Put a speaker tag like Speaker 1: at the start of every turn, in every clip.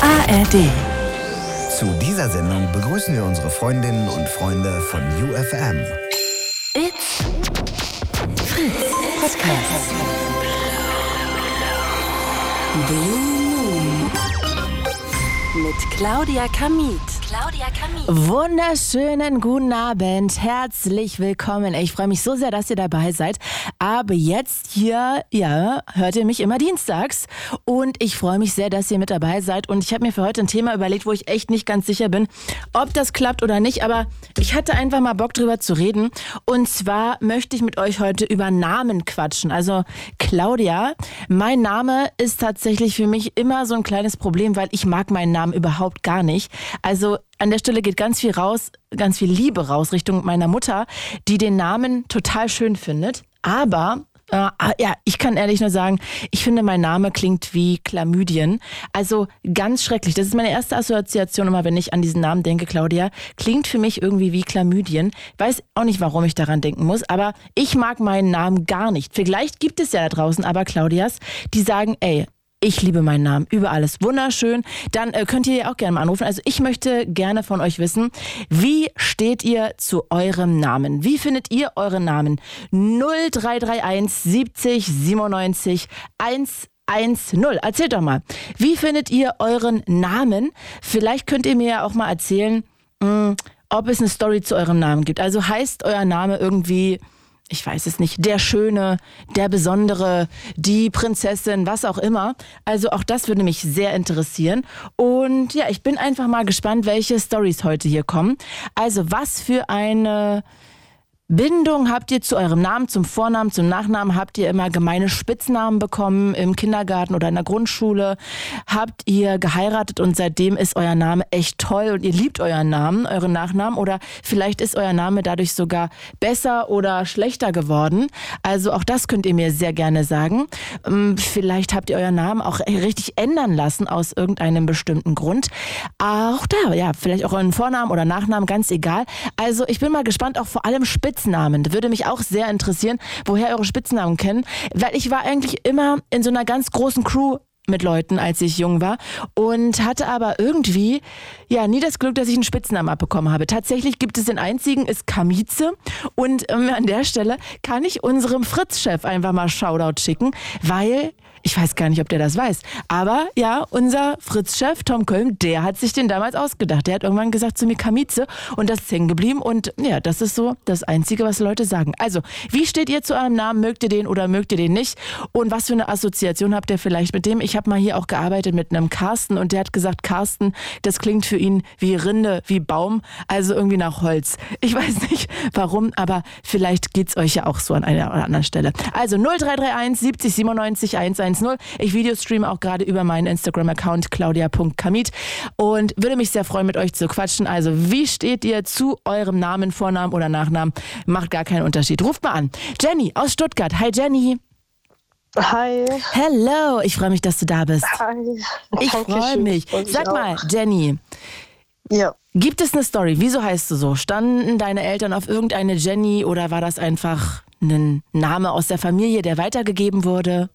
Speaker 1: ARD.
Speaker 2: Zu dieser Sendung begrüßen wir unsere Freundinnen und Freunde von UFM.
Speaker 1: It's Fritz. Podcast. Blue Moon. Mit Claudia Kamit. Claudia Kamit.
Speaker 3: Wunderschönen guten Abend, herzlich willkommen. Ich freue mich so sehr, dass ihr dabei seid. Aber jetzt hier, ja, hört ihr mich immer dienstags. Und ich freue mich sehr, dass ihr mit dabei seid. Und ich habe mir für heute ein Thema überlegt, wo ich echt nicht ganz sicher bin, ob das klappt oder nicht. Aber ich hatte einfach mal Bock drüber zu reden. Und zwar möchte ich mit euch heute über Namen quatschen. Also Claudia, mein Name ist tatsächlich für mich immer so ein kleines Problem, weil ich mag meinen Namen überhaupt gar nicht. Also an der Stelle geht ganz viel raus, ganz viel Liebe raus Richtung meiner Mutter, die den Namen total schön findet. Aber äh, ah, ja, ich kann ehrlich nur sagen, ich finde, mein Name klingt wie Chlamydien. Also ganz schrecklich. Das ist meine erste Assoziation immer, wenn ich an diesen Namen denke, Claudia. Klingt für mich irgendwie wie Chlamydien. Weiß auch nicht, warum ich daran denken muss, aber ich mag meinen Namen gar nicht. Vielleicht gibt es ja da draußen aber Claudias, die sagen, ey, ich liebe meinen Namen über alles. Wunderschön. Dann äh, könnt ihr auch gerne mal anrufen. Also ich möchte gerne von euch wissen, wie steht ihr zu eurem Namen? Wie findet ihr euren Namen? 0331 70 97 1 1-0. Erzählt doch mal, wie findet ihr euren Namen? Vielleicht könnt ihr mir ja auch mal erzählen, mh, ob es eine Story zu eurem Namen gibt. Also heißt euer Name irgendwie, ich weiß es nicht, der Schöne, der Besondere, die Prinzessin, was auch immer. Also auch das würde mich sehr interessieren. Und ja, ich bin einfach mal gespannt, welche Stories heute hier kommen. Also was für eine Bindung habt ihr zu eurem Namen, zum Vornamen, zum Nachnamen? Habt ihr immer gemeine Spitznamen bekommen im Kindergarten oder in der Grundschule? Habt ihr geheiratet und seitdem ist euer Name echt toll und ihr liebt euren Namen, euren Nachnamen? Oder vielleicht ist euer Name dadurch sogar besser oder schlechter geworden? Also auch das könnt ihr mir sehr gerne sagen. Ähm, Vielleicht habt ihr euren Namen auch richtig ändern lassen aus irgendeinem bestimmten Grund. Auch da, ja, vielleicht auch euren Vornamen oder Nachnamen, ganz egal. Also ich bin mal gespannt, auch vor allem Spitznamen. Das würde mich auch sehr interessieren, woher eure Spitznamen kennen. Weil ich war eigentlich immer in so einer ganz großen Crew mit Leuten, als ich jung war und hatte aber irgendwie ja nie das Glück, dass ich einen Spitznamen abbekommen habe. Tatsächlich gibt es den einzigen, ist Kamize und ähm, an der Stelle kann ich unserem Fritz-Chef einfach mal Shoutout schicken, weil ich weiß gar nicht, ob der das weiß, aber ja, unser Fritz-Chef Tom Köln, der hat sich den damals ausgedacht. Der hat irgendwann gesagt zu mir Kamize und das ist hängen geblieben und ja, das ist so das Einzige, was Leute sagen. Also, wie steht ihr zu eurem Namen? Mögt ihr den oder mögt ihr den nicht? Und was für eine Assoziation habt ihr vielleicht mit dem? Ich habe mal hier auch gearbeitet mit einem Carsten und der hat gesagt, Carsten, das klingt für ihn wie Rinde, wie Baum, also irgendwie nach Holz. Ich weiß nicht warum, aber vielleicht geht's euch ja auch so an einer oder anderen Stelle. Also 0331 70 97 110. Ich videostreame auch gerade über meinen Instagram-Account claudia.kamit und würde mich sehr freuen, mit euch zu quatschen. Also wie steht ihr zu eurem Namen, Vornamen oder Nachnamen? Macht gar keinen Unterschied. Ruft mal an. Jenny aus Stuttgart. Hi Jenny.
Speaker 4: Hi.
Speaker 3: Hello. Ich freue mich, dass du da bist.
Speaker 5: Ah,
Speaker 4: Hi.
Speaker 3: Ich freue
Speaker 4: Dankeschön.
Speaker 3: mich.
Speaker 4: Freu mich
Speaker 3: Sag
Speaker 4: auch.
Speaker 3: mal, Jenny,
Speaker 4: Ja.
Speaker 3: gibt es eine Story? Wieso heißt du so? Standen deine Eltern auf irgendeine Jenny oder war das einfach ein Name aus der Familie, der weitergegeben wurde?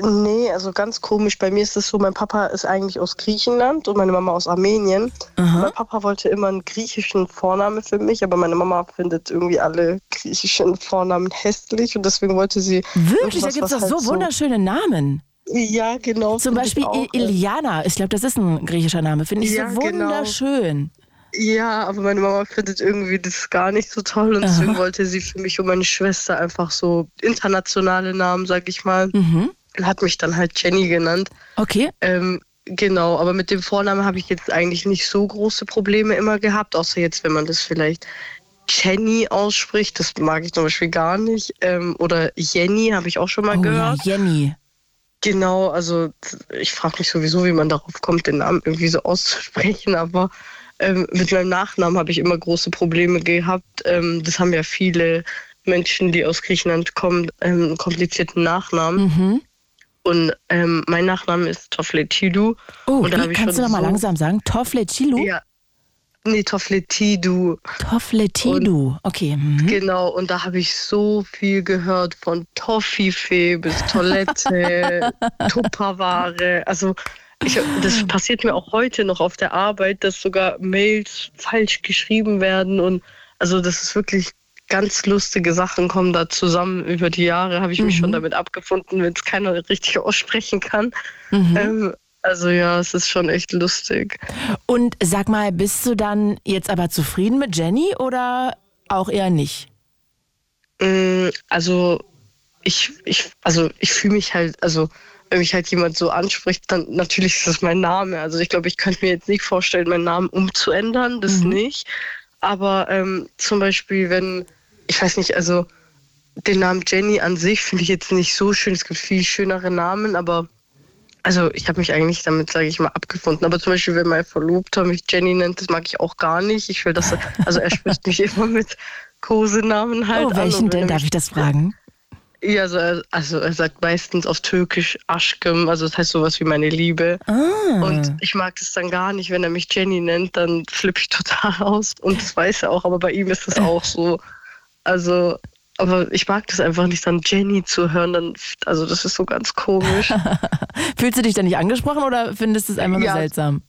Speaker 4: Nee, also ganz komisch. Bei mir ist es so, mein Papa ist eigentlich aus Griechenland und meine Mama aus Armenien. Mein Papa wollte immer einen griechischen Vornamen für mich, aber meine Mama findet irgendwie alle griechischen Vornamen hässlich und deswegen wollte sie.
Speaker 3: Wirklich, da
Speaker 4: irgendwas,
Speaker 3: gibt es
Speaker 4: was
Speaker 3: doch so
Speaker 4: halt
Speaker 3: wunderschöne Namen.
Speaker 4: Ja, genau.
Speaker 3: Zum
Speaker 4: find
Speaker 3: Beispiel
Speaker 4: ich auch.
Speaker 3: I- Iliana. Ich glaube, das ist ein griechischer Name. Finde ich
Speaker 4: Ja,
Speaker 3: so
Speaker 4: genau.
Speaker 3: wunderschön.
Speaker 4: Ja, aber meine Mama findet irgendwie das gar nicht so toll und deswegen wollte sie für mich und meine Schwester einfach so internationale Namen, sag ich mal. Und hat mich dann halt Jenny genannt.
Speaker 3: Mhm. Okay.
Speaker 4: Ähm, genau, aber mit dem Vornamen habe ich jetzt eigentlich nicht so große Probleme immer gehabt, außer jetzt, wenn man das vielleicht Jenny ausspricht, das mag ich zum Beispiel gar nicht. Ähm, oder Jenny habe ich auch schon mal
Speaker 3: Oh, ja,
Speaker 4: gehört.
Speaker 3: Jenny.
Speaker 4: Genau, also ich frage mich sowieso, wie man darauf kommt, den Namen irgendwie so auszusprechen, aber ähm, mit meinem Nachnamen habe ich immer große Probleme gehabt. Ähm, das haben ja viele Menschen, die aus Griechenland kommen, ähm, einen komplizierten Nachnamen.
Speaker 3: Mhm.
Speaker 4: Und ähm, mein Nachname ist Tofletidou.
Speaker 3: Oh,
Speaker 4: Und da
Speaker 3: wie,
Speaker 4: habe ich
Speaker 3: kannst du
Speaker 4: schon
Speaker 3: noch mal
Speaker 4: so-
Speaker 3: langsam sagen? Tofletilu?
Speaker 4: Ja. Nee, Tofletidu,
Speaker 3: Tofletidu. Okay. Mhm.
Speaker 4: genau. Und da habe ich so viel gehört von Toffifee bis Toilette, Tupperware. Also Ich, das passiert mir auch heute noch auf der Arbeit, dass sogar Mails falsch geschrieben werden und also das ist wirklich ganz lustige Sachen kommen da zusammen. Über die Jahre habe ich mich schon damit abgefunden, wenn es keiner richtig aussprechen kann. Ähm, also ja, es ist schon echt lustig.
Speaker 3: Und sag mal, bist du dann jetzt aber zufrieden mit Jenny oder auch eher nicht?
Speaker 4: Mm, Also ich, ich, also ich fühle mich halt, also wenn mich halt jemand so anspricht, dann natürlich ist das mein Name. Also ich glaube, ich könnte mir jetzt nicht vorstellen, meinen Namen umzuändern, das
Speaker 3: Mhm.
Speaker 4: nicht. Aber ähm, zum Beispiel, wenn, ich weiß nicht, also den Namen Jenny an sich finde ich jetzt nicht so schön. Es gibt viel schönere Namen, aber also ich habe mich eigentlich damit, sage ich mal, abgefunden. Aber zum Beispiel, wenn mein Verlobter mich Jenny nennt, das mag ich auch gar nicht. Ich will, dass er, also er spricht mich immer mit Kosenamen halt
Speaker 3: oh,
Speaker 4: an.
Speaker 3: welchen
Speaker 4: Und wenn
Speaker 3: denn?
Speaker 4: er
Speaker 3: Darf
Speaker 4: mich-
Speaker 3: ich das fragen?
Speaker 4: Ja, also er, also er sagt meistens auf Türkisch Aschkem, also das heißt sowas wie meine Liebe.
Speaker 3: Ah.
Speaker 4: Und ich mag das dann gar nicht, wenn er mich Jenny nennt, dann flippe ich total aus. Und das weiß er auch, aber bei ihm ist das auch so. Also, aber ich mag das einfach nicht, dann Jenny zu hören. Dann, also das ist so ganz komisch.
Speaker 3: Fühlst du dich dann nicht angesprochen oder findest du es einfach nur
Speaker 4: Ja.
Speaker 3: seltsam?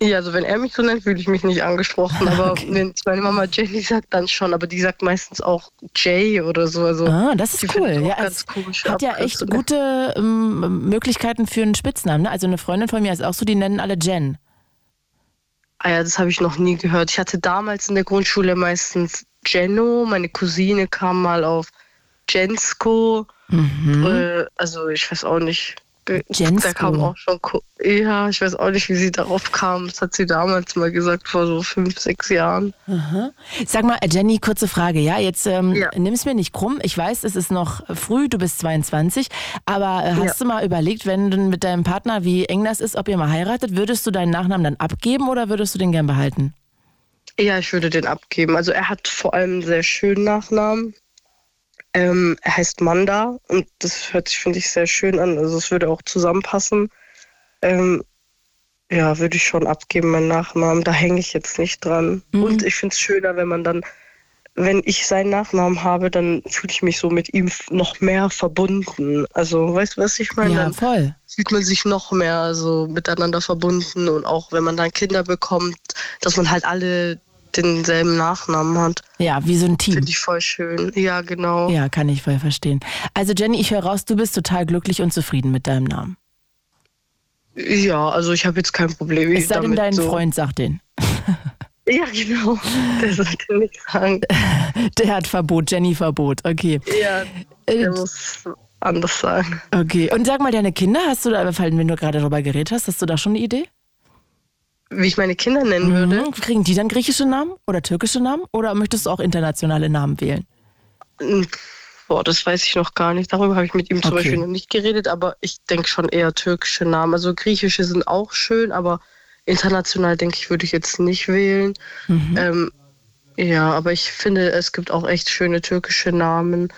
Speaker 4: Ja, also wenn er mich so nennt, fühle ich mich nicht angesprochen. Aber wenn meine Mama Jenny sagt, dann schon. Aber die sagt meistens auch Jay oder so. Also
Speaker 3: Ah, das
Speaker 4: die
Speaker 3: ist
Speaker 4: find
Speaker 3: cool.
Speaker 4: ich auch
Speaker 3: Ja,
Speaker 4: ganz
Speaker 3: es
Speaker 4: komisch.
Speaker 3: hat ja echt
Speaker 4: Abkürzungen.
Speaker 3: gute ähm, Möglichkeiten für einen Spitznamen. Ne? Also eine Freundin von mir ist auch so, die nennen alle Jen.
Speaker 4: Ah ja, das habe ich noch nie gehört. Ich hatte damals in der Grundschule meistens Jenno, meine Cousine kam mal auf Jensko.
Speaker 1: Mhm.
Speaker 4: Äh, also ich weiß auch nicht. Äh,
Speaker 3: Jensko.
Speaker 4: Da kam auch schon. Ko ja, ich weiß auch nicht, wie sie darauf kam. Das hat sie damals mal gesagt, vor so fünf, sechs Jahren.
Speaker 3: Sag mal, äh, Jenny, kurze Frage. Ja, jetzt ähm,
Speaker 4: Ja.
Speaker 3: nimm's mir nicht krumm. Ich weiß, es ist noch früh, du bist 22. Aber äh, hast
Speaker 4: Ja.
Speaker 3: du mal überlegt, wenn du mit deinem Partner, wie eng das ist, ob ihr mal heiratet, würdest du deinen Nachnamen dann abgeben oder würdest du den gern behalten?
Speaker 4: Ja, ich würde den abgeben. Also er hat vor allem einen sehr schönen Nachnamen. Ähm, er heißt Manda und das hört sich, finde ich, sehr schön an. Also es würde auch zusammenpassen. Ähm, ja, würde ich schon abgeben, meinen Nachnamen. Da hänge ich jetzt nicht dran.
Speaker 3: Mhm.
Speaker 4: Und ich finde es schöner, wenn man dann, wenn ich seinen Nachnamen habe, dann fühle ich mich so mit ihm f- noch mehr verbunden. Also, weißt du, was ich meine?
Speaker 3: ja,
Speaker 4: Dann
Speaker 3: voll.
Speaker 4: fühlt man sich noch mehr so miteinander verbunden und auch wenn man dann Kinder bekommt, dass man halt alle denselben Nachnamen hat,
Speaker 3: Ja, wie so ein Team.
Speaker 4: finde ich voll schön. Ja, genau.
Speaker 3: Ja, kann ich voll verstehen. Also Jenny, ich höre raus, du bist total glücklich und zufrieden mit deinem Namen.
Speaker 4: Ja, also ich habe jetzt kein Problem
Speaker 3: Es sei denn,
Speaker 4: damit.
Speaker 3: dein
Speaker 4: so.
Speaker 3: Freund sagt den.
Speaker 4: Ja, genau. Der sollte nicht sagen.
Speaker 3: Der hat Verbot, Jenny Verbot. Okay.
Speaker 4: Ja,
Speaker 3: Äh,
Speaker 4: der muss anders sagen.
Speaker 3: Okay. Und sag mal, deine Kinder, hast du da, fallen, wenn du gerade darüber geredet hast, hast du da schon eine Idee?
Speaker 4: Wie ich meine Kinder nennen würde?
Speaker 3: Mhm. Kriegen die dann griechische Namen oder türkische Namen? Oder möchtest du auch internationale Namen wählen?
Speaker 4: Hm. Boah, das weiß ich noch gar nicht. Darüber habe ich mit ihm zum
Speaker 3: Okay.
Speaker 4: Beispiel noch nicht geredet, aber ich denke schon eher türkische Namen. Also griechische sind auch schön, aber international denke ich, würde ich jetzt nicht wählen.
Speaker 3: Mhm.
Speaker 4: Ähm, ja, aber ich finde, es gibt auch echt schöne türkische Namen.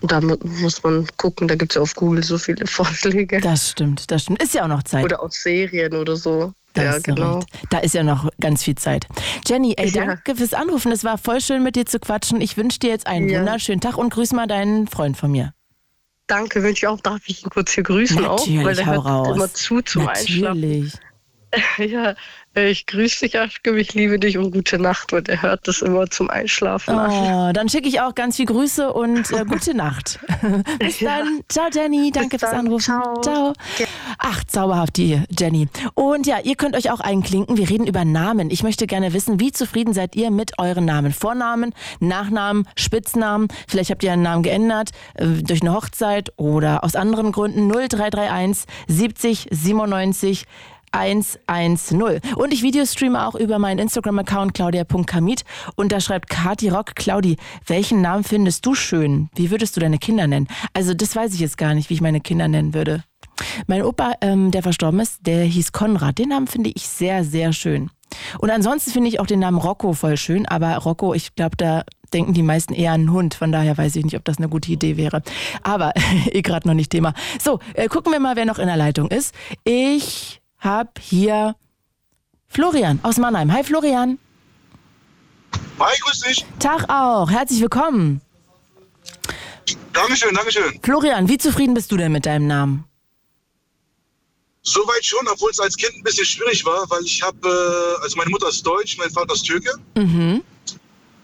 Speaker 4: Da mu- muss man gucken, da gibt es ja auf Google so viele Vorschläge.
Speaker 3: Das stimmt, das stimmt. Ist ja auch noch Zeit.
Speaker 4: Oder auch Serien oder so.
Speaker 3: Da
Speaker 4: ja,
Speaker 3: hast du
Speaker 4: genau.
Speaker 3: recht. Da ist ja noch ganz viel Zeit. Jenny, ey,
Speaker 4: Ja.
Speaker 3: danke fürs Anrufen. Es war voll schön, mit dir zu quatschen. Ich wünsche dir jetzt einen
Speaker 4: Ja.
Speaker 3: wunderschönen Tag und grüß mal deinen Freund von mir.
Speaker 4: Danke, wünsche ich auch. Darf ich ihn kurz hier grüßen auch? Weil der
Speaker 3: hau
Speaker 4: hört
Speaker 3: raus.
Speaker 4: immer zu zum Einschlafen.
Speaker 3: Natürlich.
Speaker 4: Ja, äh, ich grüße dich, Aschke, ich liebe dich und gute Nacht. Und er hört das immer zum Einschlafen an.
Speaker 3: Oh, dann schicke ich auch ganz viel Grüße und äh, gute Nacht. Bis dann. Ciao, Jenny. Danke fürs
Speaker 4: dann.
Speaker 3: Anrufen.
Speaker 4: Ciao.
Speaker 3: Ach, zauberhaft die Jenny. Und ja, ihr könnt euch auch einklinken. Wir reden über Namen. Ich möchte gerne wissen, wie zufrieden seid ihr mit euren Namen? Vornamen, Nachnamen, Spitznamen. Vielleicht habt ihr einen Namen geändert äh, durch eine Hochzeit oder aus anderen Gründen. 0331 70 97 110. Und ich Videostreame auch über meinen Instagram-Account claudia.kamit. Und da schreibt Kati Rock, Claudi, welchen Namen findest du schön? Wie würdest du deine Kinder nennen? Also das weiß ich jetzt gar nicht, wie ich meine Kinder nennen würde. Mein Opa, ähm, der verstorben ist, der hieß Konrad. Den Namen finde ich sehr, sehr schön. Und ansonsten finde ich auch den Namen Rocco voll schön, aber Rocco, ich glaube, da denken die meisten eher an einen Hund. Von daher weiß ich nicht, ob das eine gute Idee wäre. Aber eh gerade noch nicht Thema. So, äh, gucken wir mal, wer noch in der Leitung ist. Ich habe hier Florian aus Mannheim. Hi Florian.
Speaker 6: Hi, grüß dich.
Speaker 3: Tag auch. Herzlich willkommen.
Speaker 6: Dankeschön, Dankeschön.
Speaker 3: Florian, wie zufrieden bist du denn mit deinem Namen?
Speaker 6: Soweit schon, obwohl es als Kind ein bisschen schwierig war, weil ich habe, äh, also meine Mutter ist deutsch, mein Vater ist Türke.
Speaker 3: Mhm.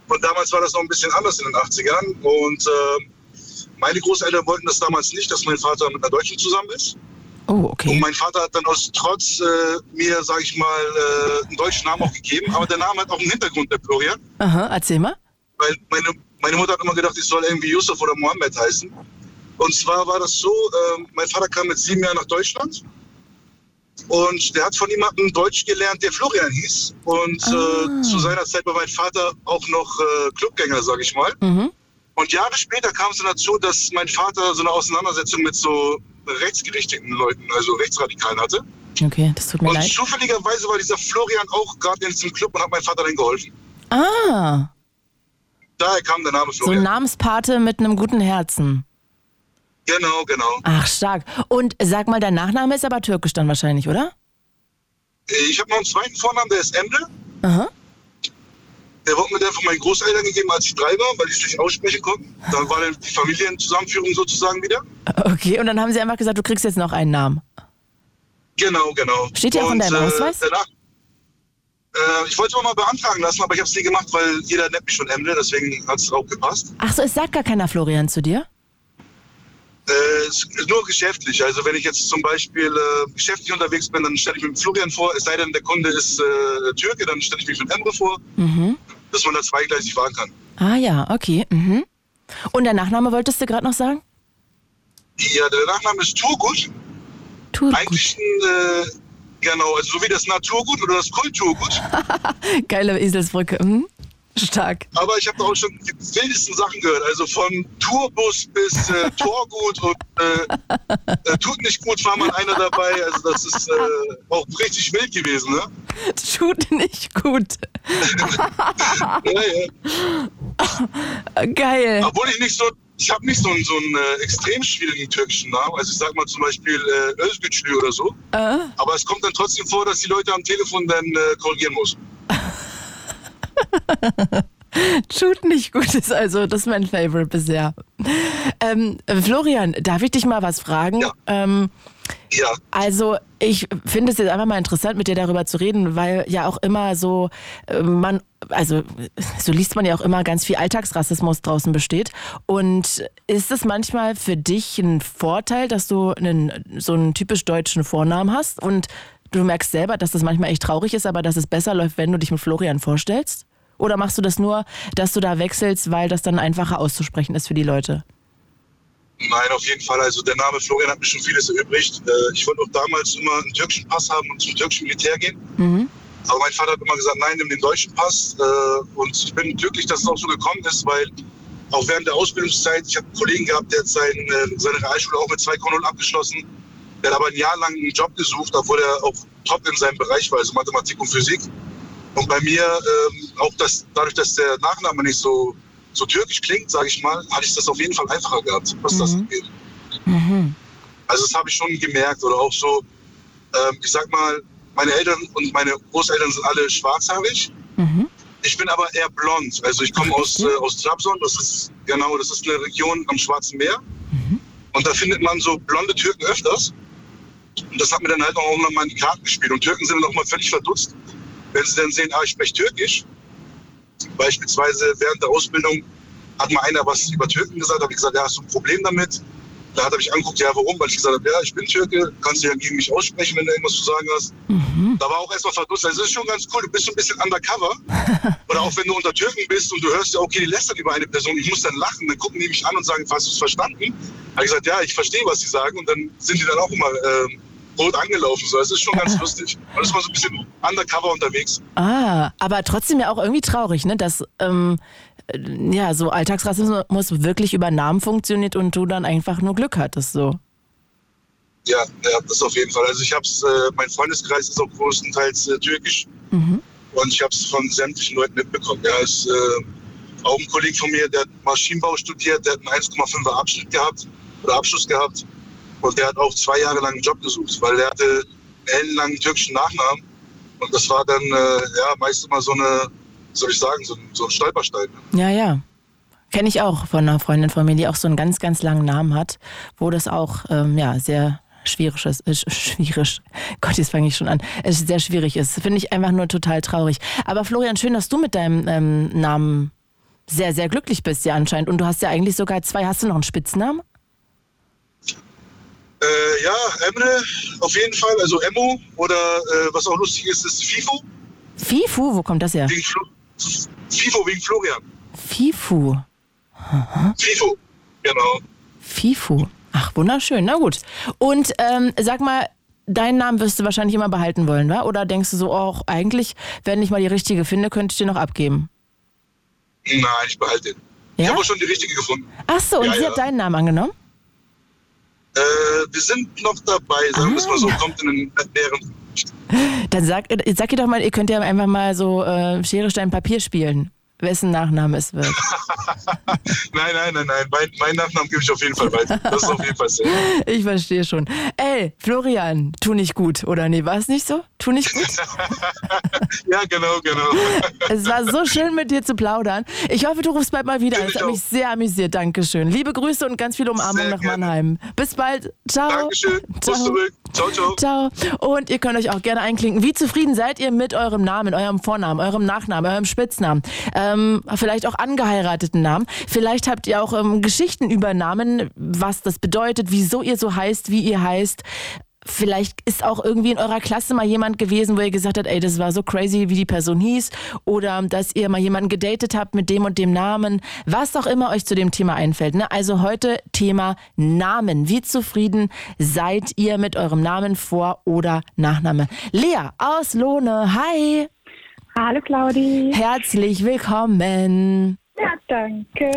Speaker 6: Und damals war das noch ein bisschen anders in den 80ern. Und äh, meine Großeltern wollten das damals nicht, dass mein Vater mit einer Deutschen zusammen ist.
Speaker 3: Oh,
Speaker 6: Und
Speaker 3: okay.
Speaker 6: mein Vater hat dann aus Trotz äh, mir, sage ich mal, äh, einen deutschen Namen auch gegeben. Aber der Name hat auch einen Hintergrund, der Florian.
Speaker 3: Aha, erzähl mal.
Speaker 6: Weil meine, meine Mutter hat immer gedacht, ich soll irgendwie Yusuf oder Mohammed heißen. Und zwar war das so, äh, mein Vater kam mit sieben Jahren nach Deutschland. Und der hat von jemandem Deutsch gelernt, der Florian hieß. Und
Speaker 3: Ah.
Speaker 6: äh, zu seiner Zeit war mein Vater auch noch äh, Clubgänger, sage ich mal.
Speaker 3: Mhm.
Speaker 6: Und Jahre später kam es dann dazu, dass mein Vater so eine Auseinandersetzung mit so rechtsgerichteten Leuten, also Rechtsradikalen hatte.
Speaker 3: Okay, das tut mir
Speaker 6: Und
Speaker 3: leid.
Speaker 6: zufälligerweise war dieser Florian auch gerade in diesem Club und hat meinem Vater dann geholfen.
Speaker 3: Ah,
Speaker 6: Daher kam der Name
Speaker 3: so ein
Speaker 6: Florian.
Speaker 3: Namenspate mit einem guten Herzen.
Speaker 6: genau, genau.
Speaker 3: Ach, stark. Und sag mal, dein Nachname ist aber türkisch dann wahrscheinlich, oder?
Speaker 6: Äh, Ich habe noch einen zweiten Vornamen, der ist Emre.
Speaker 3: Aha.
Speaker 6: Der wurde mir dann von meinen Großeltern gegeben, als ich drei war, weil die es nicht aussprechen konnten. Da war dann die Familienzusammenführung sozusagen wieder.
Speaker 3: Okay, und dann haben sie einfach gesagt, du kriegst jetzt noch einen Namen.
Speaker 6: Genau, genau.
Speaker 3: Steht ja auch in
Speaker 6: Und,
Speaker 3: deinem Ausweis?
Speaker 6: Äh, danach, äh, ich wollte immer mal beantragen lassen, aber ich habe es nie gemacht, weil jeder nennt mich schon Emre, deswegen hat es auch gepasst.
Speaker 3: Ach so, es sagt gar keiner Florian zu dir?
Speaker 6: Äh, es ist nur geschäftlich. Also wenn ich jetzt zum Beispiel äh, geschäftlich unterwegs bin, dann stelle ich mich mit Florian vor. Es sei denn, der Kunde ist äh, Türke, dann stelle ich mich mit Emre vor,
Speaker 3: Mhm.
Speaker 6: dass man da zweigleisig fahren kann.
Speaker 3: Ah ja, okay. Mhm. Und der Nachname wolltest du gerade noch sagen?
Speaker 6: Ja, der Nachname ist Turgut.
Speaker 3: Turgut.
Speaker 6: Eigentlich ein, äh, genau, also so wie das Naturgut oder das Kulturgut.
Speaker 3: Geile Eselsbrücke. Mhm. Stark.
Speaker 6: Aber ich habe da auch schon die wildesten Sachen gehört. Also von Tourbus bis äh, Torgut und äh, äh, tut nicht gut, war mal einer dabei. Also das ist äh, auch richtig wild gewesen, ne?
Speaker 3: Tut nicht gut.
Speaker 6: Ja, ja.
Speaker 3: Geil.
Speaker 6: Obwohl ich nicht so, ich habe nicht so einen, so einen äh, extrem schwierigen türkischen Namen. Also ich sag mal zum Beispiel äh, Özgüçlü oder so.
Speaker 3: Ah.
Speaker 6: Aber es kommt dann trotzdem vor, dass die Leute am Telefon dann äh, korrigieren muss.
Speaker 3: Shoot nicht gut ist also, das ist mein Favorite bisher. Ähm, Florian, darf ich dich mal was fragen?
Speaker 6: Ja.
Speaker 3: Ähm,
Speaker 6: Ja,
Speaker 3: also ich finde es jetzt einfach mal interessant, mit dir darüber zu reden, weil ja auch immer so äh, man, also so liest man ja auch immer ganz viel Alltagsrassismus draußen besteht. Und ist es manchmal für dich ein Vorteil, dass du einen, so einen typisch deutschen Vornamen hast und du merkst selber, dass das manchmal echt traurig ist, aber dass es besser läuft, wenn du dich mit Florian vorstellst? Oder machst du das nur, dass du da wechselst, weil das dann einfacher auszusprechen ist für die Leute?
Speaker 6: nein, auf jeden Fall. Also der Name Florian hat mir schon vieles erübrigt. Äh, ich wollte auch damals immer einen türkischen Pass haben und zum türkischen Militär gehen. Aber mein Vater hat immer gesagt, nein, nimm den deutschen Pass. Äh, und ich bin glücklich, dass es auch so gekommen ist, weil auch während der Ausbildungszeit, ich habe einen Kollegen gehabt, der hat sein, äh, seine Realschule auch mit 2,0 abgeschlossen. Der hat aber ein Jahr lang einen Job gesucht, obwohl er auch top in seinem Bereich war, also Mathematik und Physik. Und bei mir, ähm, auch das, dadurch, dass der Nachname nicht so, so türkisch klingt, sage ich mal, hatte ich das auf jeden Fall einfacher gehabt, was das
Speaker 3: Mhm.
Speaker 6: angeht.
Speaker 3: Mhm.
Speaker 6: Also das habe ich schon gemerkt oder auch so, ähm, ich sag mal, meine Eltern und meine Großeltern sind alle schwarzhaarig.
Speaker 3: Mhm.
Speaker 6: Ich bin aber eher blond. Also ich komme aus, äh, aus Trabzon, das ist genau, das ist eine Region am Schwarzen Meer. Und da findet man so blonde Türken öfters. Und das hat mir dann halt auch nochmal in die Karten gespielt. Und Türken sind dann auch mal völlig verdutzt, wenn sie dann sehen, ah, ich spreche Türkisch. Beispielsweise während der Ausbildung hat mal einer was über Türken gesagt, habe ich gesagt, ja, hast du ein Problem damit? Da hat er mich angeguckt, ja, warum? Weil ich gesagt habe, ja, ich bin Türke, kannst du ja gegen mich aussprechen, wenn du irgendwas zu sagen hast.
Speaker 1: Mhm.
Speaker 6: Da war auch erstmal verdutzt. Also, das ist schon ganz cool, du bist so ein bisschen undercover. Oder auch wenn du unter Türken bist und du hörst, ja, okay, die lästern über eine Person, ich muss dann lachen, dann gucken die mich an und sagen, hast du es verstanden? Habe ich gesagt, ja, ich verstehe, was sie sagen. Und dann sind die dann auch immer ähm, rot angelaufen. So, das ist schon ganz lustig. Man ist mal so ein bisschen undercover unterwegs.
Speaker 3: Ah, aber trotzdem ja auch irgendwie traurig, ne? Dass ähm, äh, ja so Alltagsrassismus wirklich über Namen funktioniert und du dann einfach nur Glück hattest, so.
Speaker 6: Ja, ja, das auf jeden Fall. Also ich hab's, äh, mein Freundeskreis ist auch größtenteils äh, türkisch und ich hab's von sämtlichen Leuten mitbekommen. Ja, ist, äh, auch ein Kollege von mir, der hat Maschinenbau studiert, der hat einen 1,5er Abschnitt gehabt oder Abschluss gehabt und der hat auch zwei Jahre lang einen Job gesucht, weil der hatte einen ellenlangen türkischen Nachnamen und das war dann äh, ja meist immer so eine, soll ich sagen, so ein, so ein Stolperstein.
Speaker 3: Ja, ja. Kenne ich auch von einer Freundin von mir, die auch so einen ganz, ganz langen Namen hat, wo das auch ähm, ja sehr schwierig ist. Äh, schwierig. Gott, jetzt fange ich schon an. Es ist sehr schwierig ist. Finde ich einfach nur total traurig. Aber Florian, schön, dass du mit deinem ähm, Namen sehr, sehr glücklich bist ja anscheinend. Und du hast ja eigentlich sogar zwei. Hast du noch einen Spitznamen?
Speaker 6: Äh, ja, Emre, auf jeden Fall, also Emo oder äh, was auch lustig ist, ist FIFO.
Speaker 3: Fifu, wo kommt das her?
Speaker 6: Wegen Flo FIFO wegen Florian.
Speaker 3: Fifu.
Speaker 6: FIFO, genau.
Speaker 3: Fifu. Ach, wunderschön. Na gut. Und ähm, sag mal, deinen Namen wirst du wahrscheinlich immer behalten wollen, wa? oder denkst du so, auch eigentlich, wenn ich mal die richtige finde, könnte ich dir noch abgeben?
Speaker 6: Nein, ich behalte den. Ich
Speaker 3: Ja?
Speaker 6: habe auch schon die richtige gefunden.
Speaker 3: Ach so, und
Speaker 6: Ja,
Speaker 3: sie
Speaker 6: ja.
Speaker 3: hat deinen Namen angenommen?
Speaker 6: Äh, wir sind noch dabei, sagen wir es mal so, kommt in den näheren.
Speaker 3: Dann sag, äh, sag ihr doch mal, ihr könnt ja einfach mal so äh, Schere, Stein, Papier spielen, wessen Nachname es wird.
Speaker 6: Nein, nein, nein, nein, mein, meinen Nachnamen gebe ich auf jeden Fall weiter. Das ist auf jeden Fall safe.
Speaker 3: Ich verstehe schon. Ey, Florian, tu nicht gut, oder nee, war es nicht so? Tu nicht gut?
Speaker 6: Ja, genau, genau.
Speaker 3: Es war so schön, mit dir zu plaudern. Ich hoffe, du rufst bald mal wieder. an. Es
Speaker 6: Ich
Speaker 3: hat
Speaker 6: auch.
Speaker 3: mich sehr amüsiert. Dankeschön. Liebe Grüße und ganz viele Umarmungen
Speaker 6: Genau. Sehr
Speaker 3: nach
Speaker 6: gerne.
Speaker 3: Mannheim. Bis bald. Ciao.
Speaker 6: Dankeschön. Bis
Speaker 3: Ciao.
Speaker 6: zurück. Ciao, ciao.
Speaker 3: Ciao. Und ihr könnt euch auch gerne einklinken. Wie zufrieden seid ihr mit eurem Namen, eurem Vornamen, eurem Nachnamen, eurem Spitznamen? Ähm, vielleicht auch angeheirateten Namen. Vielleicht habt ihr auch ähm, Geschichten über Namen, was das bedeutet, wieso ihr so heißt, wie ihr heißt. Vielleicht ist auch irgendwie in eurer Klasse mal jemand gewesen, wo ihr gesagt habt, ey, das war so crazy, wie die Person hieß. Oder dass ihr mal jemanden gedatet habt mit dem und dem Namen. Was auch immer euch zu dem Thema einfällt. Ne? Also heute Thema Namen. Wie zufrieden seid ihr mit eurem Namen vor oder Nachname? Lea aus Lohne, hi.
Speaker 7: Hallo Claudi.
Speaker 3: Herzlich willkommen.
Speaker 7: Ja, danke.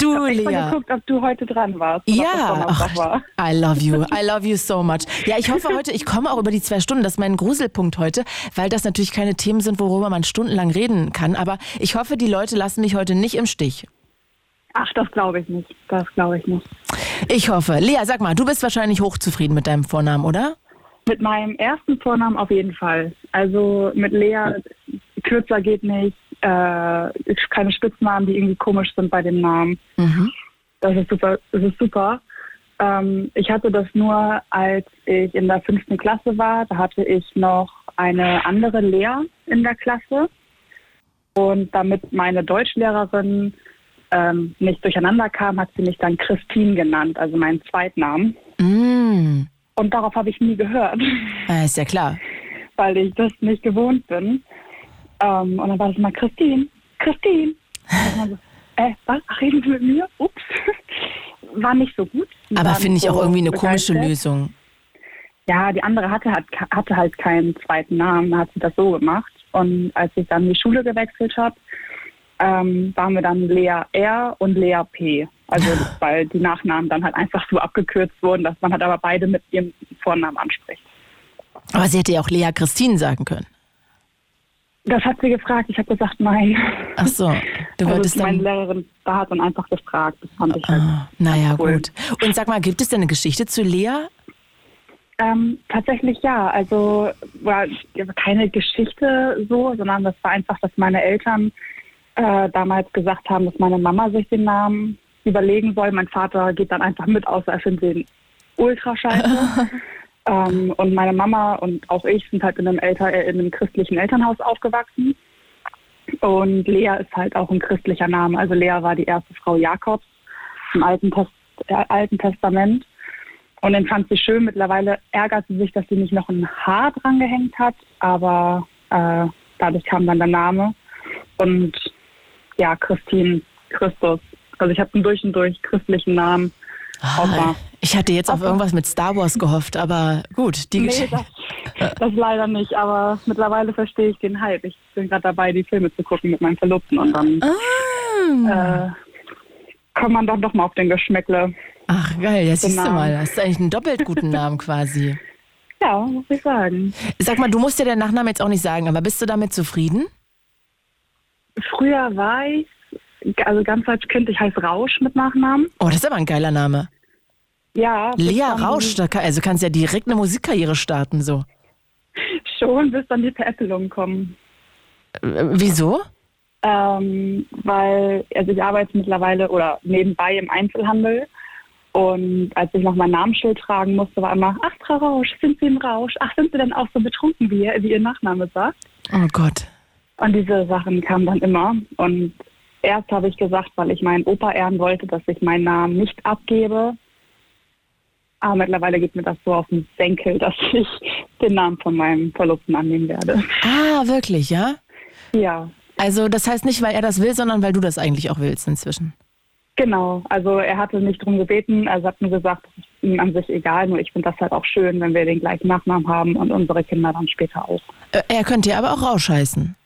Speaker 3: Du,
Speaker 7: ich habe
Speaker 3: Lea.
Speaker 7: geguckt, ob du heute dran warst. und ob das
Speaker 3: Ja,
Speaker 7: Donnerstag
Speaker 3: ach,
Speaker 7: war.
Speaker 3: I love you, I love you so much. Ja, ich hoffe heute, ich komme auch über die zwei Stunden, das ist mein Gruselpunkt heute, weil das natürlich keine Themen sind, worüber man stundenlang reden kann, aber ich hoffe, die Leute lassen mich heute nicht im Stich.
Speaker 7: Ach, das glaube ich nicht. Das glaube ich nicht.
Speaker 3: Ich hoffe. Lea, sag mal, du bist wahrscheinlich hochzufrieden mit deinem Vornamen, oder?
Speaker 7: Mit meinem ersten Vornamen auf jeden Fall. Also mit Lea, kürzer geht nicht. Äh, ist keine Spitznamen, die irgendwie komisch sind bei dem Namen. Das ist super. Das ist super. Ähm, ich hatte das nur, als ich in der fünften Klasse war. Da hatte ich noch eine andere Lea in der Klasse. Und damit meine Deutschlehrerin ähm, nicht durcheinander kam, hat sie mich dann Christine genannt, also meinen Zweitnamen.
Speaker 3: Mm,
Speaker 7: Und darauf habe ich nie gehört
Speaker 3: äh, ist ja klar.
Speaker 7: weil ich das nicht gewohnt bin. Ähm, und dann war das mal Christine, Christine. Und dann so, äh, was? Reden Sie mit mir? Ups. War nicht so gut. Die
Speaker 3: Aber
Speaker 7: waren
Speaker 3: finde ich
Speaker 7: so
Speaker 3: auch irgendwie eine komische
Speaker 7: begeistert.
Speaker 3: Lösung.
Speaker 7: Ja, die andere hatte, hat, hatte halt keinen zweiten Namen, da hat sie das so gemacht. Und als ich dann die Schule gewechselt habe, ähm, waren wir dann Lea R und Lea P. Also weil die Nachnamen dann halt einfach so abgekürzt wurden, dass man halt aber beide mit ihrem Vornamen anspricht.
Speaker 3: Aber sie hätte ja auch Lea Christine sagen können.
Speaker 7: Das hat sie gefragt. Ich habe gesagt, nein.
Speaker 3: Ach so, du wolltest
Speaker 7: also meine
Speaker 3: dann...
Speaker 7: Lehrerin da hat dann einfach gefragt. Das fand ich halt.
Speaker 3: Ah, naja,
Speaker 7: cool.
Speaker 3: gut. Und sag mal, gibt es denn eine Geschichte zu Lea?
Speaker 7: Ähm, tatsächlich ja. Also war keine Geschichte so, sondern das war einfach, dass meine Eltern äh, damals gesagt haben, dass meine Mama sich den Namen überlegen soll. Mein Vater geht dann einfach mit, außer er findet den Ultrascheiße. ähm, und meine Mama und auch ich sind halt in einem, Elter äh, in einem christlichen Elternhaus aufgewachsen. Und Lea ist halt auch ein christlicher Name. Also Lea war die erste Frau Jakobs im Alten, Test äh, Alten Testament. Und den fand sie schön. Mittlerweile ärgert sie sich, dass sie nicht noch ein Haar dran gehängt hat, aber äh, dadurch kam dann der Name. Und ja, Christine, Christus. Also ich habe einen durch und durch christlichen Namen.
Speaker 3: Ah,
Speaker 7: Opa.
Speaker 3: ich hatte jetzt auf irgendwas mit Star Wars gehofft, aber gut, die
Speaker 7: Nee,
Speaker 3: Geschichte.
Speaker 7: das, das leider nicht, aber mittlerweile verstehe ich den Hype. Ich bin gerade dabei, die Filme zu gucken mit meinem Verlobten und dann
Speaker 3: Ah.
Speaker 7: äh, kommt man dann doch mal auf den Geschmäckle. Genau.
Speaker 3: Ach geil, ja siehst du
Speaker 7: Namen.
Speaker 3: mal, hast du eigentlich einen doppelt guten Namen quasi.
Speaker 7: Ja, muss ich sagen.
Speaker 3: Sag mal, du musst dir den Nachnamen jetzt auch nicht sagen, aber bist du damit zufrieden?
Speaker 7: Früher war ich, also ganz als Kind, ich heiße Rausch mit Nachnamen.
Speaker 3: Oh, das ist aber ein geiler Name.
Speaker 7: Ja. bis
Speaker 3: Lea
Speaker 7: dann-
Speaker 3: Rausch, da kann, also kannst ja direkt eine Musikkarriere starten so.
Speaker 7: Schon, bis dann die Veräppelungen kommen.
Speaker 3: Äh, Wieso?
Speaker 7: Ähm, weil, also ich arbeite mittlerweile oder nebenbei im Einzelhandel Und als ich noch mein Namensschild tragen musste, war immer, ach, Frau Rausch, sind Sie im Rausch? Ach, sind Sie denn auch so betrunken, wie, ihr- wie Ihr Nachname sagt?
Speaker 3: Oh Gott.
Speaker 7: Und diese Sachen kamen dann immer. Und erst habe ich gesagt, weil ich meinen Opa ehren wollte, dass ich meinen Namen nicht abgebe. Aber mittlerweile geht mir das so auf den Senkel, dass ich den Namen von meinem Verlobten annehmen werde.
Speaker 3: Ah, wirklich, ja?
Speaker 7: Ja,
Speaker 3: Also das heißt nicht, weil er das will, sondern weil du das eigentlich auch willst inzwischen.
Speaker 7: genau. Also er hatte mich darum gebeten, also hat mir gesagt, es ist ihm an sich egal, nur ich finde das halt auch schön, wenn wir den gleichen Nachnamen haben und unsere Kinder dann später auch.
Speaker 3: Äh, Er könnte ja aber auch Rausch heißen.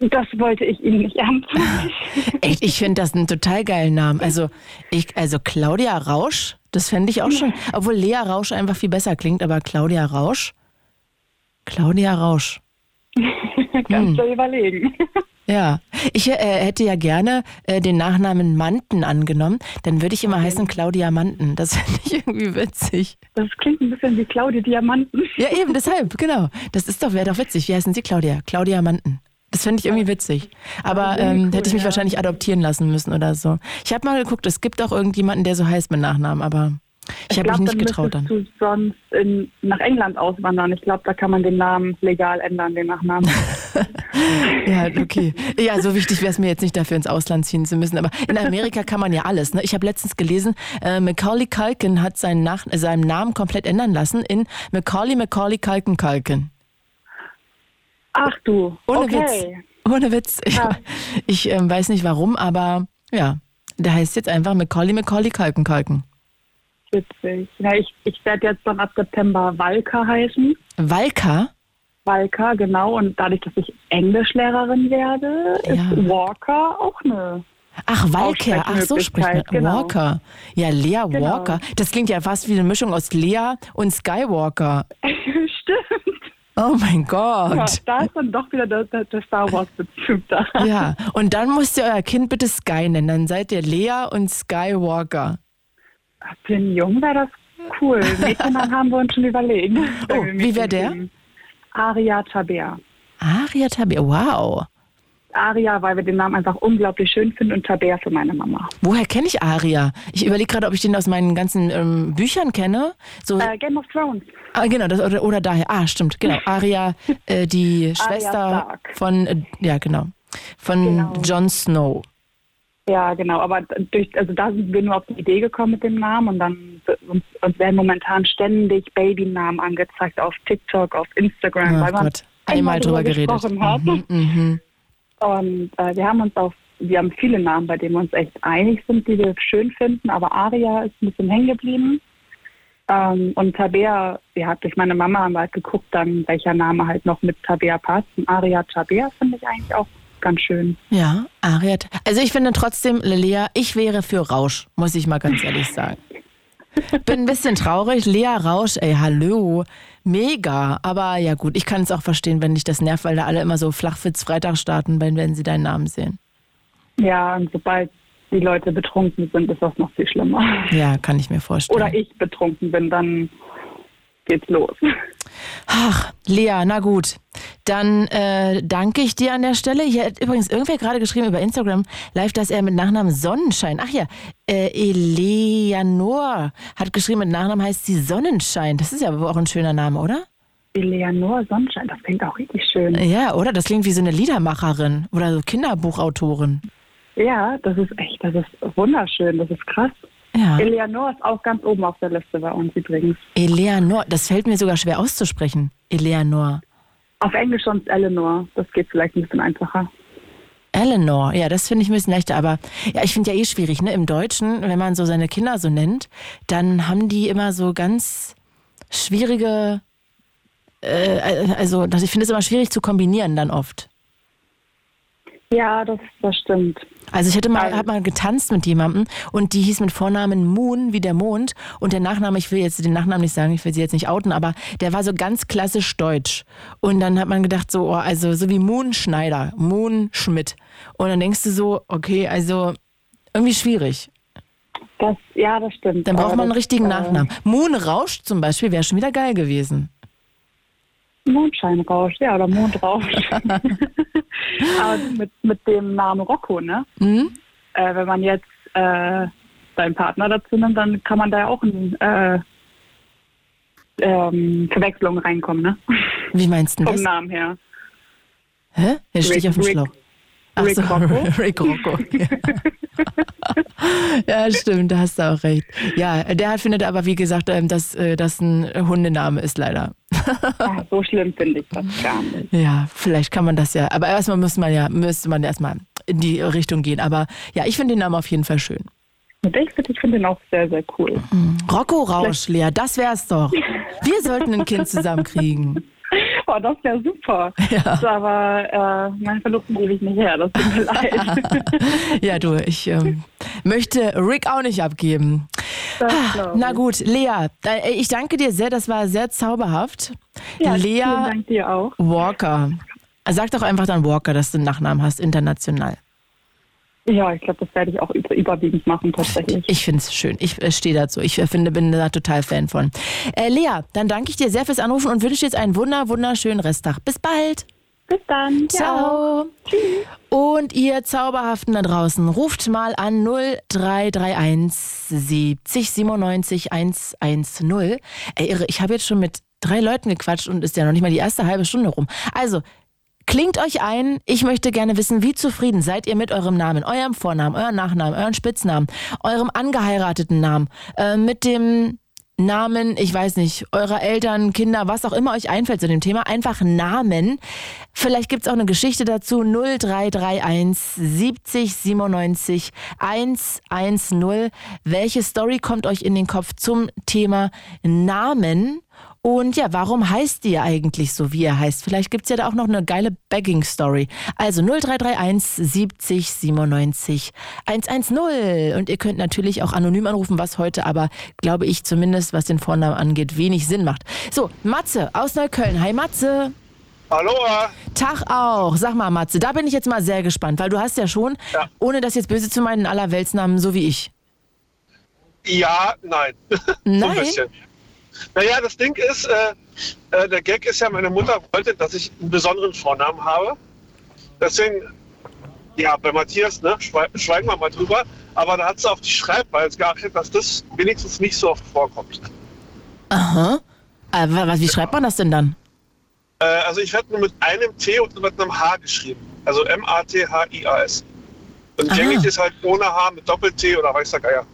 Speaker 7: Das wollte ich ihm nicht antun.
Speaker 3: Echt, ich finde das einen total geilen Namen. Also, ich, also Claudia Rausch, das fände ich auch schon. Obwohl Lea Rausch einfach viel besser klingt, aber Claudia Rausch. Claudia Rausch.
Speaker 7: Ganz so überlegen.
Speaker 3: Ja, ich äh, hätte ja gerne äh, den Nachnamen Manten angenommen. Dann würde ich immer heißen Claudia Manten. Das finde ich irgendwie witzig.
Speaker 7: Das klingt ein bisschen wie Claudia Diamanten.
Speaker 3: Ja, eben, deshalb, genau. Das ist doch, wäre doch witzig. Wie heißen Sie, Claudia? Claudia Manten. Das finde ich irgendwie witzig. Aber ähm, hätte ich mich wahrscheinlich adoptieren lassen müssen oder so. Ich habe mal geguckt, es gibt auch irgendjemanden, der so heißt mit Nachnamen, aber ich habe mich
Speaker 7: glaub,
Speaker 3: nicht getraut dann.
Speaker 7: müsstest du sonst in, nach England auswandern. Ich glaube, da kann man den Namen legal ändern, den Nachnamen.
Speaker 3: Ja, okay. Ja, so wichtig wäre es mir jetzt nicht, dafür ins Ausland ziehen zu müssen. Aber in Amerika kann man ja alles. Ne? Ich habe letztens gelesen, äh, Macaulay Culkin hat seinen, Nach äh, seinen Namen komplett ändern lassen in Macaulay Macaulay Culkin Culkin.
Speaker 7: Ach du,
Speaker 3: Ohne
Speaker 7: okay.
Speaker 3: Witz. Ohne Witz. Ich,
Speaker 7: Krass.
Speaker 3: ich ähm, weiß nicht warum, aber ja, der heißt jetzt einfach Macaulay Macaulay Culkin Culkin.
Speaker 7: Witzig. Na, ich ich werde jetzt dann ab September Walker heißen.
Speaker 3: Walker?
Speaker 7: Walker, genau. Und dadurch, dass ich Englischlehrerin werde,
Speaker 3: Ja.
Speaker 7: ist Walker auch eine.
Speaker 3: Ach, Walker. Ach, so spricht man.
Speaker 7: Aussprechmöglichkeit, genau.
Speaker 3: Walker. Ja, Lea Walker. Das klingt ja fast wie eine Mischung aus Lea und Skywalker.
Speaker 7: Stimmt.
Speaker 3: Oh mein
Speaker 7: Ja,
Speaker 3: Gott.
Speaker 7: da ist dann doch wieder der, der, der Star Wars-Bezug da.
Speaker 3: Ja, und dann müsst ihr euer Kind bitte Sky nennen. Dann seid ihr Lea und Skywalker.
Speaker 7: Für einen Jungen wäre das cool. Mädchennamen haben wir uns schon überlegt.
Speaker 3: Oh, wie wär der?
Speaker 7: Aria Tabea.
Speaker 3: Aria Tabea, wow.
Speaker 7: Aria, weil wir den Namen einfach unglaublich schön finden und Tabea für meine Mama.
Speaker 3: Woher kenne ich Aria? Ich überlege gerade, ob ich den aus meinen ganzen ähm, Büchern kenne. So,
Speaker 7: Äh, Game of Thrones.
Speaker 3: ah, genau, das, oder, oder daher. Ah, stimmt, genau. Aria, äh, die Schwester
Speaker 7: Stark.
Speaker 3: von, äh, ja, genau, von
Speaker 7: Genau.
Speaker 3: Jon Snow.
Speaker 7: Ja, genau. Aber durch, also da sind wir nur auf die Idee gekommen mit dem Namen und dann uns, uns werden momentan ständig Babynamen angezeigt auf TikTok, auf Instagram,
Speaker 3: Oh
Speaker 7: weil man
Speaker 3: Gott, einmal drüber geredet.
Speaker 7: gesprochen hat.
Speaker 3: Mhm, mhm.
Speaker 7: Und äh, wir haben uns auf, wir haben viele Namen, bei denen wir uns echt einig sind, die wir schön finden, aber Aria ist ein bisschen hängen geblieben. Ähm, und Tabea, ja, hat durch meine Mama haben wir halt geguckt, dann welcher Name halt noch mit Tabea passt. Und Aria Tabea finde ich eigentlich auch ganz schön.
Speaker 3: Ja, Aria. Also ich finde trotzdem, Lea, ich wäre für Rausch, muss ich mal ganz ehrlich sagen. Bin ein bisschen traurig. Lea Rausch, ey, hallo. Mega. Aber ja gut, ich kann es auch verstehen, wenn dich das nervt, weil da alle immer so Flachwitz Freitag starten, wenn, wenn sie deinen Namen sehen.
Speaker 7: Ja, und sobald die Leute betrunken sind, ist das noch viel schlimmer.
Speaker 3: Ja, kann ich mir vorstellen.
Speaker 7: Oder ich betrunken bin, dann geht's los.
Speaker 3: Ach, Lea, na gut. Dann äh, danke ich dir an der Stelle. Hier hat übrigens irgendwer gerade geschrieben über Instagram live, dass er mit Nachnamen Sonnenschein. Ach ja, äh, Eleanor hat geschrieben, mit Nachnamen heißt sie Sonnenschein. Das ist ja wohl auch ein schöner Name, oder?
Speaker 7: Eleanor Sonnenschein, das klingt auch richtig schön.
Speaker 3: Ja, oder? Das klingt wie so eine Liedermacherin oder so Kinderbuchautorin.
Speaker 7: Ja, das ist echt, das ist wunderschön, das ist krass.
Speaker 3: Ja.
Speaker 7: Eleanor ist auch ganz oben auf der Liste bei uns übrigens.
Speaker 3: Eleanor, das fällt mir sogar schwer auszusprechen. Eleanor.
Speaker 7: Auf Englisch sonst Eleanor. Das geht vielleicht ein bisschen einfacher.
Speaker 3: Eleanor, ja, das finde ich ein bisschen leichter, aber ja, ich finde ja eh schwierig, ne? Im Deutschen, wenn man so seine Kinder so nennt, dann haben die immer so ganz schwierige, äh, also das- ich finde es immer schwierig zu kombinieren dann oft.
Speaker 7: Ja, das, das stimmt.
Speaker 3: Also ich hätte mal, hab mal getanzt mit jemandem und die hieß mit Vornamen Moon wie der Mond und der Nachname, ich will jetzt den Nachnamen nicht sagen, ich will sie jetzt nicht outen, aber der war so ganz klassisch deutsch. Und dann hat man gedacht so, oh, also so wie Moon Schneider, Moon Schmidt. Und dann denkst du so, okay, also irgendwie schwierig.
Speaker 7: Das, ja, das stimmt.
Speaker 3: Dann braucht
Speaker 7: Aber
Speaker 3: man einen
Speaker 7: das,
Speaker 3: richtigen
Speaker 7: äh,
Speaker 3: Nachnamen. Moon Rausch zum Beispiel wäre schon wieder geil gewesen.
Speaker 7: Mondscheinrausch, ja, oder Mondrausch.
Speaker 3: Mhm.
Speaker 7: Aber mit, mit dem Namen Rocco, ne? Äh, wenn man jetzt äh, seinen Partner dazu nimmt, dann kann man da auch in äh, ähm, Verwechslungen reinkommen, ne?
Speaker 3: Wie meinst du
Speaker 7: Vom
Speaker 3: das?
Speaker 7: Namen her.
Speaker 3: Hä? Jetzt stehe ich
Speaker 7: Rick-
Speaker 3: auf dem
Speaker 7: Rick-
Speaker 3: Schlauch. Ach
Speaker 7: Rick
Speaker 3: so,
Speaker 7: Rocco.
Speaker 3: Rick Rocco. Ja. ja, stimmt, da hast du auch recht. Ja, der hat, findet aber, wie gesagt, ähm, dass äh, das ein Hundename ist, leider.
Speaker 7: Ach, so schlimm finde ich das gar nicht.
Speaker 3: Ja, vielleicht kann man das ja. Aber erstmal müsste man ja, müsste man erstmal in die Richtung gehen. Aber ja, ich finde den Namen auf jeden Fall schön.
Speaker 7: Und ich finde ich find den auch sehr, sehr cool.
Speaker 3: Rocco Rausch, Lea, das wär's doch. Mhm. Wir sollten ein Kind zusammenkriegen.
Speaker 7: Oh, das wäre super. Das ist aber äh, mein Verlobten gebe ich nicht her, das tut mir leid.
Speaker 3: Ja, du, ich ähm, möchte Rick auch nicht abgeben.
Speaker 7: Das
Speaker 3: Ah,
Speaker 7: glaub
Speaker 3: Na
Speaker 7: ich.
Speaker 3: gut, Lea, äh, ich danke dir sehr, das war sehr zauberhaft.
Speaker 7: Ja, Vielen
Speaker 3: Lea
Speaker 7: Dank dir auch.
Speaker 3: Walker. Sag doch einfach dann Walker, dass du einen Nachnamen hast, international.
Speaker 7: Ja, ich glaube, das werde ich auch über- überwiegend machen tatsächlich.
Speaker 3: Ich finde es schön. Ich äh, stehe dazu. Ich äh, finde, bin da total Fan von. Äh, Lea, dann danke ich dir sehr fürs Anrufen und wünsche dir jetzt einen wunder, wunderschönen Resttag. Bis bald.
Speaker 7: Bis dann.
Speaker 3: Ciao. Und ihr Zauberhaften da draußen, ruft mal an 0331 70 97 110. Ey, irre, ich habe jetzt schon mit drei Leuten gequatscht und ist ja noch nicht mal die erste halbe Stunde rum. Also, klingt euch ein. Ich möchte gerne wissen, wie zufrieden seid ihr mit eurem Namen, eurem Vornamen, eurem Nachnamen, euren Spitznamen, eurem angeheirateten Namen, äh, mit dem Namen, ich weiß nicht, eurer Eltern, Kinder, was auch immer euch einfällt zu dem Thema, einfach Namen. Vielleicht gibt's auch eine Geschichte dazu. 0331 70 97 110. Welche Story kommt euch in den Kopf zum Thema Namen? Und ja, warum heißt ihr eigentlich so, wie ihr heißt? Vielleicht gibt's ja da auch noch eine geile Bagging-Story. Also 0331 70 97 110. Und ihr könnt natürlich auch anonym anrufen, was heute aber, glaube ich, zumindest was den Vornamen angeht, wenig Sinn macht. So, Matze aus Neukölln. Hi Matze.
Speaker 8: Aloha!
Speaker 3: Tag auch. Sag mal, Matze, da bin ich jetzt mal sehr gespannt, weil du hast ja schon, ohne das jetzt böse zu meinen, einen Allerweltsnamen, so wie ich.
Speaker 8: Ja, nein. so
Speaker 3: Nein?
Speaker 8: ein bisschen. Naja, das Ding ist, äh, äh, der Gag ist ja, meine Mutter wollte, dass ich einen besonderen Vornamen habe. Deswegen, ja, bei Matthias, ne, schwe- schweigen wir mal drüber. Aber da hat sie auf die Schreibweise geachtet, dass das wenigstens nicht so oft vorkommt.
Speaker 3: Äh, wa- was, wie schreibt man das denn dann?
Speaker 8: Äh, also ich werde nur mit einem T und mit einem H geschrieben. Also M-A-T-H-I-A-S. Und
Speaker 3: Aha.
Speaker 8: gängig ist halt ohne H mit Doppel-T oder weiß der Geier.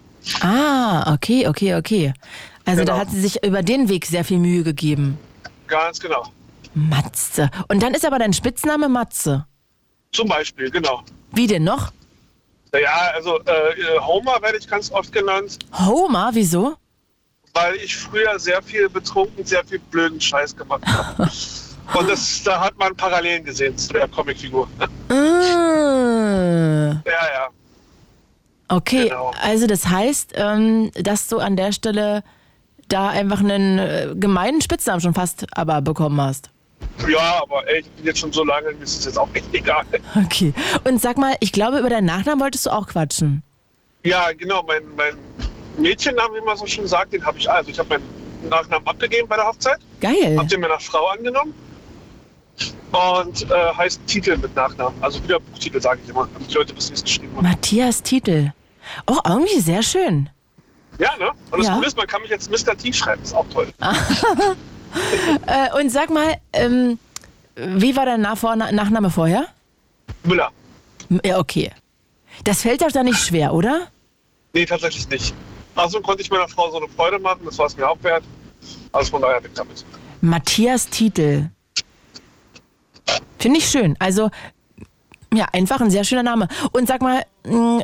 Speaker 3: Ah, okay, okay, okay. Also da
Speaker 8: Genau.
Speaker 3: hat sie sich über den Weg sehr viel Mühe gegeben.
Speaker 8: Ganz genau.
Speaker 3: Matze. Und dann ist aber dein Spitzname Matze.
Speaker 8: Zum Beispiel, genau.
Speaker 3: Wie denn noch?
Speaker 8: Naja, also äh, Homer werde ich ganz oft genannt,
Speaker 3: Homer, wieso?
Speaker 8: weil ich früher sehr viel betrunken, sehr viel blöden Scheiß gemacht habe. Und das, da hat man Parallelen gesehen zu der Comicfigur.
Speaker 3: Äh,
Speaker 8: ja, ja.
Speaker 3: Okay,
Speaker 8: Genau.
Speaker 3: also das heißt, ähm, dass du an der Stelle da einfach einen äh, gemeinen Spitznamen schon fast aber bekommen hast.
Speaker 8: Ja, aber ey, ich bin jetzt schon so lange, mir ist es jetzt auch echt egal.
Speaker 3: Okay. Und sag mal, ich glaube, über deinen Nachnamen wolltest du auch quatschen.
Speaker 8: Ja, genau, mein, mein Mädchennamen, wie man so schön sagt, den habe ich also. Ich habe meinen Nachnamen abgegeben bei der Hochzeit,
Speaker 3: Geil.
Speaker 8: habe den meiner Frau angenommen und äh, heißt Titel mit Nachnamen. Also wieder Buchtitel, sage ich immer, damit die Leute wissen, wie es geschrieben wird.
Speaker 3: Matthias Titel. Oh, irgendwie sehr schön.
Speaker 8: Ja, ne? Und das
Speaker 3: Ja.
Speaker 8: Coole ist, man kann mich jetzt Mr. T schreiben, ist auch toll.
Speaker 3: Äh, und sag mal, ähm, wie war dein Nach Vorna- Nachname vorher?
Speaker 8: Müller.
Speaker 3: M- Ja, okay. Das fällt doch da nicht schwer, oder?
Speaker 8: Nee, tatsächlich nicht. Also konnte ich meiner Frau so eine Freude machen, das war es mir auch wert. Also von daher weg damit.
Speaker 3: Matthias Titel. Finde ich schön. Also, ja, einfach ein sehr schöner Name. Und sag mal, mh,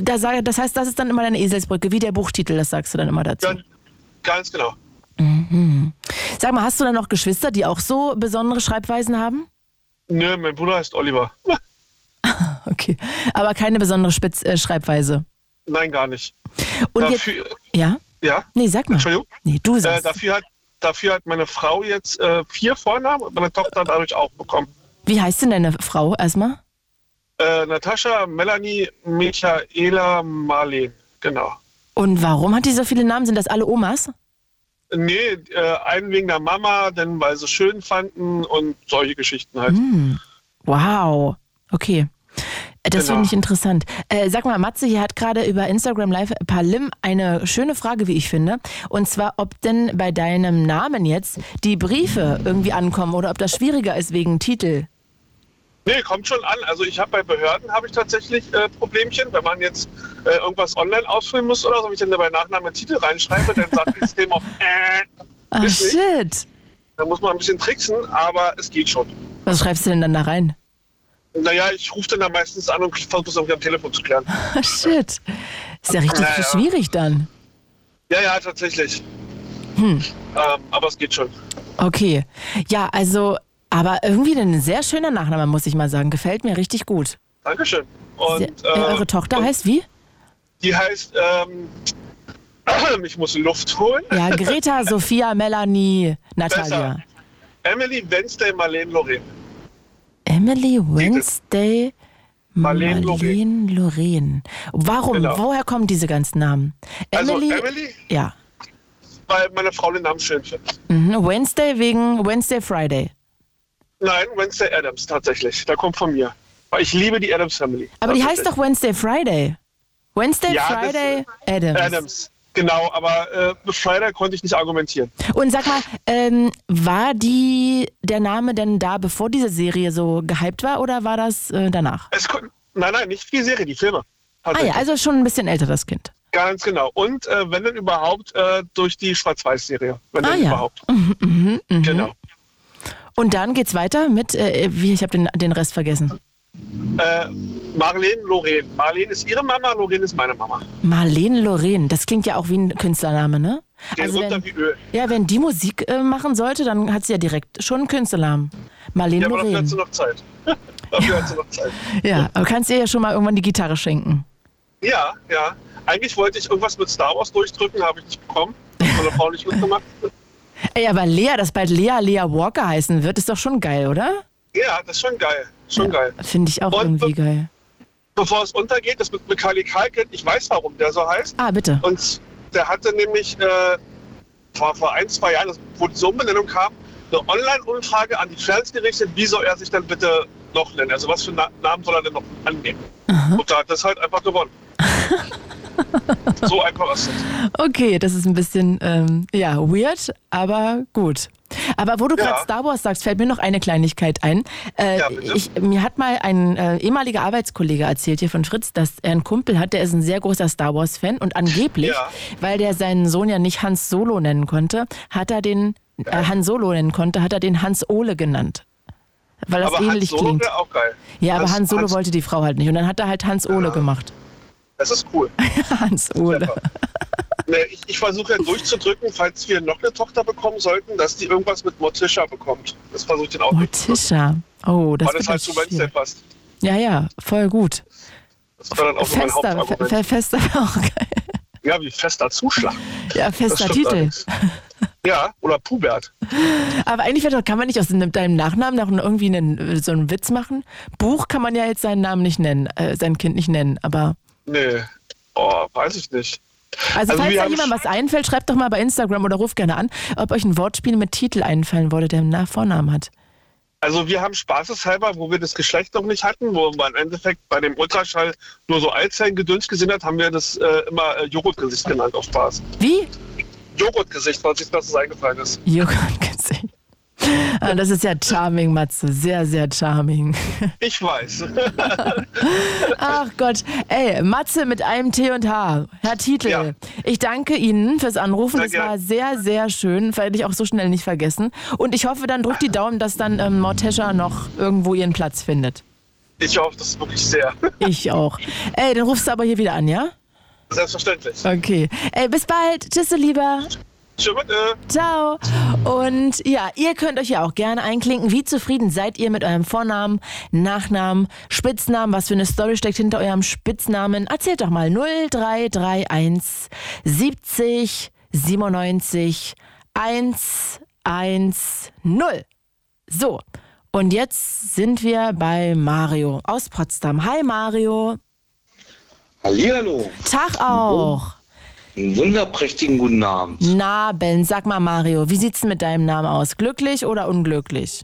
Speaker 3: da sag, das heißt, das ist dann immer deine Eselsbrücke, wie der Buchtitel, das sagst du dann immer dazu. Mhm.
Speaker 8: Ganz, ganz genau.
Speaker 3: Sag mal, hast du dann noch Geschwister, die auch so besondere Schreibweisen haben?
Speaker 8: Nö, mein Bruder heißt Oliver.
Speaker 3: Okay. Aber keine besondere Spitz äh, Schreibweise.
Speaker 8: Nein, gar nicht.
Speaker 3: Und jetzt,
Speaker 8: dafür,
Speaker 3: ja?
Speaker 8: ja,
Speaker 3: Nee, sag mal.
Speaker 8: Entschuldigung.
Speaker 3: Nee, du
Speaker 8: Äh,
Speaker 3: sagst.
Speaker 8: dafür, hat, dafür hat meine Frau jetzt äh, vier Vornamen und meine Tochter dadurch auch bekommen.
Speaker 3: Wie heißt denn deine Frau erstmal?
Speaker 8: Äh, Natascha, Melanie, Michaela, Marleen. Genau.
Speaker 3: Und warum hat die so viele Namen? Sind das alle Omas?
Speaker 8: Nee, äh, einen wegen der Mama, denn weil sie
Speaker 3: Mhm.
Speaker 8: schön fanden und solche Geschichten halt.
Speaker 3: Wow. Hm. Okay. Das
Speaker 6: Genau.
Speaker 3: finde ich interessant. Äh, sag mal, Matze hier hat gerade über Instagram Live Palim eine schöne Frage, wie ich finde. Und zwar, ob denn bei deinem Namen jetzt die Briefe irgendwie ankommen oder ob das schwieriger ist wegen Titel.
Speaker 8: Nee, kommt schon an. Also ich habe bei Behörden habe ich tatsächlich äh, Problemchen, wenn man jetzt äh, irgendwas online ausfüllen muss oder so, wenn ich dann dabei Nachname Titel reinschreibe, dann sagt das System auf äh,
Speaker 3: Ach,
Speaker 8: ist nicht.
Speaker 3: Ah, shit.
Speaker 8: Da muss man ein bisschen tricksen, aber es geht schon.
Speaker 3: Was schreibst du denn dann da rein?
Speaker 8: Naja, ich rufe dann da meistens an und versuche es irgendwie am Telefon zu klären.
Speaker 3: Ach, Ah, shit. Ist ja richtig
Speaker 8: Ja, ja.
Speaker 3: schwierig dann. Hm.
Speaker 8: Ja, ja, tatsächlich. Ähm, aber es geht schon.
Speaker 3: Okay. Ja, also, aber irgendwie ein sehr schöner Nachname, muss ich mal sagen. Gefällt mir richtig gut.
Speaker 8: Dankeschön. Und,
Speaker 3: Sehr, äh, eure Tochter
Speaker 8: und
Speaker 3: heißt wie?
Speaker 8: Die heißt, ähm, ich muss Luft holen.
Speaker 3: Ja, Greta, Sophia, Melanie, Natalia.
Speaker 8: Besser. Emily Wednesday Marlene Lorraine.
Speaker 3: Emily Wednesday, Marlene
Speaker 8: Marlene
Speaker 3: Lorraine. Warum?
Speaker 8: Genau.
Speaker 3: Woher kommen diese ganzen Namen?
Speaker 8: Also
Speaker 3: Emily,
Speaker 8: Emily,
Speaker 3: ja.
Speaker 8: weil meine Frau den Namen schön findet.
Speaker 3: Mhm. Wednesday wegen Wednesday Friday.
Speaker 8: Nein, Wednesday Adams tatsächlich. Da kommt von mir. Weil ich liebe die Adams Family.
Speaker 3: Aber die heißt doch Wednesday Friday. Wednesday
Speaker 8: Also, äh, Ja, das- Äh,
Speaker 3: Friday Adams.
Speaker 8: Adams. Genau, aber äh, mit Friday konnte ich nicht argumentieren.
Speaker 3: Und sag mal, ähm, war die der Name denn da, bevor diese Serie so gehypt war, oder war das äh, danach?
Speaker 8: Es kon nein, nein, nicht die Serie, die Filme.
Speaker 3: Ah ja,
Speaker 8: Tatsächlich.
Speaker 3: also schon ein bisschen älter das Kind.
Speaker 8: Ganz genau. Und äh, wenn dann überhaupt äh, durch die Schwarz-Weiß-Serie. Wenn
Speaker 3: Ah
Speaker 8: dann
Speaker 3: ja.
Speaker 8: überhaupt. Genau.
Speaker 3: mhm, Und dann geht's weiter mit, äh, wie ich habe den, den Rest vergessen.
Speaker 8: Äh, Marlene Lorraine. Marlene ist ihre Mama, Lorraine ist meine Mama.
Speaker 3: Marlene Lorraine, das klingt ja auch wie ein Künstlername, ne?
Speaker 8: Der
Speaker 3: Also
Speaker 8: runter
Speaker 3: wenn,
Speaker 8: wie Öl.
Speaker 3: ja, wenn die Musik äh, machen sollte, dann hat sie ja direkt schon einen Künstlernamen. Marlene
Speaker 8: Ja, aber dafür hat sie
Speaker 3: Lorraine.
Speaker 8: noch Zeit. dafür hat sie noch Zeit.
Speaker 3: Ja, aber kannst ihr ja schon mal irgendwann die Gitarre schenken.
Speaker 8: Ja, ja. Eigentlich wollte ich irgendwas mit Star Wars durchdrücken, habe ich nicht bekommen. Hat meine Frau nicht mitgemacht.
Speaker 3: Ey, aber Lea, dass bald Lea Lea Walker heißen wird, ist doch schon geil, oder?
Speaker 8: Ja, das ist schon geil. Schon geil.
Speaker 3: Finde ich auch
Speaker 8: Und-
Speaker 3: irgendwie geil.
Speaker 8: Bevor es untergeht, das mit Mikali Kalkin, ich weiß, warum der so heißt.
Speaker 3: Ah, bitte.
Speaker 8: Und der hatte nämlich äh, vor, vor ein, zwei Jahren, wo diese Umbenennung kam, eine Online-Umfrage an die Fans gerichtet, wie soll er sich dann bitte noch nennen? Also was für Na Namen soll er denn noch annehmen? Und da hat das halt einfach gewonnen. so einfach ist das.
Speaker 3: Okay, das ist ein bisschen, ähm, ja, weird, aber gut. Aber wo du
Speaker 8: Ja.
Speaker 3: gerade Star Wars sagst, fällt mir noch eine Kleinigkeit ein. Äh,
Speaker 8: Ja, bitte.
Speaker 3: ich, mir hat mal ein äh, ehemaliger Arbeitskollege erzählt hier von Fritz, dass er einen Kumpel hat, der ist ein sehr großer Star Wars-Fan und angeblich,
Speaker 8: Ja.
Speaker 3: weil der seinen Sohn ja nicht Hans Solo nennen konnte, hat er den, äh, Han Solo nennen konnte, hat er den Hans Ole genannt. Weil das
Speaker 8: aber Han
Speaker 3: ähnlich
Speaker 8: Solo
Speaker 3: klingt.
Speaker 8: wäre auch geil.
Speaker 3: Ja, aber
Speaker 8: Das-
Speaker 3: Han Solo wollte die Frau halt nicht und dann hat er halt Hans Ole gemacht.
Speaker 8: Das ist cool.
Speaker 3: Hans Ole.
Speaker 8: Nee, ich ich versuche ja durchzudrücken, falls wir noch eine Tochter bekommen sollten, dass die irgendwas mit Morticia bekommt. Das versuche ich dann auch durchzudrücken.
Speaker 3: Morticia. Oh, das
Speaker 8: Weil
Speaker 3: wird
Speaker 8: das halt
Speaker 3: doch
Speaker 8: zu Wednesday
Speaker 3: schwierig.
Speaker 8: passt.
Speaker 3: Ja, ja, voll gut.
Speaker 8: Das war dann auch so mein
Speaker 3: Fester, fe-
Speaker 8: Hauptargument.
Speaker 3: fe- fester auch geil.
Speaker 8: Ja, wie fester Zuschlag.
Speaker 3: Ja,
Speaker 8: Das
Speaker 3: fester
Speaker 8: stimmt
Speaker 3: Titel.
Speaker 8: allerdings. Ja, oder Pubert.
Speaker 3: Aber eigentlich wird doch- kann man nicht aus einem- deinem Nachnamen noch irgendwie einen, äh, so einen Witz machen. Buch kann man ja jetzt seinen Namen nicht nennen, äh, sein Kind nicht nennen. Aber
Speaker 8: Nee, oh, weiß ich nicht.
Speaker 3: also,
Speaker 8: Also
Speaker 3: falls
Speaker 8: wir
Speaker 3: da
Speaker 8: haben
Speaker 3: jemand
Speaker 8: Sch-
Speaker 3: was einfällt, schreibt doch mal bei Instagram oder ruft gerne an, ob euch ein Wortspiel mit Titel einfallen würde, der einen Na- Vornamen hat.
Speaker 8: Also wir haben spaßeshalber, wo wir das Geschlecht noch nicht hatten, wo man im Endeffekt bei dem Ultraschall nur so Allzellengedöns gesehen hat, haben wir das äh, immer äh, Joghurtgesicht genannt, auf Spaß.
Speaker 3: Wie?
Speaker 8: Joghurtgesicht, was sich das eingefallen ist.
Speaker 3: Joghurtgesicht. Ah, Das ist ja charming, Matze. Sehr, sehr charming.
Speaker 8: Ich weiß.
Speaker 3: Ach Gott, ey, Matze mit einem T und H. Herr Titel,
Speaker 8: Ja.
Speaker 3: ich danke Ihnen fürs Anrufen.
Speaker 8: Sehr
Speaker 3: Das war
Speaker 8: gerne.
Speaker 3: sehr, sehr schön. Werde ich auch so schnell nicht vergessen. Und ich hoffe, dann drückt die Daumen, dass dann ähm, Mortesha noch irgendwo ihren Platz findet.
Speaker 8: Ich hoffe das wirklich sehr.
Speaker 3: Ich auch. Ey, dann rufst du aber hier wieder an, ja?
Speaker 8: Selbstverständlich.
Speaker 3: Okay. Ey, bis bald. Tschüss, ihr lieber.
Speaker 8: Tschüss. äh,
Speaker 3: Ciao. Und ja, ihr könnt euch ja auch gerne einklinken. Wie zufrieden seid ihr mit eurem Vornamen, Nachnamen, Spitznamen? Was für eine Story steckt hinter eurem Spitznamen? Erzählt doch mal 0331 70 97 110. So, und jetzt sind wir bei Mario aus Potsdam. Hi Mario.
Speaker 9: Hallihallo,
Speaker 3: Tag auch.
Speaker 9: einen wunderprächtigen guten Abend.
Speaker 3: Naben, sag mal Mario, wie sieht's denn mit deinem Namen aus? Glücklich oder unglücklich?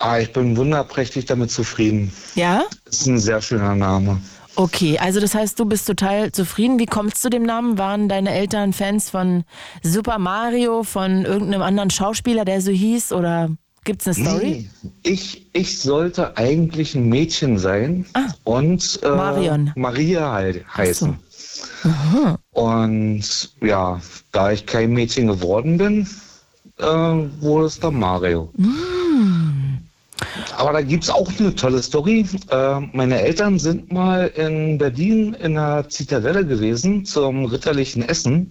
Speaker 9: Ah, ich bin wunderprächtig damit zufrieden.
Speaker 3: Ja?
Speaker 9: Ist ein sehr schöner Name.
Speaker 3: Okay, also das heißt, du bist total zufrieden. Wie kommst du zu dem Namen? Waren deine Eltern Fans von Super Mario, von irgendeinem anderen Schauspieler, der so hieß? Oder gibt's eine Story?
Speaker 9: Nee, ich, ich sollte eigentlich ein Mädchen sein und äh,
Speaker 3: Ah. Marion.
Speaker 9: Maria halt heißen.
Speaker 3: Mhm.
Speaker 9: Und ja, da ich kein Mädchen geworden bin, äh, wurde es dann Mario. Aber da gibt es auch eine tolle Story. Äh, meine Eltern sind mal in Berlin in der Zitadelle gewesen zum ritterlichen Essen.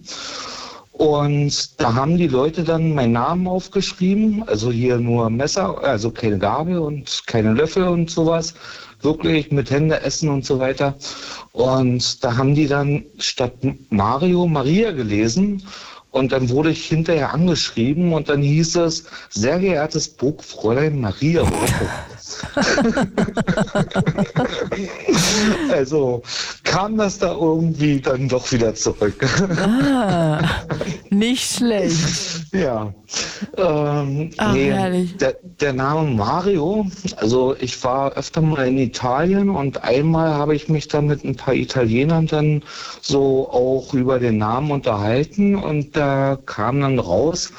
Speaker 9: Und da haben die Leute dann meinen Namen aufgeschrieben, also hier nur Messer, also keine Gabel und keine Löffel und sowas. Wirklich mit Hände essen und so weiter. Und da haben die dann statt Mario Maria gelesen. Und dann wurde ich hinterher angeschrieben und dann hieß es, sehr geehrtes Burgfräulein Maria. Rocco." also kam das da irgendwie dann doch wieder zurück.
Speaker 3: Ah, Nicht schlecht.
Speaker 9: Ja. Ähm,
Speaker 3: Ach,
Speaker 9: nee,
Speaker 3: herrlich.
Speaker 9: Der, der Name Mario, also ich war öfter mal in Italien und einmal habe ich mich dann mit ein paar Italienern dann so auch über den Namen unterhalten und da kam dann raus,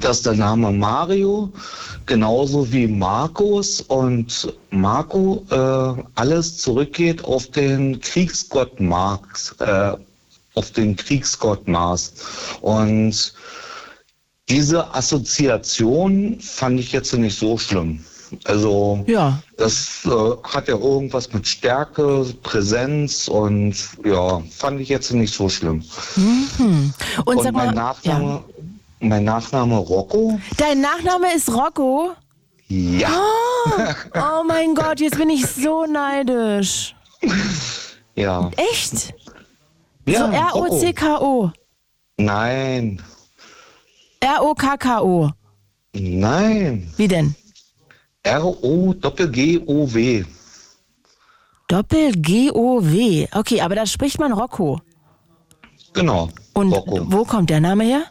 Speaker 9: dass der Name Mario genauso wie Markus und Marco äh, alles zurückgeht auf den Kriegsgott Marx, äh, auf den Kriegsgott Mars. Und diese Assoziation fand ich jetzt nicht so schlimm. Also
Speaker 3: Ja.
Speaker 9: das äh, hat ja irgendwas mit Stärke, Präsenz und ja, fand ich jetzt nicht so schlimm.
Speaker 3: Mhm. Und,
Speaker 9: Und,
Speaker 3: sag mal,
Speaker 9: mein
Speaker 3: ja.
Speaker 9: Nachname, mein Nachname Rocco,
Speaker 3: dein Nachname ist Rocco?
Speaker 9: ja,
Speaker 3: Oh mein Gott, jetzt bin ich so neidisch.
Speaker 9: ja,
Speaker 3: Echt?
Speaker 9: ja,
Speaker 3: so R-O-C-K-O.
Speaker 9: Nein,
Speaker 3: R-O-K-K-O.
Speaker 9: nein,
Speaker 3: Wie denn?
Speaker 9: R O Doppel G O W,
Speaker 3: Doppel-G-O-W. Okay, aber da spricht man Rocco.
Speaker 9: genau.
Speaker 3: Und
Speaker 9: Rocco.
Speaker 3: wo kommt der Name her?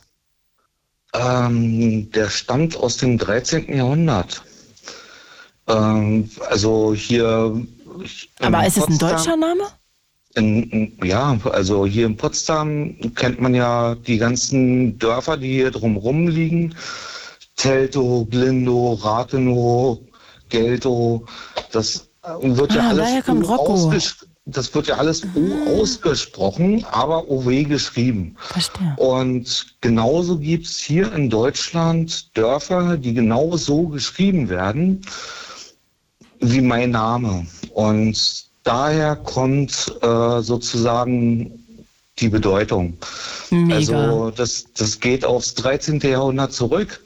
Speaker 9: Ähm, der stammt aus dem 13. Jahrhundert. Ähm, also hier. ähm, in
Speaker 3: Aber ist es ein
Speaker 9: Potsdam-
Speaker 3: deutscher Name?
Speaker 9: In, in- ja, also hier in Potsdam kennt man ja die ganzen Dörfer, die hier drumrum liegen. Teltow, Glindow, Rathenow, Geltow. Das wird ja
Speaker 3: Ah, daher
Speaker 9: alles
Speaker 3: kommt Rocco. Ah.
Speaker 9: ausgesch- das wird ja alles U ausgesprochen, aber OW geschrieben.
Speaker 3: Verstehe.
Speaker 9: Und genauso gibt es hier in Deutschland Dörfer, die genau so geschrieben werden wie mein Name. Und daher kommt äh, sozusagen die Bedeutung.
Speaker 3: Mega.
Speaker 9: Also das, das geht aufs 13. Jahrhundert zurück.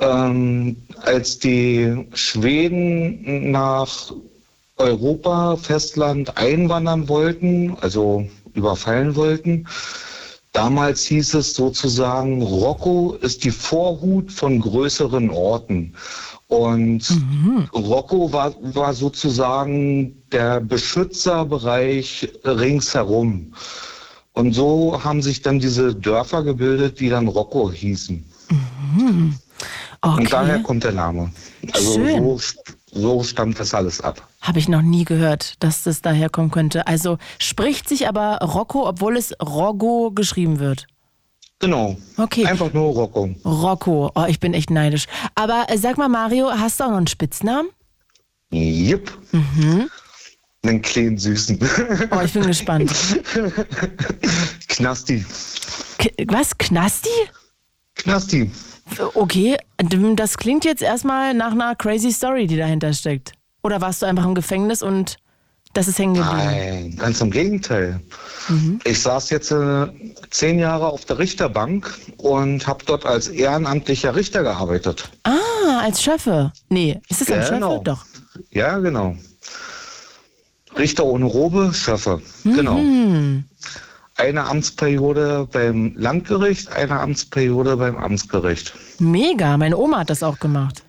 Speaker 9: Ähm, als die Schweden nach Europa, Festland einwandern wollten, also überfallen wollten, Damals hieß es sozusagen, Rocco ist die Vorhut von größeren Orten. Und Rocco war, war sozusagen der Beschützerbereich ringsherum. Und so haben sich dann diese Dörfer gebildet, die dann Rocco hießen.
Speaker 3: Hm,
Speaker 9: Und daher
Speaker 3: Okay.
Speaker 9: kommt der Name. Also
Speaker 3: Schön.
Speaker 9: So, so stammt das alles ab.
Speaker 3: Habe ich noch nie gehört, dass das daher kommen könnte. Also spricht sich aber Rocco, obwohl es Roggo geschrieben wird.
Speaker 9: Genau.
Speaker 3: Okay.
Speaker 9: Einfach nur Rocco.
Speaker 3: Rocco. Oh, ich bin echt neidisch. Aber äh, sag mal, Mario, hast du auch noch einen Spitznamen?
Speaker 9: Jupp.
Speaker 3: Mhm.
Speaker 9: Einen kleinen Süßen.
Speaker 3: Oh, ich bin gespannt.
Speaker 9: Knasti.
Speaker 3: K was? Knasti?
Speaker 9: Knasti.
Speaker 3: Okay, hm, das klingt jetzt erstmal nach einer crazy Story, die dahinter steckt. Oder warst du einfach im Gefängnis und das ist hängen geblieben?
Speaker 9: Nein, ganz im Gegenteil.
Speaker 3: Mhm.
Speaker 9: Ich saß jetzt äh, zehn Jahre auf der Richterbank und habe dort als ehrenamtlicher Richter gearbeitet.
Speaker 3: Ah, als Schöffe. Nee, ist es ein
Speaker 9: Genau.
Speaker 3: Schöffe? Doch.
Speaker 9: Ja, genau. Richter ohne Robe, Schöffe. Genau.
Speaker 3: Mhm. Hm,
Speaker 9: Eine Amtsperiode beim Landgericht, eine Amtsperiode beim Amtsgericht.
Speaker 3: Mega, meine Oma hat das auch gemacht.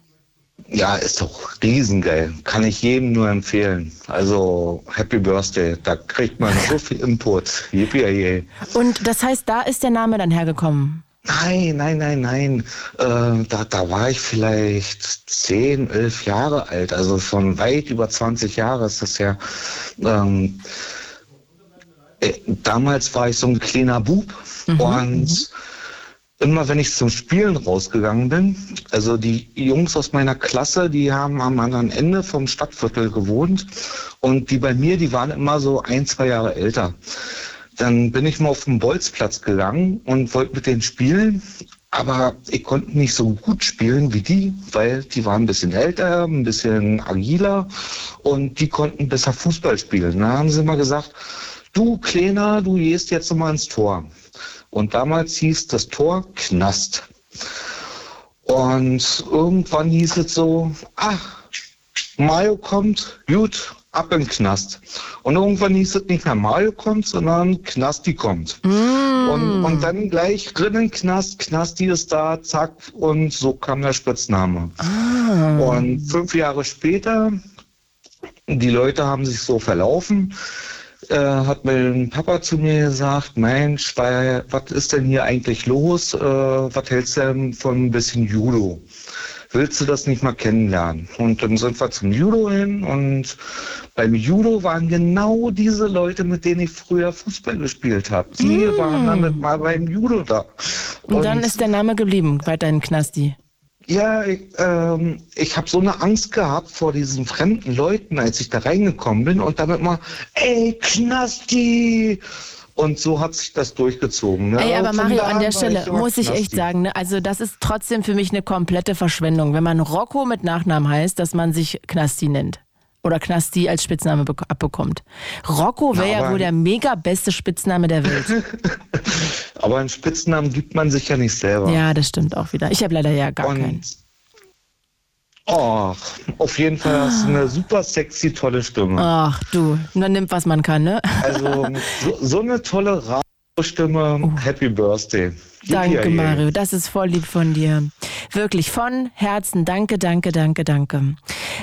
Speaker 9: Ja, ist doch riesengeil. Kann ich jedem nur empfehlen. Also, Happy Birthday. Da kriegt man so viel Input. Yippie.
Speaker 3: Und das heißt, da ist der Name dann hergekommen.
Speaker 9: Nein, nein, nein, nein. Äh, da, da war ich vielleicht 10, 11 Jahre alt. Also schon weit über 20 Jahre ist das ja. Ähm, äh, damals war ich so ein kleiner Bub und immer wenn ich zum Spielen rausgegangen bin, also die Jungs aus meiner Klasse, die haben am anderen Ende vom Stadtviertel gewohnt und die bei mir, die waren immer so ein, zwei Jahre älter. Dann bin ich mal auf den Bolzplatz gegangen und wollte mit denen spielen, aber ich konnte nicht so gut spielen wie die, weil die waren ein bisschen älter, ein bisschen agiler und die konnten besser Fußball spielen. Da haben sie mal gesagt, du Kleiner, du gehst jetzt noch mal ins Tor. Und damals hieß das Tor Knast. Und irgendwann hieß es so, ach, Mario kommt, gut, ab in den Knast. Und irgendwann hieß es nicht mehr Mario kommt, sondern Knasti kommt. Und, und dann gleich drinnen Knast, Knasti ist da, zack, und so kam der Spitzname.
Speaker 3: Mhm.
Speaker 9: Und fünf Jahre später, die Leute haben sich so verlaufen, äh, hat mein Papa zu mir gesagt, Mensch, weil, was ist denn hier eigentlich los? Äh, was hältst du denn von ein bisschen Judo? Willst du das nicht mal kennenlernen? Und dann sind wir zum Judo hin und beim Judo waren genau diese Leute, mit denen ich früher Fußball gespielt habe. Die waren dann mit mal beim Judo da.
Speaker 3: Mhm. Und dann ist der Name geblieben, weiterhin Knasti.
Speaker 9: Ja, ich, ähm, ich habe so eine Angst gehabt vor diesen fremden Leuten, als ich da reingekommen bin und damit mal, ey, Knasti! Und so hat sich das durchgezogen. Ne?
Speaker 3: Ey, aber
Speaker 9: Und von
Speaker 3: Mario,
Speaker 9: da
Speaker 3: an
Speaker 9: war
Speaker 3: der
Speaker 9: ich
Speaker 3: Stelle
Speaker 9: immer
Speaker 3: muss ich echt
Speaker 9: Knasti.
Speaker 3: sagen, ne, also das ist trotzdem für mich eine komplette Verschwendung, wenn man Rocco mit Nachnamen heißt, dass man sich Knasti nennt. Oder Knasti als Spitzname bek- abbekommt. Rocco wäre ja
Speaker 9: aber-
Speaker 3: wohl der mega beste Spitzname der Welt.
Speaker 9: Aber einen Spitznamen gibt man sich ja nicht selber.
Speaker 3: ja, das stimmt auch wieder. Ich habe leider ja gar keinen.
Speaker 9: Und ach, auf jeden Fall hast du eine super sexy, tolle Stimme.
Speaker 3: Ach du, man nimmt, was man kann, ne?
Speaker 9: Also so, so eine tolle Radiostimme. Happy Birthday.
Speaker 3: Oh. Danke,
Speaker 9: Yippie-yay.
Speaker 3: Mario. Das ist voll lieb von dir. Wirklich von Herzen. Danke, danke, danke, danke.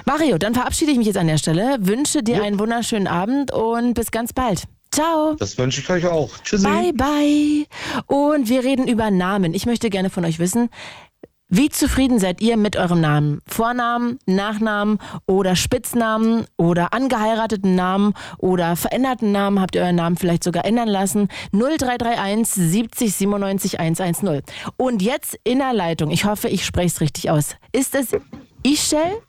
Speaker 3: Mario, dann verabschiede ich mich jetzt an der Stelle, wünsche dir einen wunderschönen Abend und bis ganz bald. Ciao.
Speaker 9: Das wünsche ich euch auch. Tschüssi.
Speaker 3: Bye, bye. Und wir reden über Namen. Ich möchte gerne von euch wissen, wie zufrieden seid ihr mit eurem Namen? Vornamen, Nachnamen oder Spitznamen oder angeheirateten Namen oder veränderten Namen? Habt ihr euren Namen vielleicht sogar ändern lassen? 0331 70 97 110. Und jetzt in der Leitung, ich hoffe, ich spreche es richtig aus. Ist es Ischel?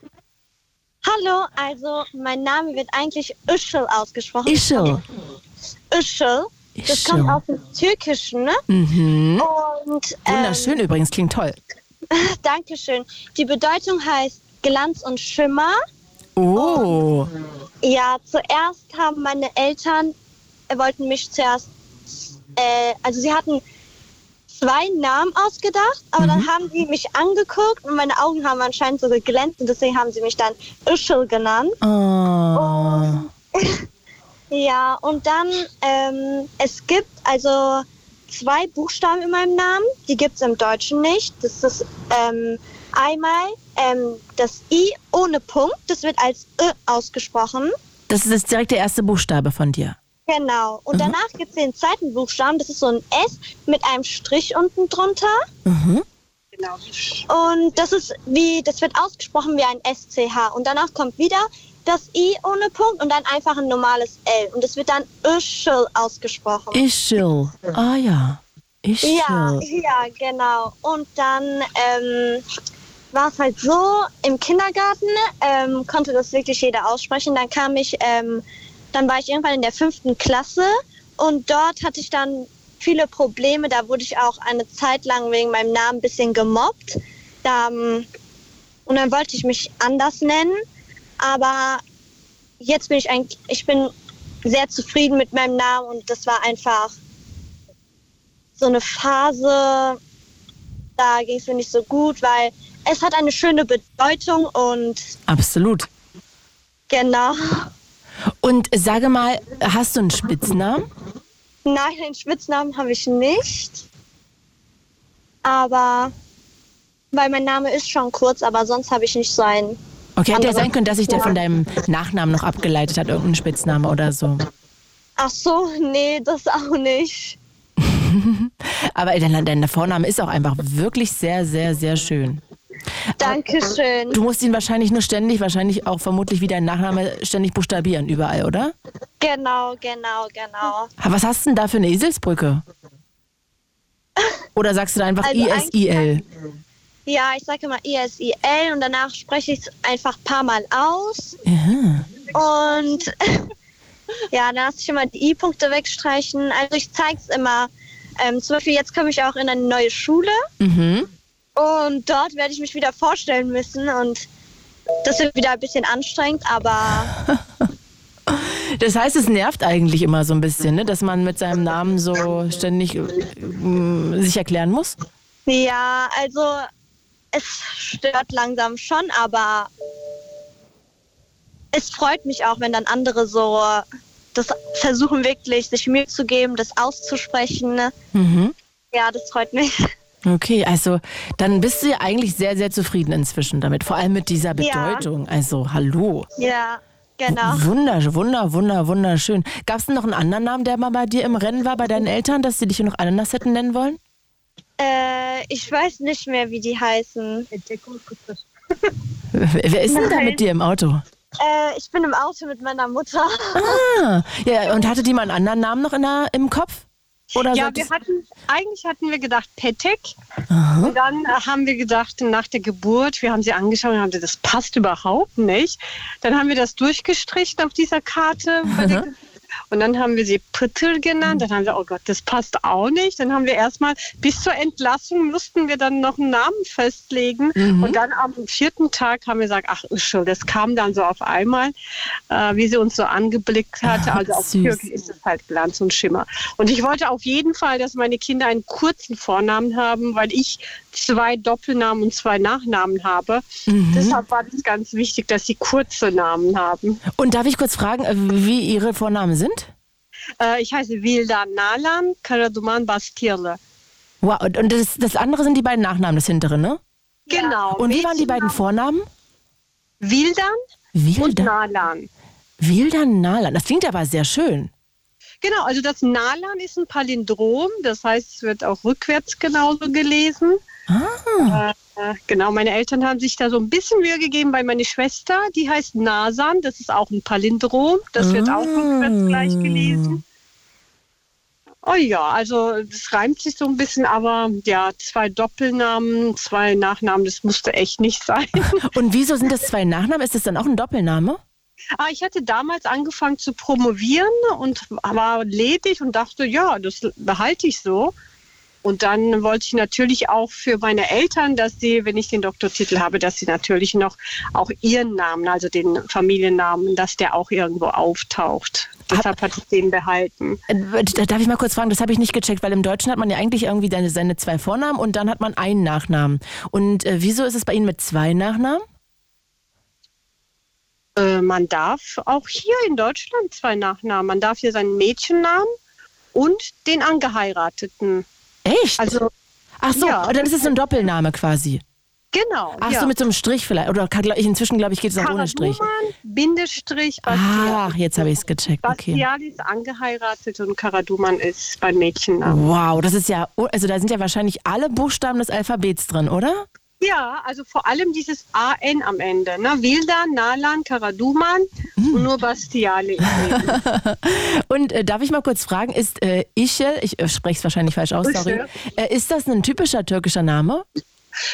Speaker 10: Hallo, also mein Name wird eigentlich Ischel ausgesprochen.
Speaker 3: Ischel.
Speaker 10: Ischel. Das
Speaker 3: Ischel.
Speaker 10: kommt aus dem Türkischen, ne?
Speaker 3: Mhm.
Speaker 10: Und ähm,
Speaker 3: Wunderschön übrigens, klingt toll.
Speaker 10: Dankeschön. Die Bedeutung heißt Glanz und Schimmer.
Speaker 3: Oh.
Speaker 10: Ja, zuerst haben meine Eltern äh, wollten mich zuerst, äh, also sie hatten zwei Namen ausgedacht, aber dann haben sie mich angeguckt und meine Augen haben anscheinend so geglänzt und deswegen haben sie mich dann Ischel genannt.
Speaker 3: oh.
Speaker 10: Ja, und dann, ähm, es gibt also zwei Buchstaben in meinem Namen, die gibt es im Deutschen nicht. Das ist ähm, einmal ähm, das I ohne Punkt, das wird als Ö ausgesprochen.
Speaker 3: Das ist jetzt direkt der erste Buchstabe von dir.
Speaker 10: Genau. Und danach gibt es den zweiten Buchstaben, das ist so ein S mit einem Strich unten drunter. Genau. Und das ist wie, das wird ausgesprochen wie ein SCH. Und danach kommt wieder das I ohne Punkt und dann einfach ein normales L. Und das wird dann Ischl ausgesprochen.
Speaker 3: Ischil. Ah ja. Ischil.
Speaker 10: ja, ja, genau. Und dann ähm, war es halt so, im Kindergarten ähm, konnte das wirklich jeder aussprechen. Dann kam ich, ähm, dann war ich irgendwann in der fünften Klasse und dort hatte ich dann viele Probleme. Da wurde ich auch eine Zeit lang wegen meinem Namen ein bisschen gemobbt. Da, ähm, und dann wollte ich mich anders nennen, aber jetzt bin ich eigentlich, ich bin sehr zufrieden mit meinem Namen und das war einfach so eine Phase, da ging es mir nicht so gut, weil es hat eine schöne Bedeutung und
Speaker 3: Absolut.
Speaker 10: genau,
Speaker 3: Und sage mal, hast du einen Spitznamen?
Speaker 10: nein, einen Spitznamen habe ich nicht. Aber, weil mein Name ist schon kurz, aber sonst habe ich nicht so einen.
Speaker 3: Okay, hätte ja
Speaker 10: Andere-
Speaker 3: sein können, dass sich der von deinem Nachnamen noch abgeleitet hat, irgendein Spitzname oder so.
Speaker 10: Ach so, nee, das auch nicht.
Speaker 3: Aber dein, dein Vorname ist auch einfach wirklich sehr, sehr, sehr schön.
Speaker 10: Dankeschön.
Speaker 3: Du musst ihn wahrscheinlich nur ständig, wahrscheinlich auch vermutlich wie dein Nachname, ständig buchstabieren überall, oder?
Speaker 10: Genau, genau, genau.
Speaker 3: Aber was hast du denn da für eine Eselsbrücke? Oder sagst du da einfach
Speaker 10: Also
Speaker 3: ISIL?
Speaker 10: Ja, ich sage immer E ISIL und danach spreche ich es einfach ein paar Mal aus.
Speaker 3: Ja.
Speaker 10: Und ja, dann lasse ich immer die I-Punkte wegstreichen. Also ich zeige es immer. Ähm, zum Beispiel jetzt komme ich auch in eine neue Schule
Speaker 3: Mhm.
Speaker 10: und dort werde ich mich wieder vorstellen müssen und das wird wieder ein bisschen anstrengend, aber
Speaker 3: Das heißt, es nervt eigentlich immer so ein bisschen, ne? dass man mit seinem Namen so ständig äh, mh, sich erklären muss.
Speaker 10: ja, also es stört langsam schon, aber es freut mich auch, wenn dann andere so das versuchen wirklich, sich Mühe zu geben, das auszusprechen.
Speaker 3: Mhm.
Speaker 10: Ja, das freut mich.
Speaker 3: Okay, also dann bist du ja eigentlich sehr, sehr zufrieden inzwischen damit. Vor allem mit dieser
Speaker 10: Ja.
Speaker 3: Bedeutung. Also, hallo.
Speaker 10: Ja, genau.
Speaker 3: Wunder, wunder, wunder, wunderschön. Gab es denn noch einen anderen Namen, der mal bei dir im Rennen war, bei deinen Eltern, dass sie dich noch anders hätten nennen wollen?
Speaker 10: Äh, ich weiß nicht mehr, wie die heißen.
Speaker 3: Wer wer ist denn da mit dir im Auto?
Speaker 10: Äh, ich bin im Auto mit meiner Mutter.
Speaker 3: Ah, ja, und hatte die mal einen anderen Namen noch in der, im Kopf? Oder
Speaker 11: Ja,
Speaker 3: sagt
Speaker 11: wir
Speaker 3: es-
Speaker 11: hatten, eigentlich hatten wir gedacht Petek. Und dann äh, haben wir gedacht, nach der Geburt, wir haben sie angeschaut und haben gesagt, das passt überhaupt nicht. Dann haben wir das durchgestrichen auf dieser Karte. bei der Geburt. Und dann haben wir sie Prittel genannt. Dann haben wir, oh Gott, das passt auch nicht. Dann haben wir erstmal, bis zur Entlassung mussten wir dann noch einen Namen festlegen.
Speaker 3: Mhm.
Speaker 11: Und dann am vierten Tag haben wir gesagt, ach, Uschel, das kam dann so auf einmal, äh, wie sie uns so angeblickt hatte.
Speaker 3: Ah,
Speaker 11: Also auf
Speaker 3: süß.
Speaker 11: Türkisch ist es halt Glanz und Schimmer. Und ich wollte auf jeden Fall, dass meine Kinder einen kurzen Vornamen haben, weil ich zwei Doppelnamen und zwei Nachnamen habe.
Speaker 3: Mhm.
Speaker 11: Deshalb war das ganz wichtig, dass sie kurze Namen haben.
Speaker 3: Und darf ich kurz fragen, äh, wie ihre Vornamen sind?
Speaker 11: Äh, ich heiße Wilda Nalan Karaduman Bastirle.
Speaker 3: Wow, und, und das, das andere sind die beiden Nachnamen, das hintere, ne?
Speaker 11: Genau.
Speaker 3: Und wie waren die beiden Vornamen?
Speaker 11: Wildan und
Speaker 3: Wildan,
Speaker 11: Nalan.
Speaker 3: Wildan Nalan. Das klingt aber sehr schön.
Speaker 11: Genau, also das Nalan ist ein Palindrom, das heißt, es wird auch rückwärts genauso gelesen. Äh, Genau, meine Eltern haben sich da so ein bisschen Mühe gegeben, weil meine Schwester, die heißt Nasan, das ist auch ein Palindrom, das wird auch
Speaker 1: Ah.
Speaker 11: rückwärts gleich gelesen. Oh ja, also das reimt sich so ein bisschen, aber ja, zwei Doppelnamen, zwei Nachnamen, das musste echt nicht sein.
Speaker 3: Und wieso sind das zwei Nachnamen? Ist das dann auch ein Doppelname?
Speaker 11: Ah, ich hatte damals angefangen zu promovieren und war ledig und dachte, ja, das behalte ich so. Und dann wollte ich natürlich auch für meine Eltern, dass sie, wenn ich den Doktortitel habe, dass sie natürlich noch auch ihren Namen, also den Familiennamen, dass der auch irgendwo auftaucht. Deshalb hatte ich den behalten.
Speaker 3: Äh, da- Darf ich mal kurz fragen, das habe ich nicht gecheckt, weil im Deutschen hat man ja eigentlich irgendwie seine, seine zwei Vornamen und dann hat man einen Nachnamen. Und äh, wieso ist es bei Ihnen mit zwei Nachnamen?
Speaker 11: Äh, man darf auch hier in Deutschland zwei Nachnamen. Man darf hier seinen Mädchennamen und den Angeheirateten.
Speaker 3: Echt?
Speaker 11: Also
Speaker 3: Ach so,
Speaker 11: ja.
Speaker 3: und dann ist es ein Doppelname quasi.
Speaker 11: genau.
Speaker 3: Ach
Speaker 11: ja.
Speaker 3: so, mit so einem Strich vielleicht. Oder kann, glaub ich, inzwischen, glaube ich, geht es auch ohne Strich.
Speaker 11: Karaduman, Bindestrich, Bastian.
Speaker 3: Ach, jetzt habe ich es gecheckt. Okay.
Speaker 11: Bastiali ist angeheiratet und Karaduman ist beim Mädchennamen.
Speaker 3: Wow, das ist ja, also da sind ja wahrscheinlich alle Buchstaben des Alphabets drin, oder?
Speaker 11: Ja, also vor allem dieses AN am Ende. Ne? Wildan, Nalan, Karaduman
Speaker 3: Hm.
Speaker 11: und nur Bastiali. ist eben.
Speaker 3: Und äh, darf ich mal kurz fragen, ist äh, Ischel, ich äh, spreche es wahrscheinlich falsch aus, sorry,
Speaker 11: Ischel.
Speaker 3: äh, ist das ein typischer türkischer Name?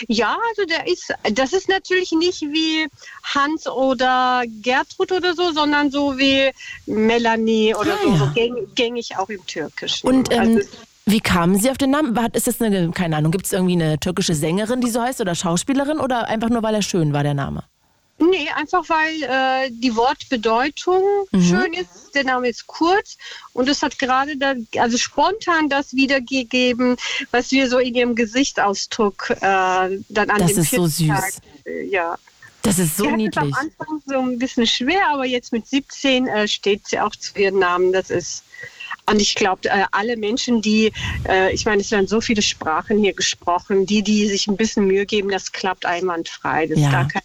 Speaker 11: ja, also der ist, das ist natürlich nicht wie Hans oder Gertrud oder so, sondern so wie Melanie oder
Speaker 3: Ah,
Speaker 11: so, so
Speaker 3: ja.
Speaker 11: gäng, gängig auch im Türkischen.
Speaker 3: Und ähm,
Speaker 11: also,
Speaker 3: wie kamen Sie auf den Namen? War- Ist das eine, keine Ahnung, gibt es irgendwie eine türkische Sängerin, die so heißt oder Schauspielerin oder einfach nur, weil er schön war, der Name?
Speaker 11: Nee, einfach weil äh, die Wortbedeutung
Speaker 3: Mhm.
Speaker 11: schön ist. Der Name ist kurz und es hat gerade da, also spontan das wiedergegeben, was wir so in ihrem Gesichtsausdruck äh, dann an
Speaker 3: Das
Speaker 11: dem
Speaker 3: ist so
Speaker 11: vierten Tag,
Speaker 3: süß.
Speaker 11: äh, ja.
Speaker 3: Das ist so
Speaker 11: sie hat
Speaker 3: niedlich.
Speaker 11: es am Anfang so ein bisschen schwer, aber jetzt mit 17 äh, steht sie auch zu ihrem Namen. Das ist und ich glaube, äh, alle Menschen, die, äh, ich meine, es werden so viele Sprachen hier gesprochen, die, die sich ein bisschen Mühe geben, das klappt einwandfrei. Das
Speaker 3: Ja.
Speaker 11: ist gar kein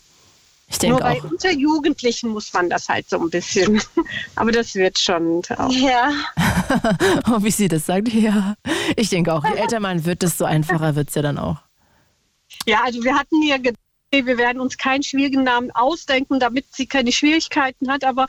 Speaker 3: Ich denke
Speaker 11: Nur bei
Speaker 3: auch.
Speaker 11: unter Jugendlichen muss man das halt so ein bisschen. Aber das wird schon. Auch.
Speaker 10: Ja.
Speaker 3: Oh, wie sie das sagt, ja. Ich denke auch, je älter man wird, desto einfacher wird es ja dann auch.
Speaker 11: Ja, also wir hatten ja gedacht, wir werden uns keinen schwierigen Namen ausdenken, damit sie keine Schwierigkeiten hat. Aber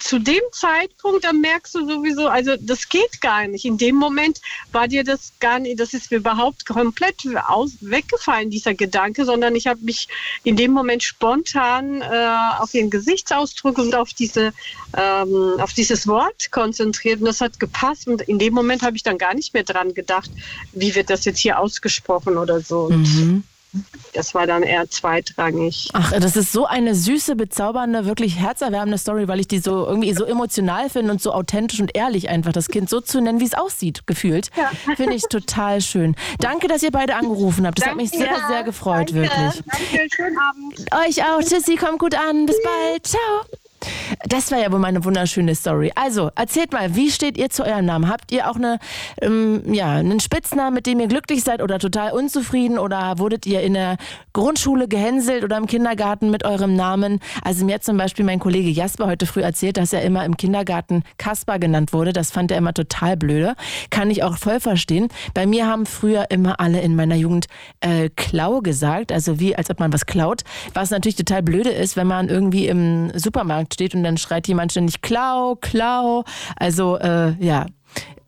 Speaker 11: zu dem Zeitpunkt, dann merkst du sowieso, also das geht gar nicht. In dem Moment war dir das gar nicht, das ist mir überhaupt komplett aus, weggefallen, dieser Gedanke, sondern ich habe mich in dem Moment spontan äh, auf den Gesichtsausdruck und auf, diese, ähm, auf dieses Wort konzentriert. Und das hat gepasst. Und in dem Moment habe ich dann gar nicht mehr dran gedacht, wie wird das jetzt hier ausgesprochen oder so. Und das war dann eher zweitrangig.
Speaker 3: Ach, das ist so eine süße, bezaubernde, wirklich herzerwärmende Story, weil ich die so irgendwie so emotional finde und so authentisch und ehrlich einfach das Kind so zu nennen, wie es aussieht, gefühlt. Finde ich total schön. Danke, dass ihr beide angerufen habt. Das hat mich sehr, sehr gefreut, wirklich.
Speaker 11: Danke, schönen Abend.
Speaker 3: Euch auch. Tschüssi, kommt gut an. Bis bald. Ciao. Das war ja wohl mal eine wunderschöne Story. Also, erzählt mal, wie steht ihr zu eurem Namen? Habt ihr auch eine, ähm, ja, einen Spitznamen, mit dem ihr glücklich seid oder total unzufrieden? Oder wurdet ihr in der Grundschule gehänselt oder im Kindergarten mit eurem Namen? Also mir hat zum Beispiel mein Kollege Jasper heute früh erzählt, dass er immer im Kindergarten Kasper genannt wurde. Das fand er immer total blöde. Kann ich auch voll verstehen. Bei mir haben früher immer alle in meiner Jugend äh, Klau gesagt, also wie als ob man was klaut. Was natürlich total blöde ist, wenn man irgendwie im Supermarkt steht und dann schreit jemand ständig Klau, Klau. Also äh, ja.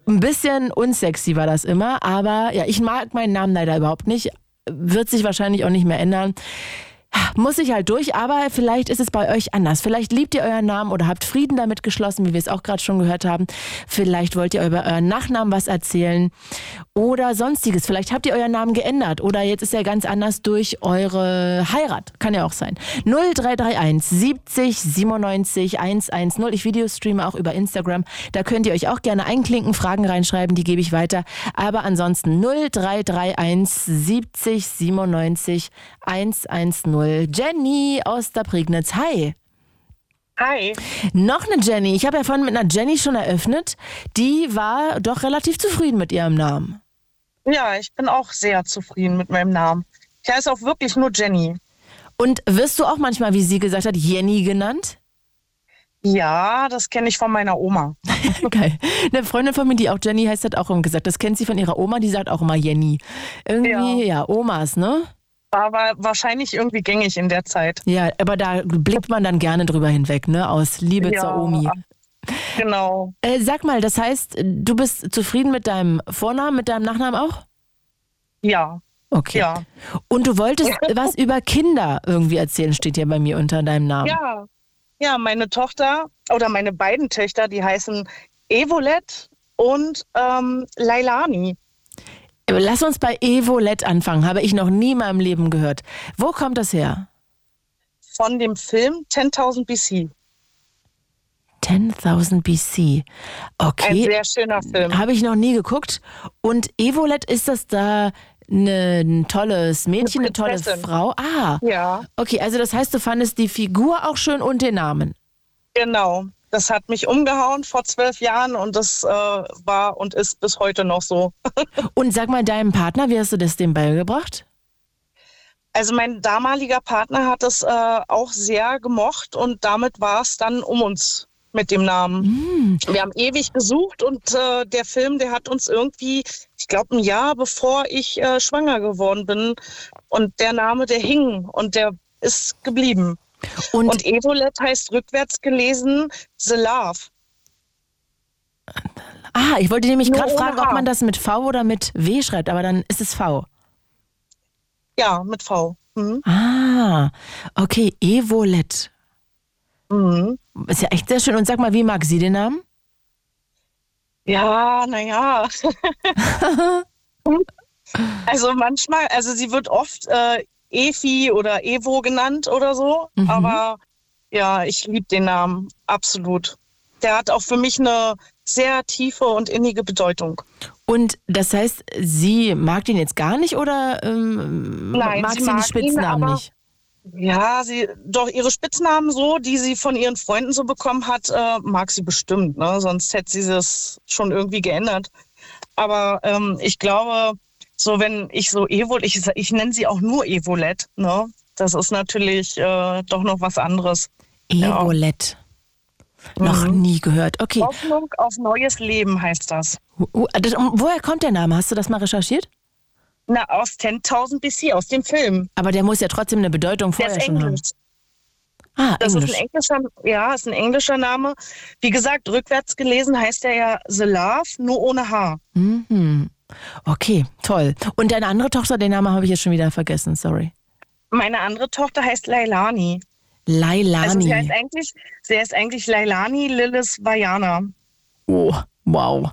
Speaker 3: Ein bisschen unsexy war das immer, aber ja, ich mag meinen Namen leider überhaupt nicht. Wird sich wahrscheinlich auch nicht mehr ändern. Muss ich halt durch, aber vielleicht ist es bei euch anders. Vielleicht liebt ihr euren Namen oder habt Frieden damit geschlossen, wie wir es auch gerade schon gehört haben. Vielleicht wollt ihr über euren Nachnamen was erzählen oder sonstiges. Vielleicht habt ihr euren Namen geändert oder jetzt ist er ganz anders durch eure Heirat. Kann ja auch sein. 0331 70 97 110. Ich Videostreame auch über Instagram. Da könnt ihr euch auch gerne einklinken, Fragen reinschreiben, die gebe ich weiter. Aber ansonsten 0331 70 97 110. Jenny aus der Prignitz. Hi.
Speaker 12: Hi.
Speaker 3: Noch eine Jenny. Ich habe ja vorhin mit einer Jenny schon eröffnet. Die war doch relativ zufrieden mit ihrem Namen.
Speaker 12: Ja, ich bin auch sehr zufrieden mit meinem Namen. Ich heiße auch wirklich nur Jenny.
Speaker 3: Und wirst du auch manchmal, wie sie gesagt hat, Jenny genannt?
Speaker 12: Ja, das kenne ich von meiner Oma.
Speaker 3: Geil. Eine Freundin von mir, die auch Jenny heißt, hat auch immer gesagt, das kennt sie von ihrer Oma, die sagt auch immer Jenny. Irgendwie, ja, Omas, ne?
Speaker 12: War aber wahrscheinlich irgendwie gängig in der Zeit.
Speaker 3: Ja, aber da blickt man dann gerne drüber hinweg, ne? Aus Liebe zur
Speaker 12: Ja.
Speaker 3: Omi.
Speaker 12: Genau.
Speaker 3: Äh, sag mal, das heißt, du bist zufrieden mit deinem Vornamen, mit deinem Nachnamen auch?
Speaker 12: Ja.
Speaker 3: Okay.
Speaker 12: Ja.
Speaker 3: Und du wolltest was über Kinder irgendwie erzählen, steht ja bei mir unter deinem Namen.
Speaker 12: Ja. Ja, meine Tochter oder meine beiden Töchter, die heißen Evolet und ähm, Lailani.
Speaker 3: Aber Lass uns bei Evolette anfangen, habe ich noch nie in meinem Leben gehört. Wo kommt das her?
Speaker 12: Von dem Film 10.000 BC.
Speaker 3: 10.000 BC.
Speaker 12: Ein
Speaker 3: Okay.
Speaker 12: sehr schöner Film.
Speaker 3: Habe ich noch nie geguckt. Und Evolette, ist das da ne- ein tolles Mädchen, eine tolle
Speaker 12: Prinzessin.
Speaker 3: Frau? Ah,
Speaker 12: Ja,
Speaker 3: okay. Also das heißt, du fandest die Figur auch schön und den Namen.
Speaker 12: genau. Das hat mich umgehauen vor zwölf Jahren und das äh, war und ist bis heute noch so.
Speaker 3: Und sag mal deinem Partner, wie hast du das dem beigebracht?
Speaker 12: Also mein damaliger Partner hat es äh, auch sehr gemocht und damit war es dann um uns mit dem Namen. Wir haben ewig gesucht und äh, der Film, der hat uns irgendwie, ich glaube ein Jahr bevor ich äh, schwanger geworden bin und der Name, der hing und der ist geblieben.
Speaker 3: Und,
Speaker 12: Und Evolet heißt rückwärts gelesen The Love.
Speaker 3: ah, ich wollte nämlich
Speaker 12: Nur
Speaker 3: gerade
Speaker 12: ohne
Speaker 3: fragen, ob
Speaker 12: H.
Speaker 3: man das mit V oder mit W schreibt, aber dann ist es V.
Speaker 12: Ja, mit V. Mhm.
Speaker 3: Ah, okay, Evolette.
Speaker 12: Mhm.
Speaker 3: Ist ja echt sehr schön. Und sag mal, wie mag sie den Namen?
Speaker 12: Ja, naja. also manchmal, also sie wird oft äh, Efi oder Evo genannt oder so, aber ja, ich liebe den Namen, absolut. Der hat auch für mich eine sehr tiefe und innige Bedeutung.
Speaker 3: Und das heißt, sie mag den jetzt gar nicht oder ähm,
Speaker 12: Nein,
Speaker 3: mag
Speaker 12: sie
Speaker 3: sie den
Speaker 12: mag ihn,
Speaker 3: Spitznamen
Speaker 12: aber-
Speaker 3: nicht?
Speaker 12: Ja, sie, doch ihre Spitznamen so, die sie von ihren Freunden so bekommen hat, äh, mag sie bestimmt, ne? Sonst hätte sie das schon irgendwie geändert. Aber ähm, ich glaube, so wenn ich so Evol, ich, ich nenne sie auch nur Evolette, ne? Das ist natürlich äh, doch noch was anderes.
Speaker 3: Evolett. Noch nie gehört. Okay.
Speaker 12: Mhm. Hoffnung auf neues Leben heißt das.
Speaker 3: Uh, das- und Woher kommt der Name? Hast du das mal recherchiert?
Speaker 12: Na, aus 10.000 BC, aus dem Film.
Speaker 3: Aber der muss ja trotzdem eine Bedeutung
Speaker 12: Der
Speaker 3: vorher
Speaker 12: ist
Speaker 3: schon haben.
Speaker 12: Englisch.
Speaker 3: Ah,
Speaker 12: Das
Speaker 3: Englisch.
Speaker 12: ist ein englischer, ja, ist ein englischer Name. Wie gesagt, rückwärts gelesen heißt er ja The Love, nur ohne H.
Speaker 3: Mhm. Okay, toll. Und deine andere Tochter, den Namen habe ich jetzt schon wieder vergessen, sorry.
Speaker 12: Meine andere Tochter heißt Lailani.
Speaker 3: Lailani.
Speaker 12: Also sie heißt eigentlich, sie heißt eigentlich Lailani Lillis Vajana.
Speaker 3: oh, wow.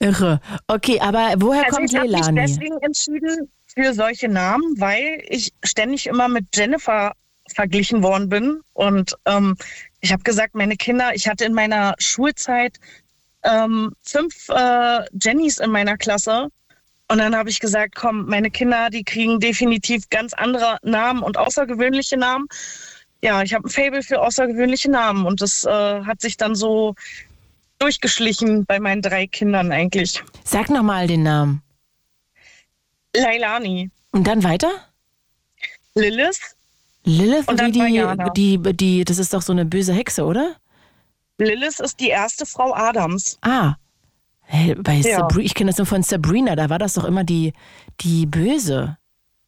Speaker 3: Irre. Okay, aber woher
Speaker 12: Also
Speaker 3: kommt
Speaker 12: ich habe mich
Speaker 3: Leilani?
Speaker 12: deswegen entschieden für solche Namen, weil ich ständig immer mit Jennifer verglichen worden bin. Und ähm, ich habe gesagt, meine Kinder, ich hatte in meiner Schulzeit ähm, fünf äh, Jennys in meiner Klasse. Und dann habe ich gesagt, komm, meine Kinder, die kriegen definitiv ganz andere Namen und außergewöhnliche Namen. Ja, ich habe ein Fable für außergewöhnliche Namen und das äh, hat sich dann so durchgeschlichen bei meinen drei Kindern eigentlich.
Speaker 3: Sag nochmal den Namen.
Speaker 12: Lailani.
Speaker 3: Und dann weiter?
Speaker 12: Lilith,
Speaker 3: Lilith,
Speaker 12: Und dann Vajana.
Speaker 3: die, die, die, das ist doch so eine böse Hexe, oder?
Speaker 12: Lilith ist die erste Frau Adams.
Speaker 3: Ah. Hey, bei
Speaker 12: Ja.
Speaker 3: Sabri ich kenne das nur von Sabrina, da war das doch immer die, die Böse.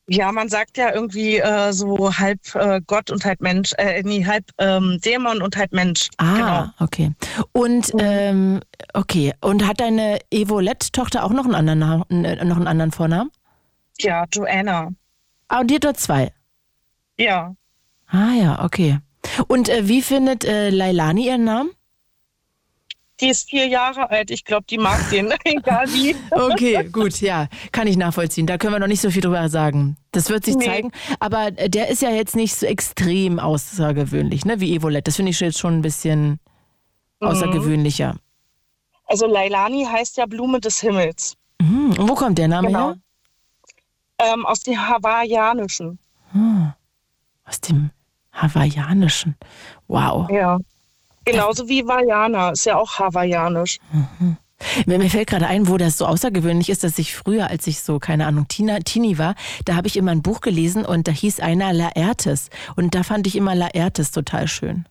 Speaker 12: Ja, man sagt ja irgendwie äh, so halb äh, Gott und halb Mensch, äh, nee, halb ähm, Dämon und halb Mensch. Genau.
Speaker 3: Ah, okay. Und
Speaker 12: Mhm.
Speaker 3: ähm, okay, und hat deine Evolette-Tochter auch noch einen anderen Na n- noch einen anderen Vornamen?
Speaker 12: Ja, Joanna.
Speaker 3: Ah, und die hat dort zwei.
Speaker 12: Ja.
Speaker 3: Ah ja, okay. Und äh, wie findet äh, Lailani ihren Namen?
Speaker 12: Die ist vier Jahre alt. Ich glaube, die mag den. Egal wie.
Speaker 3: Okay, gut, ja, kann ich nachvollziehen. Da können wir noch nicht so viel drüber sagen. Das wird sich
Speaker 12: Nee.
Speaker 3: zeigen. Aber äh, der ist ja jetzt nicht so extrem außergewöhnlich, ne? Wie Evolette. Das finde ich jetzt schon ein bisschen
Speaker 12: Mhm.
Speaker 3: außergewöhnlicher.
Speaker 12: Also Lailani heißt ja Blume des Himmels.
Speaker 3: Mhm. Und wo kommt der Name
Speaker 12: Genau.
Speaker 3: her?
Speaker 12: Ähm, aus dem Hawaiianischen.
Speaker 3: Ah, Aus dem Hawaiianischen. Wow.
Speaker 12: Ja. Genauso wie Vajana. Ist ja auch Hawaiianisch.
Speaker 3: Mir, mir fällt gerade ein, wo das so außergewöhnlich ist, dass ich früher, als ich so, keine Ahnung, Tina, Teenie war, da habe ich immer ein Buch gelesen und da hieß einer Laertes. Und da fand ich immer Laertes total schön.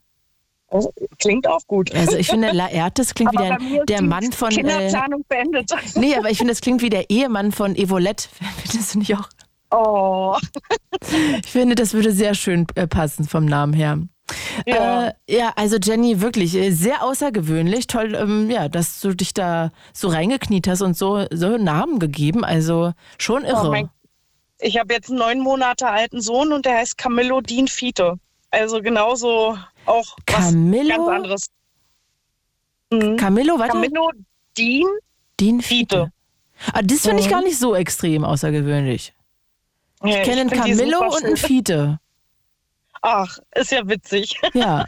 Speaker 12: Also, klingt auch gut.
Speaker 3: Also ich finde, Laertes klingt wie
Speaker 12: Aber
Speaker 3: der,
Speaker 12: bei mir ist
Speaker 3: der
Speaker 12: die
Speaker 3: Mann von... Äh,
Speaker 12: Kinderplanung beendet.
Speaker 3: nee, aber ich finde, das klingt wie der Ehemann von Evolette. Findest du nicht auch?
Speaker 12: Oh.
Speaker 3: Ich finde, das würde sehr schön äh, passen vom Namen her.
Speaker 12: Ja.
Speaker 3: Äh, ja, also Jenny, wirklich äh, sehr außergewöhnlich. Toll, ähm, ja, dass du dich da so reingekniet hast und so, so Namen gegeben. Also schon irre.
Speaker 12: Oh mein- Ich habe jetzt einen neun Monate alten Sohn und der heißt Camillo Dean Fiete. Also genauso auch was
Speaker 3: Camillo?
Speaker 12: ganz anderes. Mhm.
Speaker 3: Camillo, warte.
Speaker 12: Camillo Dean,
Speaker 3: Dean Fiete.
Speaker 12: Fiete.
Speaker 3: Ah, das finde ich
Speaker 12: Mhm.
Speaker 3: gar nicht so extrem außergewöhnlich.
Speaker 12: Ja,
Speaker 3: Ich kenne einen
Speaker 12: find die
Speaker 3: Camillo
Speaker 12: super
Speaker 3: und einen
Speaker 12: schön.
Speaker 3: Fiete.
Speaker 12: Ach, ist ja witzig.
Speaker 3: Ja.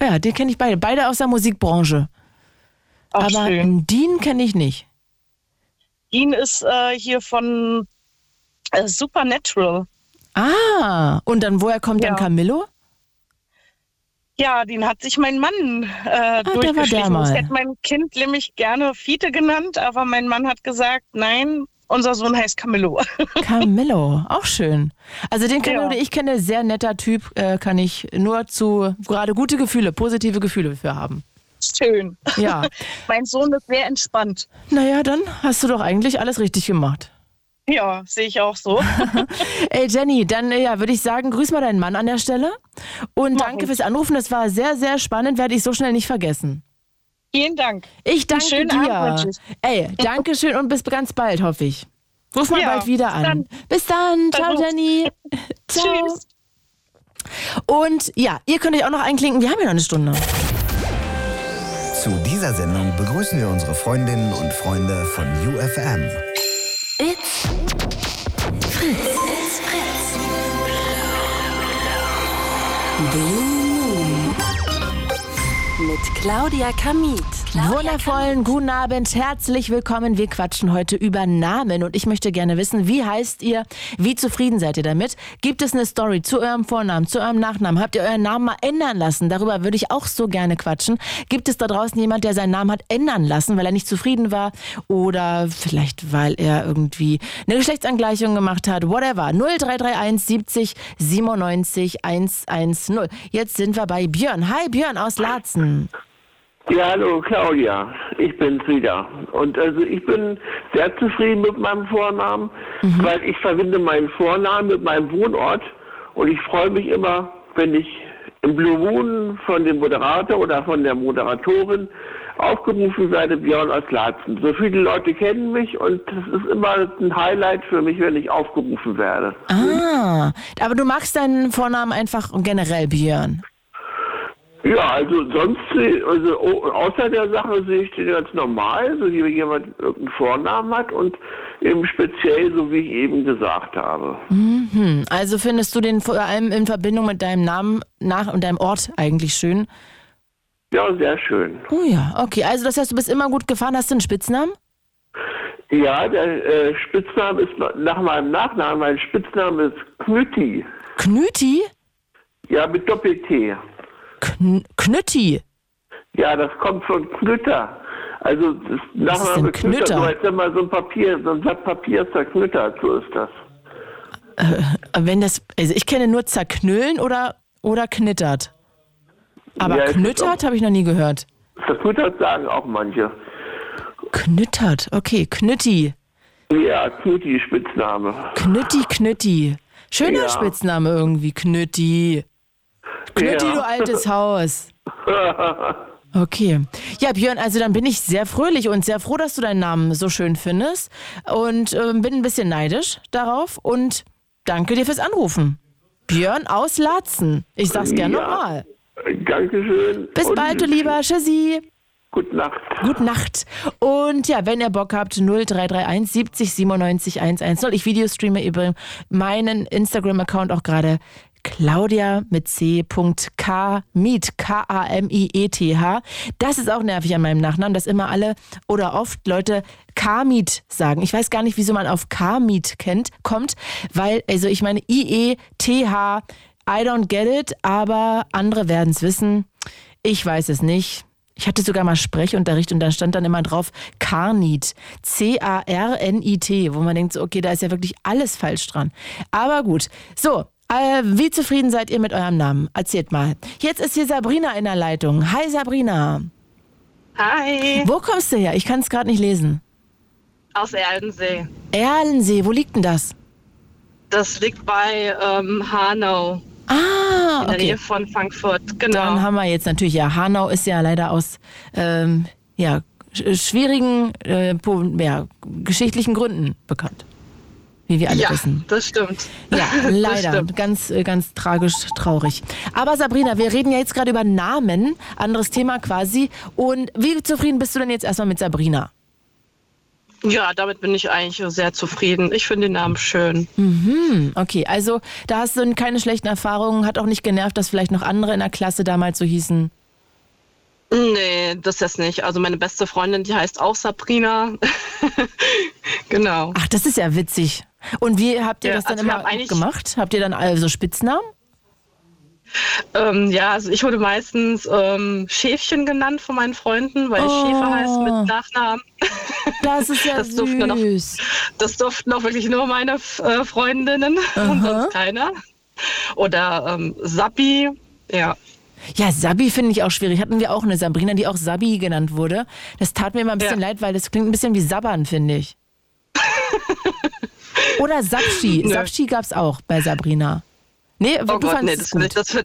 Speaker 3: Ja, den kenne ich beide. Beide aus der Musikbranche.
Speaker 12: Auch
Speaker 3: Aber
Speaker 12: schön.
Speaker 3: einen Dean kenne ich nicht.
Speaker 12: Dean ist äh, hier von äh, Supernatural.
Speaker 3: Ah, und dann woher kommt dann
Speaker 12: Ja.
Speaker 3: Camillo?
Speaker 12: Ja, den hat sich mein Mann äh,
Speaker 3: Ah,
Speaker 12: durchgeschlichen.
Speaker 3: mal.
Speaker 12: Ich hätte mein Kind nämlich gerne Fiete genannt, aber mein Mann hat gesagt, nein, unser Sohn heißt Camillo.
Speaker 3: Camillo, auch schön. Also den Camillo,
Speaker 12: Ja.
Speaker 3: den ich kenne, sehr netter Typ, äh, kann ich nur zu gerade gute Gefühle, positive Gefühle für haben.
Speaker 12: Schön.
Speaker 3: Ja.
Speaker 12: Mein Sohn ist sehr entspannt.
Speaker 3: naja, dann hast du doch eigentlich alles richtig gemacht.
Speaker 12: Ja, sehe ich auch so.
Speaker 3: Ey Jenny, dann äh, ja, würde ich sagen, grüß mal deinen Mann an der Stelle und
Speaker 12: Mach
Speaker 3: danke
Speaker 12: ich.
Speaker 3: fürs Anrufen. Das war sehr, sehr spannend, werde ich so schnell nicht vergessen.
Speaker 12: Vielen Dank.
Speaker 3: Ich danke
Speaker 12: schönen
Speaker 3: dir.
Speaker 12: Abend wünsche
Speaker 3: Ey, danke schön und bis ganz bald, hoffe ich. Ruf mal
Speaker 12: Ja,
Speaker 3: bald wieder
Speaker 12: bis
Speaker 3: an.
Speaker 12: dann.
Speaker 3: Bis dann. Ciao,
Speaker 12: Versuch's.
Speaker 3: Jenny. Ciao.
Speaker 12: Tschüss.
Speaker 3: Und ja, ihr könnt euch auch noch einklinken. Wir haben ja noch eine Stunde.
Speaker 2: Zu dieser Sendung begrüßen wir unsere Freundinnen und Freunde von UFM.
Speaker 1: It's Fritz. It's Fritz. Blue Moon. Mit Claudia Kamit.
Speaker 3: Wundervollen guten Abend, herzlich willkommen. Wir quatschen heute über Namen und ich möchte gerne wissen, wie heißt ihr? Wie zufrieden seid ihr damit? Gibt es eine Story zu eurem Vornamen, zu eurem Nachnamen? Habt ihr euren Namen mal ändern lassen? Darüber würde ich auch so gerne quatschen. Gibt es da draußen jemand, der seinen Namen hat ändern lassen, weil er nicht zufrieden war oder vielleicht weil er irgendwie eine Geschlechtsangleichung gemacht hat? Whatever. 0331 70 97 110. Jetzt sind wir bei Björn. Hi Björn aus Laatzen.
Speaker 13: Ja, hallo Claudia, ich bin's wieder. Und also ich bin sehr zufrieden mit meinem Vornamen,
Speaker 3: Mhm.
Speaker 13: weil ich verbinde meinen Vornamen mit meinem Wohnort und ich freue mich immer, wenn ich im Blue Moon von dem Moderator oder von der Moderatorin aufgerufen werde, Björn aus Laatzen. So viele Leute kennen mich und das ist immer ein Highlight für mich, wenn ich aufgerufen werde.
Speaker 3: Ah, aber du magst deinen Vornamen einfach und generell Björn.
Speaker 13: Ja, also sonst, seh- also au- außer der Sache sehe ich den ganz normal, so wie jemand irgendeinen Vornamen hat und eben speziell, so wie ich eben gesagt habe.
Speaker 3: Mhm. Also findest du den vor allem in Verbindung mit deinem Namen nach und deinem Ort eigentlich schön?
Speaker 13: Ja, sehr schön.
Speaker 3: Oh ja, okay. Also das heißt, du bist immer gut gefahren. Hast du einen Spitznamen?
Speaker 13: Ja, der äh, Spitzname ist na- nach meinem Nachnamen, mein Spitzname ist Knütti.
Speaker 3: Knüti?
Speaker 13: Ja, mit Doppel-T.
Speaker 3: Kn Knütti?
Speaker 13: Ja, das kommt von Knütter. Also das
Speaker 3: Was ist
Speaker 13: Nachname
Speaker 3: denn Knütter?
Speaker 13: so als wenn man so ein Papier, so ein Blatt Papier zerknüttert, so ist das.
Speaker 3: Äh, Wenn das, also ich kenne nur zerknüllen oder, oder knittert. Aber
Speaker 13: Ja, ich-
Speaker 3: knüttert habe ich noch nie gehört.
Speaker 13: Zerknüttert sagen auch manche.
Speaker 3: Knüttert, okay. Knütti.
Speaker 13: Ja, Knütti Spitzname.
Speaker 3: Knütti, Knütti. Schöner
Speaker 13: Ja.
Speaker 3: Spitzname irgendwie. Knütti. Knütti,
Speaker 13: Ja.
Speaker 3: du altes Haus. Okay. Ja, Björn, also dann bin ich sehr fröhlich und sehr froh, dass du deinen Namen so schön findest. Und ähm, bin ein bisschen neidisch darauf und danke dir fürs Anrufen. Björn aus Laatzen. Ich sag's gern
Speaker 13: Ja.
Speaker 3: nochmal.
Speaker 13: Dankeschön.
Speaker 3: Bis
Speaker 13: und
Speaker 3: bald, du lieber. Tschüssi.
Speaker 13: Gute Nacht.
Speaker 3: Gute Nacht. Und ja, wenn ihr Bock habt, 0331 70 97 110. Ich videostreame über meinen Instagram-Account auch gerade. Claudia mit C.K. Miet, K-A-M-I-E-T-H. E Das ist auch nervig an meinem Nachnamen, dass immer alle oder oft Leute K-Miet sagen. Ich weiß gar nicht, wieso man auf K-Miet kennt, kommt, weil, also ich meine, I-E-T-H, I don't get it, aber andere werden es wissen. Ich weiß es nicht. Ich hatte sogar mal Sprechunterricht und da stand dann immer drauf Carnit. C-A-R-N-I-T, wo man denkt, so, okay, da ist ja wirklich alles falsch dran. Aber gut. So, äh, wie zufrieden seid ihr mit eurem Namen? Erzählt mal. Jetzt ist hier Sabrina in der Leitung. Hi Sabrina.
Speaker 14: Hi,
Speaker 3: Wo kommst du her? Ich kann es gerade nicht lesen.
Speaker 14: aus Erlensee.
Speaker 3: Erlensee, wo liegt denn das?
Speaker 14: Das liegt bei ähm, Hanau.
Speaker 3: Ah,
Speaker 14: In der
Speaker 3: okay.
Speaker 14: Nähe von Frankfurt, genau.
Speaker 3: Dann haben wir jetzt natürlich, ja, Hanau ist ja leider aus ähm, ja, sch- schwierigen, äh, po- ja, geschichtlichen Gründen bekannt. Wie wir alle
Speaker 14: ja,
Speaker 3: wissen.
Speaker 14: das stimmt.
Speaker 3: Ja,
Speaker 14: Das
Speaker 3: leider.
Speaker 14: stimmt.
Speaker 3: Ganz, äh, ganz tragisch, traurig. Aber Sabrina, wir reden ja jetzt gerade über Namen, anderes Thema quasi. Und wie zufrieden bist du denn jetzt erstmal mit Sabrina?
Speaker 14: Ja, damit bin ich eigentlich sehr zufrieden. Ich finde den Namen schön.
Speaker 3: Mhm, okay, also da hast du keine schlechten Erfahrungen, hat auch nicht genervt, dass vielleicht noch andere in der Klasse damals so hießen.
Speaker 14: Nee, das jetzt nicht. Also meine beste Freundin, die heißt auch Sabrina. genau.
Speaker 3: Ach, das ist ja witzig. Und wie habt ihr
Speaker 14: Ja,
Speaker 3: das dann
Speaker 14: also wir
Speaker 3: immer
Speaker 14: haben eigentlich-
Speaker 3: gemacht? Habt ihr dann also Spitznamen?
Speaker 14: Ähm, ja, also ich wurde meistens ähm, Schäfchen genannt von meinen Freunden, weil ich
Speaker 3: Oh.
Speaker 14: Schäfer heiße mit Nachnamen.
Speaker 3: Das ist ja
Speaker 14: das durften noch, Das durften auch wirklich nur meine äh, Freundinnen und sonst keiner. Oder ähm, Sappi, ja.
Speaker 3: Ja, Sabi finde ich auch schwierig. Hatten wir auch eine Sabrina, die auch Sabi genannt wurde. Das tat mir immer ein bisschen leid, weil das klingt ein bisschen wie Sabbern, finde ich. Oder Sapschi.
Speaker 14: Nö.
Speaker 3: Sapschi gab es auch bei Sabrina. Nee,
Speaker 14: Oh
Speaker 3: du
Speaker 14: Gott,
Speaker 3: fandest
Speaker 14: nee,
Speaker 3: es
Speaker 14: das,
Speaker 3: gut.
Speaker 14: das, das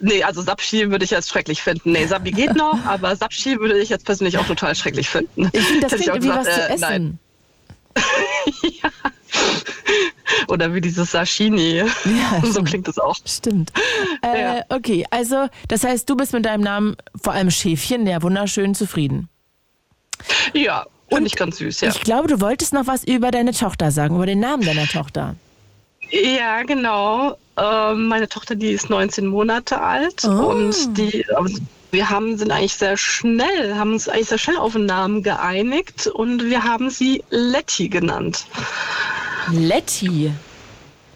Speaker 14: Nee, also Sapschi würde ich jetzt schrecklich finden. Nee, Sappi geht noch, aber Sapschi würde ich jetzt persönlich auch total schrecklich finden.
Speaker 3: Ich finde, das
Speaker 14: Hätte
Speaker 3: klingt
Speaker 14: auch
Speaker 3: irgendwie was
Speaker 14: gesagt,
Speaker 3: zu essen.
Speaker 14: äh, nein. Oder wie dieses Sashimi. so klingt das auch.
Speaker 3: Stimmt. Äh, Okay, also das heißt, du bist mit deinem Namen, vor allem Schäfchen, ja, wunderschön zufrieden.
Speaker 14: Ja, finde ich ganz süß, ja.
Speaker 3: Ich glaube, du wolltest noch was über deine Tochter sagen, über den Namen deiner Tochter.
Speaker 14: Ja,
Speaker 3: Ah.
Speaker 14: genau. Ähm, meine Tochter, die ist 19 Monate alt und die, also Wir haben, sind eigentlich sehr schnell, haben uns eigentlich sehr schnell auf den Namen geeinigt und wir haben sie Letty genannt.
Speaker 3: Letty?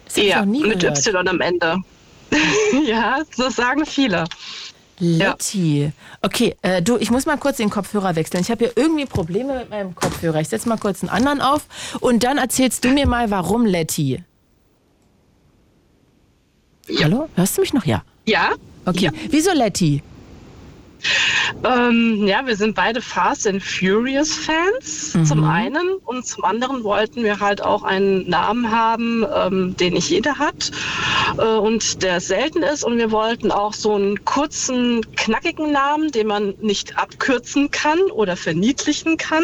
Speaker 3: Das hab ich noch nie
Speaker 14: mit
Speaker 3: gehört.
Speaker 14: Y am Ende. ja, so sagen viele.
Speaker 3: Letty. Okay, äh, du, ich muss mal kurz den Kopfhörer wechseln. Ich habe hier irgendwie Probleme mit meinem Kopfhörer. Ich setze mal kurz einen anderen auf und dann erzählst du mir mal, warum Letty. Hallo? Hörst du mich noch? Ja.
Speaker 14: Ja?
Speaker 3: Okay. Wieso Letty?
Speaker 14: Ähm, ja, wir sind beide Fast and Furious Fans
Speaker 3: Mhm.
Speaker 14: zum einen und zum anderen wollten wir halt auch einen Namen haben, ähm, den nicht jeder hat äh, und der selten ist und wir wollten auch so einen kurzen, knackigen Namen, den man nicht abkürzen kann oder verniedlichen kann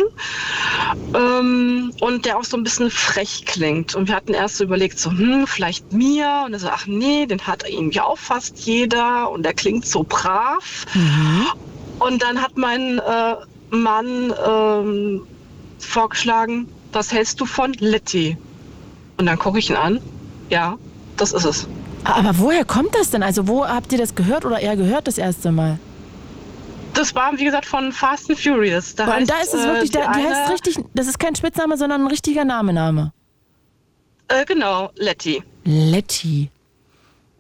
Speaker 14: ähm, und der auch so ein bisschen frech klingt und wir hatten erst so überlegt, so hm, vielleicht mir und dann so, ach nee, den hat irgendwie auch fast jeder und der klingt so brav.
Speaker 3: Mhm.
Speaker 14: Und dann hat mein äh, Mann ähm, vorgeschlagen, was hältst du von Letty? Und dann gucke ich ihn an. Ja, das ist es.
Speaker 3: Aber woher kommt das denn? Also wo habt ihr das gehört oder eher gehört das erste Mal?
Speaker 14: Das war, wie gesagt, von Fast and Furious. Da
Speaker 3: Und
Speaker 14: heißt,
Speaker 3: da ist es
Speaker 14: äh,
Speaker 3: wirklich, da, die
Speaker 14: eine-
Speaker 3: heißt richtig, das ist kein Spitzname, sondern ein richtiger Name, Name.
Speaker 14: Äh, genau, Letty.
Speaker 3: Letty.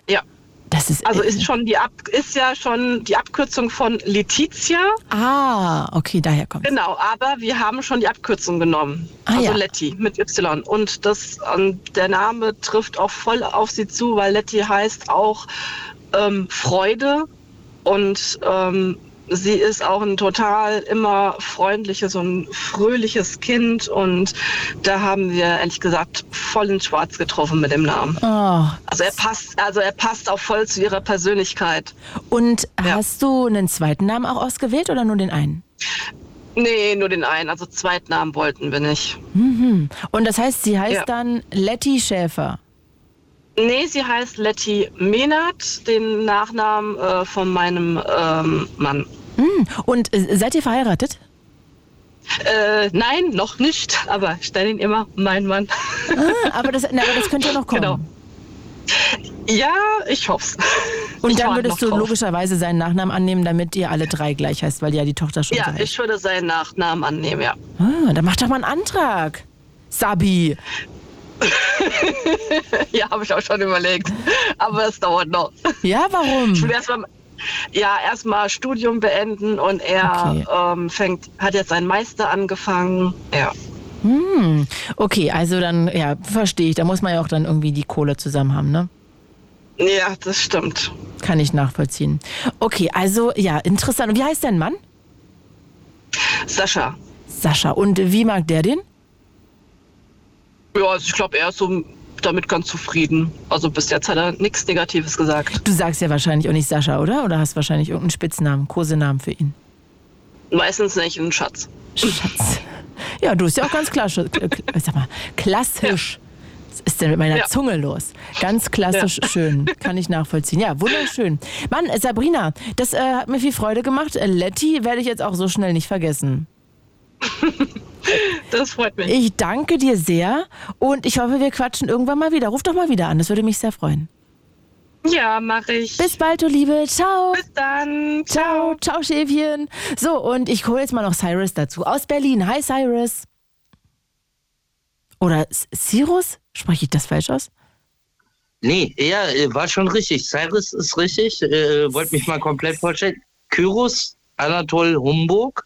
Speaker 14: Ja.
Speaker 3: Das ist
Speaker 14: also ist schon die Ab ist ja schon die Abkürzung von Letizia.
Speaker 3: Ah, okay, daher kommt
Speaker 14: Genau, aber wir haben schon die Abkürzung genommen.
Speaker 3: Ah,
Speaker 14: also
Speaker 3: ja.
Speaker 14: Letty mit Y. Und das, ähm, der Name trifft auch voll auf sie zu, weil Letty heißt auch ähm, Freude und ähm, sie ist auch ein total immer freundliches und fröhliches Kind. Und da haben wir ehrlich gesagt voll ins Schwarz getroffen mit dem Namen.
Speaker 3: Oh.
Speaker 14: Also er passt, also er passt auch voll zu ihrer Persönlichkeit.
Speaker 3: Und hast du einen zweiten Namen auch ausgewählt oder nur den einen?
Speaker 14: Nee, nur den einen. Also Zweitnamen wollten wir nicht.
Speaker 3: Mhm. Und das heißt, sie heißt
Speaker 14: Ja.
Speaker 3: dann Letty Schäfer.
Speaker 14: Nee, sie heißt Letty Menard, den Nachnamen äh, von meinem ähm, Mann.
Speaker 3: Mhm. Und äh, seid ihr verheiratet?
Speaker 14: Äh, nein, noch nicht, aber ich stelle ihn immer mein Mann.
Speaker 3: Ah, aber, das, na, aber das könnte ja noch kommen. Genau.
Speaker 14: Ja, ich hoff's.
Speaker 3: Und
Speaker 14: Ich
Speaker 3: dann
Speaker 14: warte
Speaker 3: würdest
Speaker 14: noch
Speaker 3: du
Speaker 14: drauf.
Speaker 3: logischerweise seinen Nachnamen annehmen, damit ihr alle drei gleich heißt, weil ja die Tochter schon
Speaker 14: Ja,
Speaker 3: drei
Speaker 14: ich würde seinen Nachnamen annehmen, ja.
Speaker 3: Ah, dann mach doch mal einen Antrag. Sabi.
Speaker 14: ja, habe ich auch schon überlegt. Aber es dauert noch.
Speaker 3: Ja, warum?
Speaker 14: Ich will erstmal ja, erstmal Studium beenden und er ähm, fängt, hat jetzt seinen Meister angefangen. Ja.
Speaker 3: Hm. Okay, also dann, ja, verstehe ich. Da muss man ja auch dann irgendwie die Kohle zusammen haben, ne?
Speaker 14: Ja, das stimmt.
Speaker 3: Kann ich nachvollziehen. Okay, also ja, interessant. Und wie heißt dein Mann?
Speaker 14: Sascha.
Speaker 3: Sascha. Und wie mag der den?
Speaker 14: Ja, also ich glaube, er ist so damit ganz zufrieden. Also bis jetzt hat er nichts Negatives gesagt.
Speaker 3: Du sagst ja wahrscheinlich auch nicht Sascha, oder? Oder hast wahrscheinlich irgendeinen Spitznamen, Kosenamen für ihn?
Speaker 14: Meistens nicht ein Schatz.
Speaker 3: Schatz. Ja, du bist ja auch ganz klar, äh, kl- sag mal, klassisch. Was ist denn mit meiner
Speaker 14: Ja.
Speaker 3: Zunge los? Ganz klassisch
Speaker 14: Ja.
Speaker 3: schön, kann ich nachvollziehen. Ja, wunderschön. Mann, äh, Sabrina, das äh, hat mir viel Freude gemacht. Äh, Letty werde ich jetzt auch so schnell nicht vergessen.
Speaker 14: Das freut mich.
Speaker 3: Ich danke dir sehr und ich hoffe, wir quatschen irgendwann mal wieder. Ruf doch mal wieder an, das würde mich sehr freuen.
Speaker 14: Ja, mache ich.
Speaker 3: Bis bald, du Liebe. Ciao. Bis
Speaker 14: dann.
Speaker 3: Ciao. Ciao, Schäfchen. So, und ich hole jetzt mal noch Cyrus dazu aus Berlin. Hi, Cyrus. Oder S- Cyrus? Spreche ich das falsch aus?
Speaker 15: Nee, ja, äh, war schon richtig. Cyrus ist richtig. Äh, wollte mich mal komplett vorstellen. Kyros, Anatol Humburg.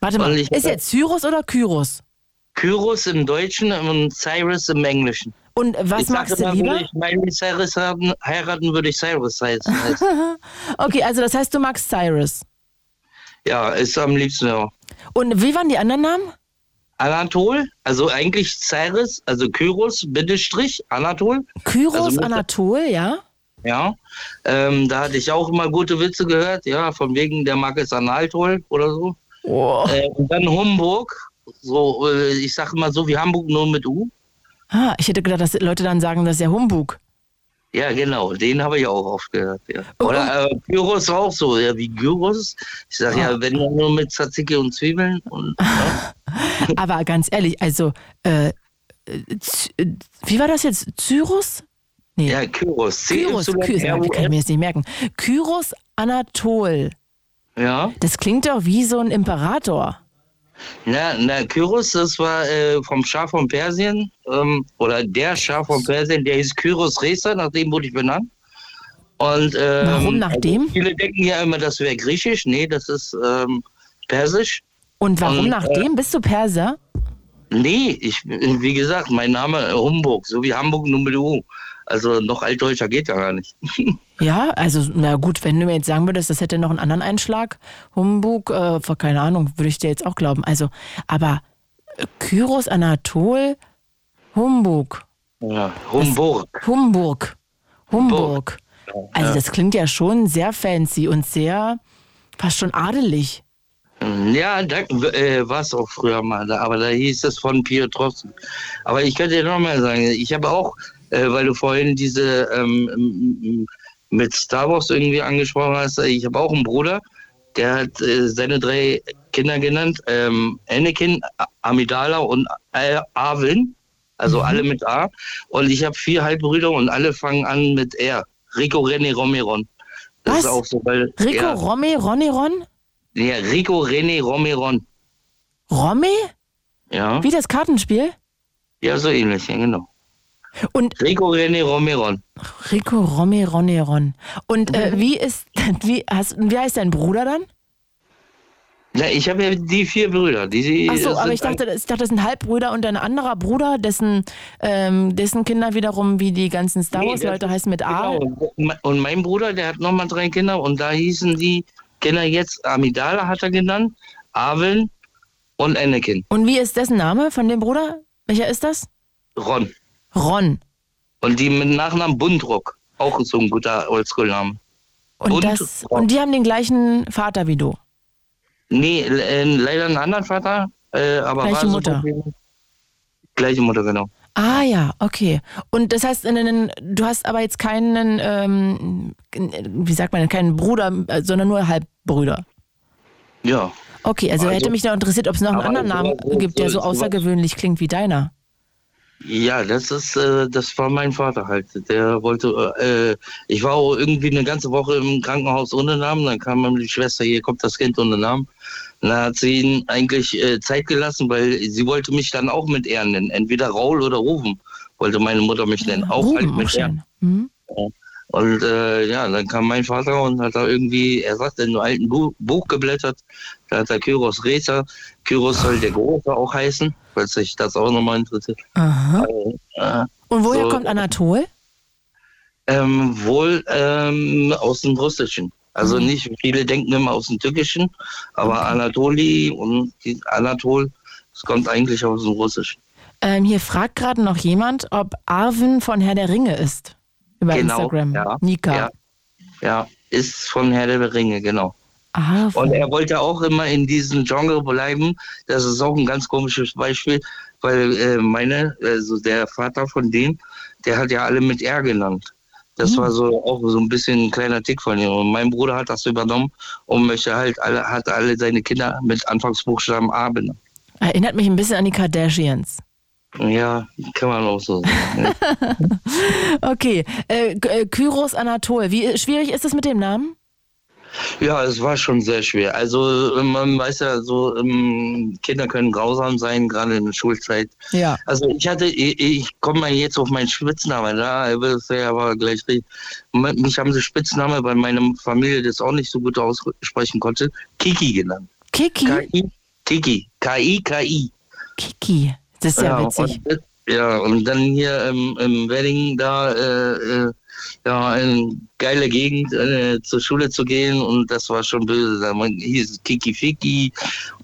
Speaker 3: Warte mal, ist jetzt Cyrus oder Kyros?
Speaker 15: Kyros im Deutschen und Cyrus im Englischen.
Speaker 3: Und was
Speaker 15: ich sag
Speaker 3: magst du
Speaker 15: immer,
Speaker 3: lieber?
Speaker 15: Würde ich Miley Cyrus heiraten, heiraten würde ich Cyrus heißen.
Speaker 3: okay, also das heißt, du magst Cyrus.
Speaker 15: ja, ist am liebsten ja.
Speaker 3: Und wie waren die anderen Namen?
Speaker 15: Anatol, also eigentlich Cyrus, also Kyros, Bindestrich, Anatol.
Speaker 3: Kyros,
Speaker 15: Also mit-
Speaker 3: Anatol, ja?
Speaker 15: Ja, ähm, da hatte ich auch immer gute Witze gehört, ja, von wegen der Marke ist Analtol oder so. Äh, und dann Homburg, so, äh, ich sag immer so wie Hamburg, nur mit U.
Speaker 3: Ah, ich hätte gedacht, dass Leute dann sagen, das ist ja Humbug.
Speaker 15: Ja, genau, den habe ich auch oft gehört, ja. Oder äh, Gyros auch so, ja, wie Gyros. Ich sag ja, wenn dann nur mit Tzatziki und Zwiebeln und
Speaker 3: Aber ganz ehrlich, also, äh, äh, Z- äh, wie war das jetzt? Cyrus?
Speaker 15: ja, Kyros.
Speaker 3: Kyros, Kyros, ich kann mir das nicht merken. Kyros Anatol.
Speaker 15: Ja.
Speaker 3: Das klingt doch wie so ein Imperator.
Speaker 15: Na, na Kyros, das war äh, vom Schah von Persien, ähm, oder der Schah von Persien, der hieß Kyros Reser, nach dem wurde ich benannt. Und, ähm,
Speaker 3: Warum nach dem?
Speaker 15: Viele denken ja immer, das wäre griechisch. Nee, das ist ähm, persisch.
Speaker 3: Und warum nach
Speaker 15: äh,
Speaker 3: dem? Bist du Perser?
Speaker 15: Nee, ich, wie gesagt, mein Name äh, Humburg, so wie Hamburg nur mit U. Also noch altdeutscher geht ja gar nicht.
Speaker 3: Ja, also na gut, wenn du mir jetzt sagen würdest, das hätte noch einen anderen Einschlag, Humbug, äh, vor- keine Ahnung, würde ich dir jetzt auch glauben. Also, aber äh, Kyros Anatol, Humbug,
Speaker 15: Ja, Humburg.
Speaker 3: Humburg, Humburg. Also
Speaker 15: Ja.
Speaker 3: das klingt ja schon sehr fancy und sehr, fast schon adelig.
Speaker 15: Ja, da äh, war es auch früher mal, da, aber da hieß es von Piotrowski. Aber ich könnte dir nochmal sagen, ich habe auch, äh, weil du vorhin diese ähm, m- m- mit Star Wars irgendwie angesprochen hast, äh, ich habe auch einen Bruder, der hat äh, seine drei Kinder genannt, ähm, Anakin, A- Amidala und A- Arvin, also alle mit A. Und ich habe vier Halbbrüder und alle fangen an mit R. Rico, René, Romeron. Das ist auch so, weil
Speaker 3: Rico,
Speaker 15: ja.
Speaker 3: Romy, Roniron?
Speaker 15: Ja, Rico René Romeron.
Speaker 3: Romy?
Speaker 15: Ja.
Speaker 3: Wie das Kartenspiel?
Speaker 15: Ja, so ähnlich, ja, genau.
Speaker 3: Und
Speaker 15: Rico René Romeron.
Speaker 3: Rico, Romy, Roniron. Und
Speaker 15: Mhm.
Speaker 3: äh, wie ist, wie, hast, wie heißt dein Bruder dann?
Speaker 15: Ja, ich habe ja die vier Brüder. Die, die
Speaker 3: Ach so,
Speaker 15: das
Speaker 3: aber
Speaker 15: sind
Speaker 3: ich dachte, das- ich dachte, das sind Halbbrüder und ein anderer Bruder, dessen, ähm, dessen Kinder wiederum wie die ganzen Star
Speaker 15: Nee,
Speaker 3: Wars-Leute
Speaker 15: das-
Speaker 3: heißen mit A.
Speaker 15: Genau. Und mein Bruder, der hat nochmal drei Kinder und da hießen die Kinder jetzt Amidala hat er genannt, Arvin und Anakin.
Speaker 3: Und wie ist dessen Name von dem Bruder? Welcher ist das?
Speaker 15: Ron.
Speaker 3: Ron.
Speaker 15: Und die mit Nachnamen Bundrock. Auch so ein guter Oldschool-Name.
Speaker 3: Und,
Speaker 15: Bund-
Speaker 3: das, und die haben den gleichen Vater wie du.
Speaker 15: Nee, äh, leider einen anderen Vater, äh, aber
Speaker 3: Gleiche
Speaker 15: war so
Speaker 3: Mutter.
Speaker 15: Problem. Gleiche Mutter, genau.
Speaker 3: Ah ja, okay. Und das heißt, in einen, du hast aber jetzt keinen, ähm, wie sagt man, keinen Bruder, äh, sondern nur Halbbrüder.
Speaker 15: Ja.
Speaker 3: Okay, also,
Speaker 15: Also-
Speaker 3: hätte mich noch interessiert, ob es noch einen
Speaker 15: Aber
Speaker 3: anderen
Speaker 15: so-
Speaker 3: Namen
Speaker 15: so-
Speaker 3: gibt, der so
Speaker 15: so- so-
Speaker 3: außergewöhnlich klingt wie deiner.
Speaker 15: Ja, das ist, äh, das war mein Vater halt. Der wollte, äh, ich war auch irgendwie eine ganze Woche im Krankenhaus ohne Namen. Dann kam meine Schwester, hier kommt das Kind ohne Namen. Und Dann hat sie ihn eigentlich äh, Zeit gelassen, weil sie wollte mich dann auch mit R nennen. Entweder Raul oder Rufen wollte meine Mutter mich nennen. Auch
Speaker 3: Ruben,
Speaker 15: halt
Speaker 3: auch
Speaker 15: mit
Speaker 3: schön. Mhm.
Speaker 15: R. Ja. Und äh, ja, dann kam mein Vater und hat da irgendwie, er sagt, in einem alten Bu Buch geblättert, da hat er Kyros Rezer. Kyros soll der Große auch heißen, falls sich das auch nochmal interessiert.
Speaker 3: Aha.
Speaker 15: Also, äh,
Speaker 3: Hm? Und woher
Speaker 15: so,
Speaker 3: kommt Anatol?
Speaker 15: Ähm, wohl ähm, aus dem Russischen. Also
Speaker 3: Mhm.
Speaker 15: nicht, viele denken immer aus dem Türkischen, aber Anatoli und die Anatol, es kommt eigentlich aus dem Russischen.
Speaker 3: Ähm, hier fragt gerade noch jemand, ob Arvin von Herr der Ringe ist. Über Instagram.
Speaker 15: Genau, Ja,
Speaker 3: Nika.
Speaker 15: Ja, ja, ist von Herr der Ringe, genau.
Speaker 3: Arvin.
Speaker 15: Und er wollte auch immer in diesem Genre bleiben. Das ist auch ein ganz komisches Beispiel, weil äh, meine, also der Vater von dem, der hat ja alle mit R genannt. Das war so auch so ein bisschen ein kleiner Tick von ihm. Und mein Bruder hat das übernommen und möchte halt alle, hat alle seine Kinder mit Anfangsbuchstaben A benannt.
Speaker 3: Erinnert mich ein bisschen an die Kardashians.
Speaker 15: Ja, kann man auch so sagen. ja.
Speaker 3: Okay, äh, K- äh, Kyros Anatol. Wie schwierig ist es mit dem Namen?
Speaker 15: Ja, es war schon sehr schwer. Also man weiß ja, so ähm, Kinder können grausam sein, gerade in der Schulzeit.
Speaker 3: Ja.
Speaker 15: Also ich hatte, ich, ich komme mal jetzt auf meinen Spitznamen, da wirst du ja aber gleich reden. Me- Mich haben sie Spitzname, weil meine Familie das auch nicht so gut aussprechen konnte, Kiki genannt.
Speaker 3: Kiki?
Speaker 15: Kiki, Kiki, K-I-K-I.
Speaker 3: Kiki. Das ist ja, witzig.
Speaker 15: Genau, Und, ja, und dann hier im, im Wedding da, äh, äh, ja, in geile Gegend äh, zur Schule zu gehen und das war schon böse. Da Man hieß es Kiki Fiki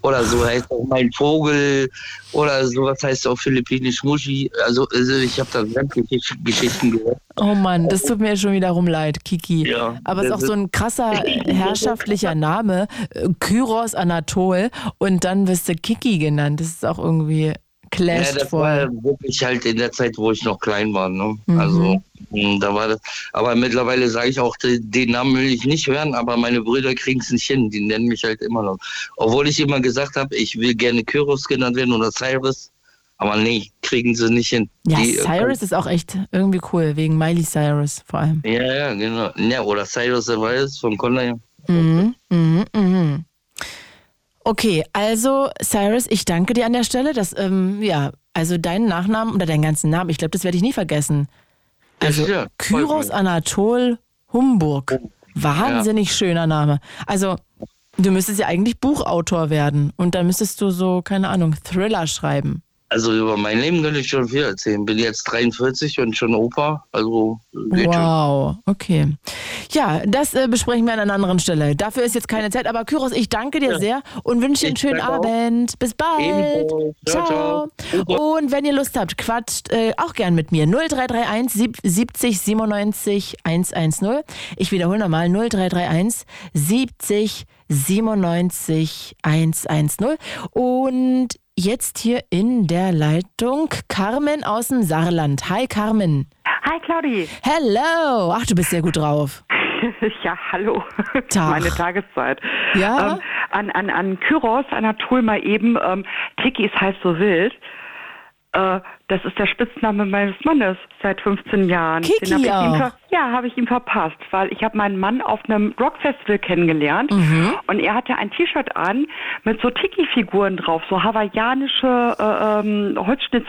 Speaker 15: oder so heißt auch mein Vogel oder sowas heißt auch philippinisch Muschi. Also, also ich habe da sämtliche Geschichten gehört.
Speaker 3: Oh Mann, das tut mir schon wiederum leid, Kiki.
Speaker 15: Ja,
Speaker 3: Aber es ist auch
Speaker 15: das
Speaker 3: so ein krasser äh, herrschaftlicher Name. äh, Kyros Anatol und dann wirst du Kiki genannt. Das ist auch irgendwie
Speaker 15: Ja,
Speaker 3: clasht
Speaker 15: das
Speaker 3: voll.
Speaker 15: war wirklich halt in der Zeit, wo ich noch klein war. Ne?
Speaker 3: Mhm.
Speaker 15: Also mh, da war das. Aber mittlerweile sage ich auch, de- den Namen will ich nicht hören, aber meine Brüder kriegen es nicht hin. Die nennen mich halt immer noch. Obwohl ich immer gesagt habe, ich will gerne Kyros genannt werden oder Cyrus. Aber nee, kriegen sie nicht hin.
Speaker 3: Ja,
Speaker 15: Die- äh,
Speaker 3: Cyrus ist auch echt irgendwie cool, wegen Miley Cyrus vor allem.
Speaker 15: Ja, ja, genau. Ja, oder Cyrus der Weiß von Conner.
Speaker 3: Mhm, mhm, mhm. Okay, also Cyrus, ich danke dir an der Stelle, dass, ähm, ja, also deinen Nachnamen oder deinen ganzen Namen, ich glaube, das werde ich nie vergessen. Also
Speaker 15: Ja, freut
Speaker 3: Kyros
Speaker 15: mich.
Speaker 3: Anatol Humburg.
Speaker 15: Oh.
Speaker 3: Wahnsinnig schöner Name. Also, du müsstest ja eigentlich Buchautor werden und dann müsstest du so, keine Ahnung, Thriller schreiben.
Speaker 15: Also über mein Leben könnte ich schon viel erzählen. Bin jetzt 43 und schon Opa. Also geht
Speaker 3: Wow, okay. Ja, das äh, besprechen wir an einer anderen Stelle. Dafür ist jetzt keine Zeit, aber Kyros, ich danke dir
Speaker 15: Ja.
Speaker 3: sehr und wünsche dir einen
Speaker 15: Ich
Speaker 3: schönen
Speaker 15: danke auch.
Speaker 3: Abend. Bis bald.
Speaker 15: Ebenso. Ciao,
Speaker 3: ciao. Und wenn ihr Lust habt, quatscht äh, auch gern mit mir. 0331 sieb- 70 97 110. Ich wiederhole nochmal 0331 70 97 110. Und jetzt hier in der Leitung Carmen aus dem Saarland. Hi Carmen.
Speaker 16: Hi Claudi.
Speaker 3: Hello. Ach, du bist sehr gut drauf.
Speaker 16: ja, hallo.
Speaker 3: Tag.
Speaker 16: Meine Tageszeit.
Speaker 3: Ja.
Speaker 16: Ähm, an, an, an Kyros, Anatol mal eben, ähm, Tiki ist heiß so wild. Äh, das ist der Spitzname meines Mannes seit 15 Jahren.
Speaker 3: Kiki
Speaker 16: hab ich
Speaker 3: auch.
Speaker 16: Ihm ver- ja, habe ich ihm verpasst, weil ich habe meinen Mann auf einem Rockfestival kennengelernt
Speaker 3: Mhm.
Speaker 16: und er hatte ein T-Shirt an mit so Tiki-Figuren drauf, so hawaiianische äh, ähm,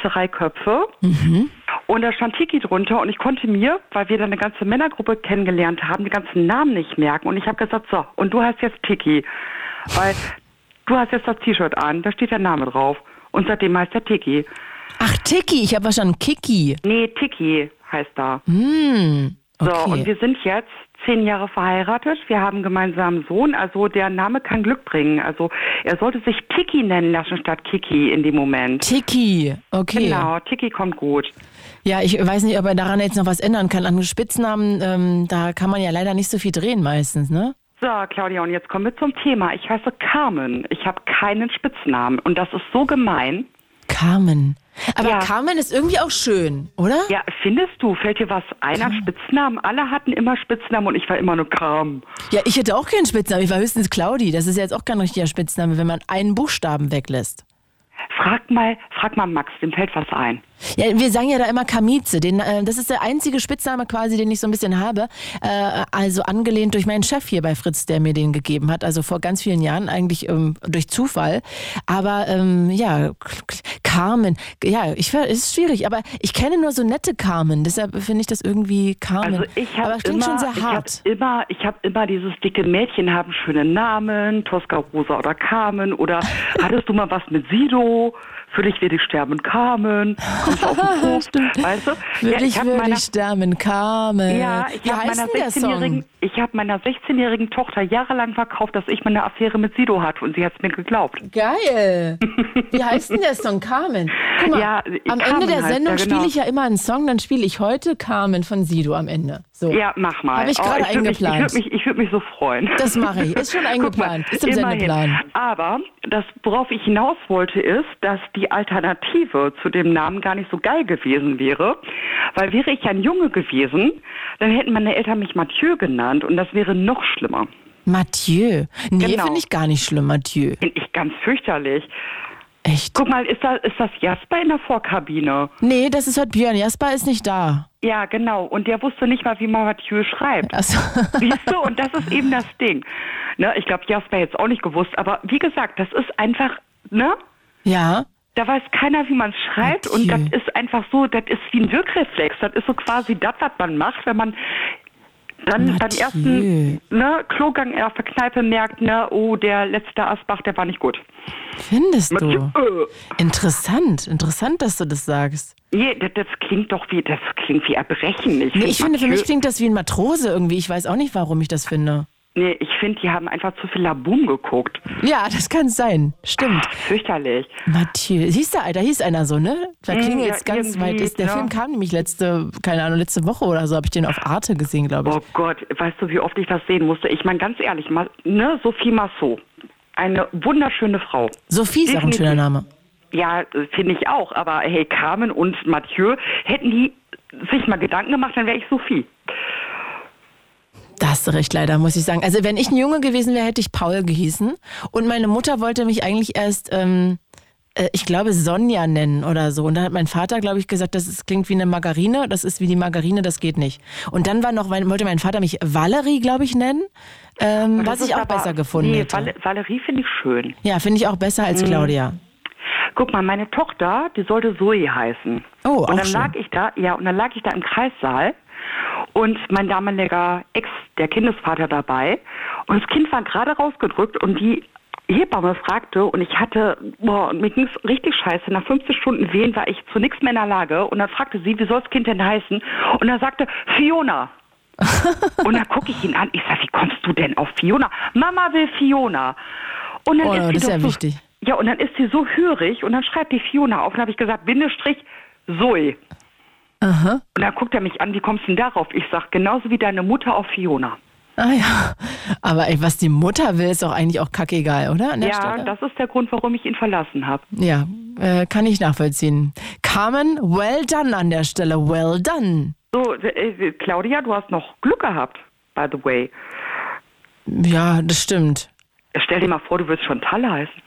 Speaker 16: Holzschnitzereiköpfe.
Speaker 3: Mhm.
Speaker 16: Und da stand Tiki drunter und ich konnte mir, weil wir da eine ganze Männergruppe kennengelernt haben, die ganzen Namen nicht merken. Und ich habe gesagt, so, und du heißt jetzt Tiki, weil du hast jetzt das T-Shirt an, da steht der Name drauf. Und seitdem heißt er Tiki.
Speaker 3: Ach, Tiki, ich habe verstanden, Kiki.
Speaker 16: Nee, Tiki heißt er.
Speaker 3: Hm, okay.
Speaker 16: So, und wir sind jetzt zehn Jahre verheiratet. Wir haben gemeinsam einen Sohn. Also der Name kann Glück bringen. Also er sollte sich Tiki nennen lassen statt Kiki in dem Moment.
Speaker 3: Tiki, okay.
Speaker 16: Genau, Tiki kommt gut.
Speaker 3: Ja, ich weiß nicht, ob er daran jetzt noch was ändern kann. An Spitznamen, ähm, da kann man ja leider nicht so viel drehen meistens, ne?
Speaker 16: So, Claudia, und jetzt kommen wir zum Thema. Ich heiße Carmen. Ich habe keinen Spitznamen. Und das ist so gemein.
Speaker 3: Carmen. Aber Carmen ist irgendwie auch schön, oder?
Speaker 16: Ja, findest du? Fällt dir was ein an Spitznamen? Alle hatten immer Spitznamen und ich war immer nur Carmen.
Speaker 3: Ja, ich hätte auch keinen Spitznamen. Ich war höchstens Claudi. Das ist ja jetzt auch kein richtiger Spitzname, wenn man einen Buchstaben weglässt.
Speaker 16: Frag mal, frag mal Max, dem fällt was ein.
Speaker 3: Ja, wir sagen ja da immer Kamize. Den, äh, das ist der einzige Spitzname quasi, den ich so ein bisschen habe. Äh, also angelehnt durch meinen Chef hier bei Fritz, der mir den gegeben hat. Also vor ganz vielen Jahren eigentlich ähm, durch Zufall. Aber ähm, ja, K- K- Carmen. Ja, ich ver- ist schwierig. Aber ich kenne nur so nette Carmen. Deshalb finde ich das irgendwie Carmen.
Speaker 16: Also ich
Speaker 3: aber
Speaker 16: habe
Speaker 3: es klingt
Speaker 16: immer,
Speaker 3: schon sehr
Speaker 16: ich
Speaker 3: hart.
Speaker 16: hab immer, ich habe immer dieses dicke Mädchen haben schöne Namen, Tosca Rosa oder Carmen oder hattest du mal was mit Sido? Für dich werde ich sterben, Carmen. Kommst du auf den Punkt, weißt du?
Speaker 3: Würde ich,
Speaker 16: hab
Speaker 3: würde
Speaker 16: meiner-
Speaker 3: ich sterben, Carmen.
Speaker 16: ja, ich
Speaker 3: Wie
Speaker 16: habe
Speaker 3: heißt
Speaker 16: meiner
Speaker 3: denn der Song?
Speaker 16: 16-jährigen, ich habe meiner 16-jährigen Tochter jahrelang verkauft, dass ich meine Affäre mit Sido hatte und sie hat es mir geglaubt.
Speaker 3: Geil. Wie heißt denn der Song Carmen? Guck mal,
Speaker 16: Ja,
Speaker 3: am
Speaker 16: Carmen
Speaker 3: Ende der
Speaker 16: heißt er,
Speaker 3: Sendung
Speaker 16: genau.
Speaker 3: spiele ich ja immer einen Song, dann spiele ich heute Carmen von Sido am Ende. So.
Speaker 16: Ja, mach mal.
Speaker 3: Habe ich
Speaker 16: Oh,
Speaker 3: gerade
Speaker 16: würd mich-
Speaker 3: eingeplant.
Speaker 16: Ich würde mich, ich würd mich so freuen.
Speaker 3: Das mache ich. Ist schon
Speaker 16: Guck
Speaker 3: eingeplant.
Speaker 16: Mal,
Speaker 3: Ist im
Speaker 16: immerhin.
Speaker 3: Sendeplan.
Speaker 16: Aber das, worauf ich hinaus wollte, ist, dass die Alternative zu dem Namen gar nicht so geil gewesen wäre. Weil wäre ich ein Junge gewesen, dann hätten meine Eltern mich Mathieu genannt und das wäre noch schlimmer.
Speaker 3: Mathieu. Nee,
Speaker 16: Genau.
Speaker 3: finde ich gar nicht schlimm, Mathieu.
Speaker 16: Finde ich ganz fürchterlich.
Speaker 3: Echt?
Speaker 16: Guck mal, ist, da, ist das Jasper in der Vorkabine?
Speaker 3: Nee, das ist heute Björn. Jasper ist nicht da.
Speaker 16: Ja, genau. Und der wusste nicht mal, wie man Mathieu schreibt.
Speaker 3: Also
Speaker 16: Siehst du? Und das ist eben das Ding. Ne? Ich glaube, Jasper hätte es auch nicht gewusst. Aber wie gesagt, das ist einfach, ne?
Speaker 3: Ja.
Speaker 16: Da weiß keiner, wie man es schreibt. Und das ist einfach so, das ist wie ein Wirkreflex. Das ist so quasi das, was man macht, wenn man dann beim ersten ne, Klogang auf der Kneipe merkt, ne, oh, der letzte Asbach, der war nicht gut.
Speaker 3: Findest du?
Speaker 16: Mathieu.
Speaker 3: Interessant. Interessant, dass du das sagst.
Speaker 16: Nee, das, das klingt doch wie, das klingt wie Erbrechen.
Speaker 3: Nee, ich finde, für mich
Speaker 16: Mathieu-
Speaker 3: klingt das wie ein Matrose irgendwie. Ich weiß auch nicht, warum ich das finde.
Speaker 16: Nee, ich finde, die haben einfach zu viel Laboom geguckt.
Speaker 3: Ja, das kann sein. Stimmt.
Speaker 16: Fürchterlich.
Speaker 3: Mathieu. Hieß da, da hieß einer so, ne? Da
Speaker 16: Mm,
Speaker 3: klingelt
Speaker 16: ja,
Speaker 3: es ganz
Speaker 16: irgendwie, genau.
Speaker 3: weit. Ist, der
Speaker 16: ja.
Speaker 3: Film kam nämlich letzte, keine Ahnung, letzte Woche oder so, habe ich den auf Arte gesehen, glaube ich.
Speaker 16: Oh Gott, weißt du, wie oft ich das sehen musste? Ich meine, ganz ehrlich, Ma- ne, Sophie Massot. Eine wunderschöne Frau.
Speaker 3: Sophie ist auch ein
Speaker 16: Definitiv.
Speaker 3: schöner Name.
Speaker 16: Ja, äh, finde ich auch. Aber hey, Carmen und Mathieu, hätten die sich mal Gedanken gemacht, dann wäre ich Sophie.
Speaker 3: Da hast du recht, leider, muss ich sagen. Also, wenn ich ein Junge gewesen wäre, hätte ich Paul gehießen. Und meine Mutter wollte mich eigentlich erst ähm, äh, ich glaube, Sonja nennen oder so. Und dann hat mein Vater, glaube ich, gesagt, das ist, klingt wie eine Margarine, das ist wie die Margarine, das geht nicht. Und dann war noch, mein- wollte mein Vater mich Valerie, glaube ich, nennen, ähm,
Speaker 16: Und das
Speaker 3: was ich
Speaker 16: ist
Speaker 3: auch
Speaker 16: aber-
Speaker 3: besser gefunden
Speaker 16: nee,
Speaker 3: hätte.
Speaker 16: Val- Valerie finde ich schön.
Speaker 3: Ja, finde ich auch besser als
Speaker 16: Mhm.
Speaker 3: Claudia.
Speaker 16: Guck mal, meine Tochter, die sollte Zoe heißen.
Speaker 3: Oh,
Speaker 16: und
Speaker 3: auch
Speaker 16: dann
Speaker 3: schön.
Speaker 16: lag ich da, ja, und dann lag ich da im Kreissaal und mein damaliger Ex, der Kindesvater dabei und das Kind war gerade rausgedrückt und die Hebamme fragte und ich hatte, boah, und mir ging's richtig scheiße. Nach 15 Stunden Wehen war ich zu nichts mehr in der Lage und dann fragte sie, wie soll das Kind denn heißen? Und dann sagte Fiona. und dann gucke ich ihn an, ich sag, wie kommst du denn auf Fiona? Mama will Fiona. Und dann
Speaker 3: Oh,
Speaker 16: ist
Speaker 3: das
Speaker 16: sie
Speaker 3: ist
Speaker 16: doch
Speaker 3: ja
Speaker 16: so,
Speaker 3: wichtig.
Speaker 16: ja, und dann ist sie so hörig und dann schreibt die Fiona auf und habe ich gesagt, Bindestrich, Zoe.
Speaker 3: Aha.
Speaker 16: Und dann guckt er mich an, wie kommst du denn darauf? Ich sag, genauso wie deine Mutter auf Fiona.
Speaker 3: Ah ja. Aber ey, was die Mutter will, ist doch eigentlich auch kackegal, oder? An der
Speaker 16: ja,
Speaker 3: Stelle?
Speaker 16: das ist der Grund, warum ich ihn verlassen habe.
Speaker 3: Ja, äh, kann ich nachvollziehen. Carmen, well done an der Stelle, well done.
Speaker 16: So, äh, Claudia, du hast noch Glück gehabt, by the way.
Speaker 3: Ja, das stimmt.
Speaker 16: Stell dir mal vor, du würdest schon Talle heißen.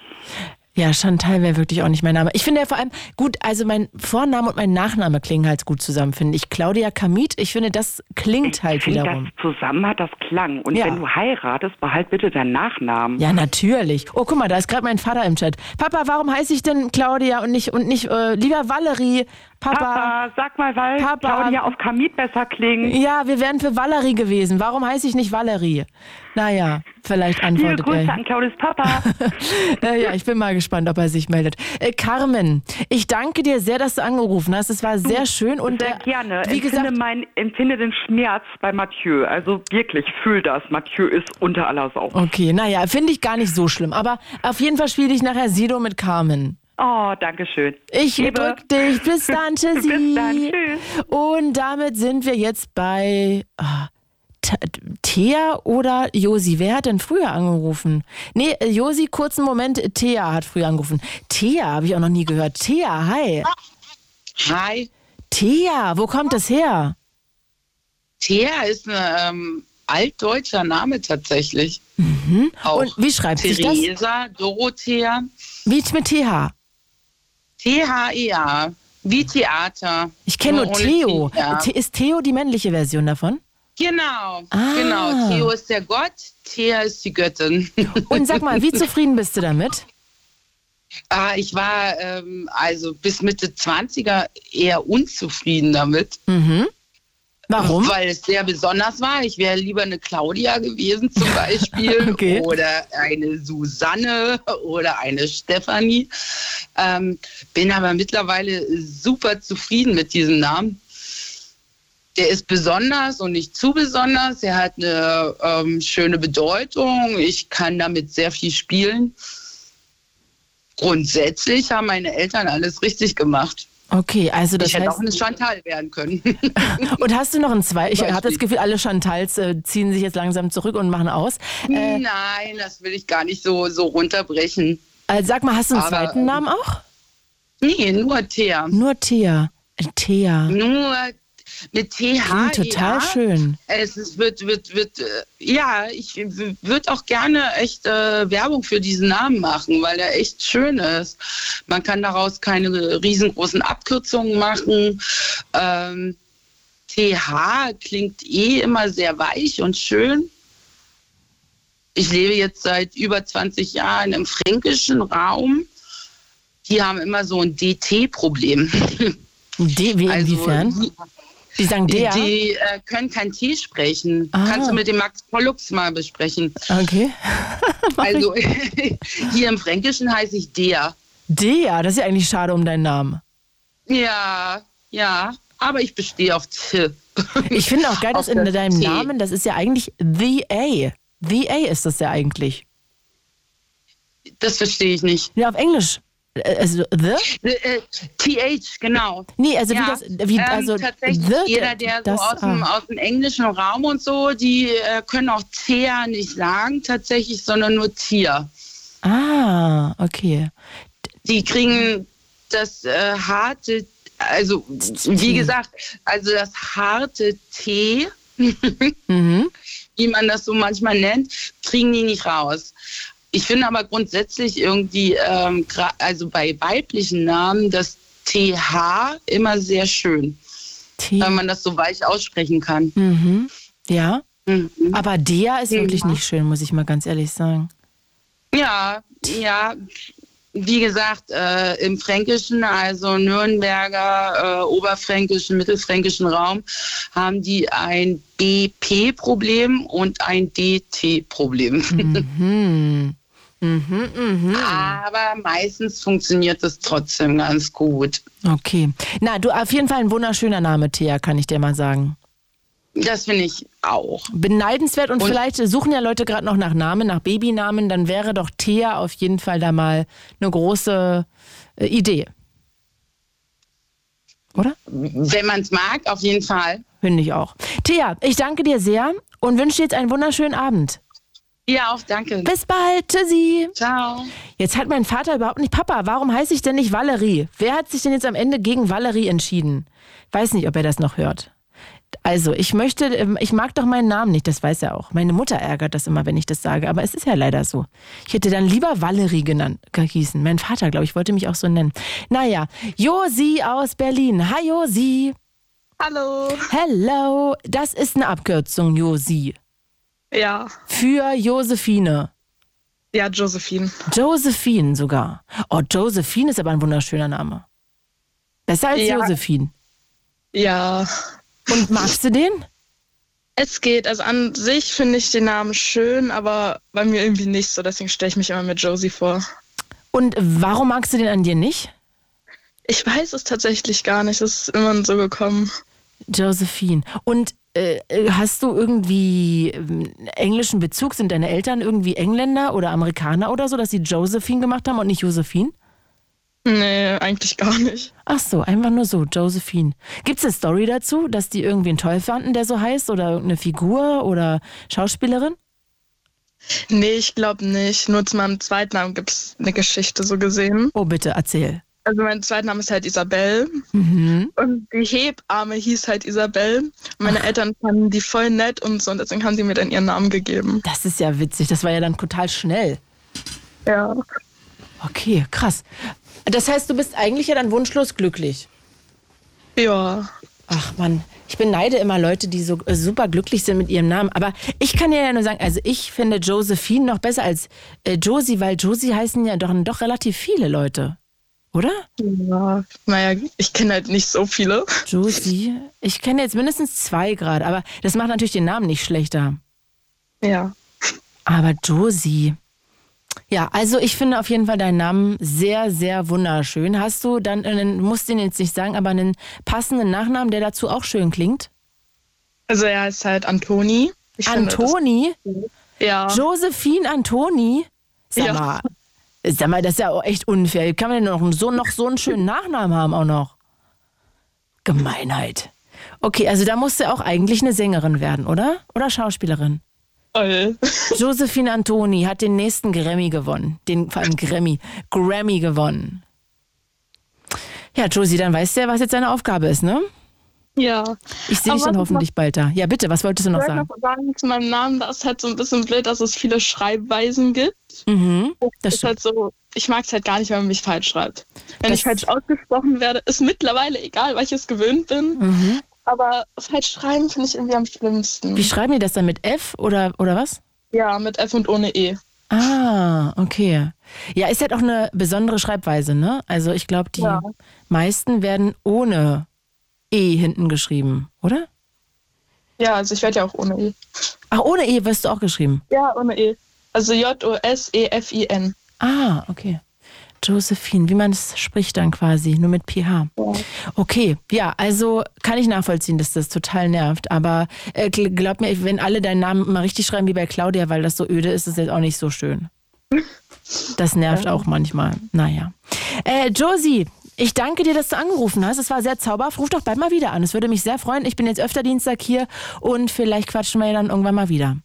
Speaker 3: Ja, Chantal wäre wirklich auch nicht mein Name. Ich finde ja vor allem gut, also mein Vorname und mein Nachname klingen halt gut zusammen, finde ich. Claudia Kamit, ich finde, das klingt halt
Speaker 16: Wenn das
Speaker 3: wiederum.
Speaker 16: zusammen hat, das Klang. Und
Speaker 3: Ja.
Speaker 16: wenn du heiratest, behalt bitte deinen Nachnamen.
Speaker 3: Ja, natürlich. Oh, guck mal, da ist gerade mein Vater im Chat. Papa, warum heiße ich denn Claudia und nicht und nicht äh, lieber Valerie? Papa,
Speaker 16: Papa, sag mal, weil
Speaker 3: Papa.
Speaker 16: Claudia auf Kamit besser klingt.
Speaker 3: Ja, wir wären für Valerie gewesen. Warum heiße ich nicht Valerie? Naja, vielleicht antwortet
Speaker 16: Liebe Grüße
Speaker 3: er.
Speaker 16: an Claudias Papa.
Speaker 3: äh, ja, ich bin mal gespannt, ob er sich meldet. Äh, Carmen, ich danke dir sehr, dass du angerufen hast. Es war sehr schön und
Speaker 16: sehr
Speaker 3: äh,
Speaker 16: gerne.
Speaker 3: wie
Speaker 16: empfinde,
Speaker 3: gesagt,
Speaker 16: mein, empfinde den Schmerz bei Mathieu. Also wirklich, fühl das. Mathieu ist unter aller Sau.
Speaker 3: okay, naja, finde ich gar nicht so schlimm. Aber auf jeden Fall spiele ich nachher Sido mit Carmen.
Speaker 16: Oh, danke schön.
Speaker 3: Ich
Speaker 16: Liebe.
Speaker 3: drück dich. Bis dann, tschüssi.
Speaker 16: Bis dann, tschüss.
Speaker 3: Und damit sind wir jetzt bei ah, T- Thea oder Josi. Wer hat denn früher angerufen? Nee, äh, Josi, kurzen Moment. Thea hat früher angerufen. Thea habe ich auch noch nie gehört. Thea, hi.
Speaker 17: Hi.
Speaker 3: Thea, wo kommt das her?
Speaker 17: Thea ist ein ähm, altdeutscher Name tatsächlich. Auch
Speaker 3: Hm? Und wie schreibt sich Mhm. das?
Speaker 17: Theresa, Dorothea,
Speaker 3: Wie mit TH?
Speaker 17: T-H-E-A, E wie Theater.
Speaker 3: Ah. Ich kenne nur
Speaker 17: ohne
Speaker 3: Theo.
Speaker 17: Thea.
Speaker 3: The- Ist Theo die männliche Version davon?
Speaker 17: Genau,
Speaker 3: Ah.
Speaker 17: genau. Theo ist der Gott, Thea ist die Göttin.
Speaker 3: Und sag mal, wie zufrieden bist du damit?
Speaker 17: Ah, ich war ähm, also bis Mitte 20er eher unzufrieden damit.
Speaker 3: Mhm. Warum?
Speaker 17: Weil es sehr besonders war. Ich wäre lieber eine Claudia gewesen zum Beispiel
Speaker 3: Okay.
Speaker 17: oder eine Susanne oder eine Stefanie. Ähm, bin aber mittlerweile super zufrieden mit diesem Namen. Der ist besonders und nicht zu besonders. Er hat eine ähm, schöne Bedeutung. Ich kann damit sehr viel spielen. Grundsätzlich haben meine Eltern alles richtig gemacht.
Speaker 3: Okay, also das
Speaker 17: ich hätte
Speaker 3: heißt.
Speaker 17: auch eine Chantal werden können.
Speaker 3: Und hast du noch einen zwei? Ich habe das
Speaker 17: Beispiel.
Speaker 3: Gefühl, alle Chantals äh, ziehen sich jetzt langsam zurück und machen aus. Äh,
Speaker 17: Nein, das will ich gar nicht so, so runterbrechen.
Speaker 3: äh, sag mal, hast du einen
Speaker 17: Aber,
Speaker 3: zweiten
Speaker 17: ähm,
Speaker 3: Namen auch?
Speaker 17: Nee, nur Thea.
Speaker 3: Nur Thea. Äh, Thea.
Speaker 17: Nur mit E TH.
Speaker 3: Klingt total schön.
Speaker 17: Es ist, wird, wird, wird, äh, ja, ich würde auch gerne echt äh, Werbung für diesen Namen machen, weil er echt schön ist. Man kann daraus keine riesengroßen Abkürzungen machen. Ähm, TH klingt eh immer sehr weich und schön. Ich lebe jetzt seit über 20 Jahren im fränkischen Raum. Die haben immer so ein DT-Problem.
Speaker 3: D, wie,
Speaker 17: Also
Speaker 3: inwiefern? Die sagen der.
Speaker 17: Die äh, können kein T sprechen.
Speaker 3: Ah.
Speaker 17: Kannst du mit dem Max Pollux mal besprechen.
Speaker 3: Okay.
Speaker 17: Also hier im Fränkischen heiße ich der.
Speaker 3: Dea, das ist ja eigentlich schade um deinen Namen.
Speaker 17: Ja, ja. Aber ich bestehe auf T.
Speaker 3: Ich finde auch geil, dass
Speaker 17: Auf
Speaker 3: in
Speaker 17: das
Speaker 3: deinem
Speaker 17: T.
Speaker 3: Namen, das ist ja eigentlich The A. The A ist das ja eigentlich.
Speaker 17: Das verstehe ich nicht.
Speaker 3: Ja, auf Englisch. Äh, Also The?
Speaker 17: Äh, äh, TH, genau.
Speaker 3: Nee, also wie das- wie-
Speaker 17: ähm,
Speaker 3: also
Speaker 17: tatsächlich,
Speaker 3: the-
Speaker 17: jeder, der so
Speaker 3: das-
Speaker 17: aus dem,
Speaker 3: ah.
Speaker 17: aus dem englischen Raum und so, die äh, können auch Thea nicht sagen, tatsächlich, sondern nur Tier.
Speaker 3: Ah, okay.
Speaker 17: die kriegen das äh, harte, also wie gesagt, also das harte T, wie man das so manchmal nennt, kriegen die nicht raus. Ich finde aber grundsätzlich irgendwie, ähm, gra- also bei weiblichen Namen, das TH immer sehr schön, weil man das so weich aussprechen kann.
Speaker 3: Mhm. Ja.
Speaker 17: Mhm.
Speaker 3: Aber Dea ist wirklich nicht schön, muss ich mal ganz ehrlich sagen.
Speaker 17: Ja, ja. Wie gesagt, äh, im Fränkischen, also Nürnberger, äh, oberfränkischen, mittelfränkischen Raum, haben die ein BP-Problem und ein DT-Problem.
Speaker 3: Mhm. Mhm, mhm.
Speaker 17: Aber meistens funktioniert es trotzdem ganz gut.
Speaker 3: Okay. Na, du auf jeden Fall ein wunderschöner Name, Thea, kann ich dir mal sagen.
Speaker 17: Das finde ich auch.
Speaker 3: Beneidenswert und,
Speaker 17: Und-
Speaker 3: vielleicht suchen ja Leute gerade noch nach Namen, nach Babynamen, dann wäre doch Thea auf jeden Fall da mal eine große äh, Idee.
Speaker 17: Wenn man es mag, auf jeden Fall.
Speaker 3: Finde ich auch. Thea, ich danke dir sehr und wünsche dir jetzt einen wunderschönen Abend.
Speaker 17: Ja, auch danke.
Speaker 3: Bis bald, tschüssi.
Speaker 17: Ciao.
Speaker 3: Jetzt hat mein Vater überhaupt nicht, Papa, warum heiße ich denn nicht Valerie? Wer hat sich denn jetzt am Ende gegen Valerie entschieden? Weiß nicht, ob er das noch hört. Also, ich möchte, ähm, ich mag doch meinen Namen nicht, das weiß er auch. Meine Mutter ärgert das immer, wenn ich das sage, aber es ist ja leider so. Ich hätte dann lieber Valerie genannt, gehießen. Mein Vater, glaube ich, wollte mich auch so nennen. Naja, Josi aus Berlin. Hi, Josi.
Speaker 5: Hallo.
Speaker 3: Hello. Das ist eine Abkürzung, Josi.
Speaker 5: Ja,
Speaker 3: Für Josephine.
Speaker 5: ja, Josephine.
Speaker 3: Josephine sogar. Oh, Josephine ist aber ein wunderschöner Name. Besser als
Speaker 5: Ja.
Speaker 3: Josephine.
Speaker 5: Ja.
Speaker 3: Und magst du den?
Speaker 5: Es geht. Also an sich finde ich den Namen schön, aber bei mir irgendwie nicht so. Deswegen stelle ich mich immer mit Josie vor.
Speaker 3: Und warum magst du den an dir nicht?
Speaker 5: Ich weiß es tatsächlich gar nicht. Es ist immer so gekommen.
Speaker 3: Josephine. Und äh, hast du irgendwie ähm, englischen Bezug? Sind deine Eltern irgendwie Engländer oder Amerikaner oder so, dass sie Josephine gemacht haben und nicht Josephine?
Speaker 5: Nee, eigentlich gar nicht.
Speaker 3: Ach so, einfach nur so, Josephine. Gibt es eine Story dazu, dass die irgendwie einen toll fanden, der so heißt? Oder irgendeine Figur oder Schauspielerin?
Speaker 5: Nee, ich glaube nicht. Nur zu meinem Zweitnamen gibt es eine Geschichte so gesehen.
Speaker 3: Oh, bitte, erzähl.
Speaker 5: Also mein Zweitname ist halt Isabel.
Speaker 3: Mhm.
Speaker 5: Und die Hebamme hieß halt Isabel. Und meine Eltern fanden die voll nett und so. Und deswegen haben sie mir dann ihren Namen gegeben.
Speaker 3: Das ist ja witzig, das war ja dann total schnell.
Speaker 5: Ja.
Speaker 3: Okay, krass. Das heißt, du bist eigentlich ja dann wunschlos glücklich.
Speaker 5: Ja.
Speaker 3: Ach Mann, ich beneide immer Leute, die so äh, super glücklich sind mit ihrem Namen. Aber ich kann dir ja nur sagen, also ich finde Josephine noch besser als äh, Josie, weil Josie heißen ja doch, doch relativ viele Leute, oder?
Speaker 5: Ja, naja, ich kenne halt nicht so viele.
Speaker 3: Josie? Ich kenne jetzt mindestens zwei gerade, aber das macht natürlich den Namen nicht schlechter.
Speaker 5: Ja.
Speaker 3: Aber Josie. Ja, also ich finde auf jeden Fall deinen Namen sehr, sehr wunderschön. Hast du dann, einen, musst den jetzt nicht sagen, aber einen passenden Nachnamen, der dazu auch schön klingt?
Speaker 5: Also er heißt halt Antoni. Ich finde, das-
Speaker 3: Antoni?
Speaker 5: Ja.
Speaker 3: Josephine Antoni? Sag
Speaker 5: Ja.
Speaker 3: mal, sag mal, das ist ja auch echt unfair. Wie kann man denn noch so, noch so einen schönen Nachnamen haben auch noch? Gemeinheit. Okay, also da musst du auch eigentlich eine Sängerin werden, oder? Oder Schauspielerin?
Speaker 1: Oh,
Speaker 5: Toll.
Speaker 3: Josephine Antoni hat den nächsten Grammy gewonnen. Den, vor allem Grammy. Grammy gewonnen. Ja, Josie, dann weißt du ja, was jetzt deine Aufgabe ist, ne?
Speaker 5: Ja.
Speaker 3: Ich sehe dich
Speaker 5: Aber
Speaker 3: dann
Speaker 5: was
Speaker 3: hoffentlich bald da. Ja, bitte, was wolltest du noch
Speaker 5: Ich wollte
Speaker 3: sagen?
Speaker 5: noch sagen, zu meinem Namen, das ist halt so ein bisschen blöd, dass es viele Schreibweisen gibt.
Speaker 3: Mhm,
Speaker 5: das ist halt so, ich mag es halt gar nicht, wenn man mich falsch schreibt. Wenn ich falsch ausgesprochen werde, ist mittlerweile egal, weil ich es gewöhnt bin.
Speaker 3: Mhm.
Speaker 5: Aber falsch schreiben finde ich irgendwie am schlimmsten.
Speaker 3: Wie schreiben die das dann mit F oder, oder was?
Speaker 5: Ja, mit F und ohne E.
Speaker 3: Ah, okay. Ja, ist halt auch eine besondere Schreibweise, ne? Also ich glaube, die
Speaker 5: Ja.
Speaker 3: meisten werden ohne E hinten geschrieben, oder?
Speaker 5: Ja, also ich werde ja auch ohne E.
Speaker 3: Ach, ohne E wirst du auch geschrieben.
Speaker 5: Ja, ohne E. Also J-O-S-E-F-I-N.
Speaker 3: Ah, okay. Josephine, wie man es spricht dann quasi, nur mit PH. Okay, ja, also kann ich nachvollziehen, dass das total nervt. Aber äh, gl- glaub mir, wenn alle deinen Namen mal richtig schreiben wie bei Claudia, weil das so öde ist, ist jetzt auch nicht so schön. Das nervt
Speaker 1: Ja.
Speaker 3: auch manchmal. Naja. Äh, Josie, ich danke dir, dass du angerufen hast. Es war sehr zauberhaft. Ruf doch bald mal wieder an. Es würde mich sehr freuen. Ich bin jetzt öfter Dienstag hier und vielleicht quatschen wir dann irgendwann mal wieder.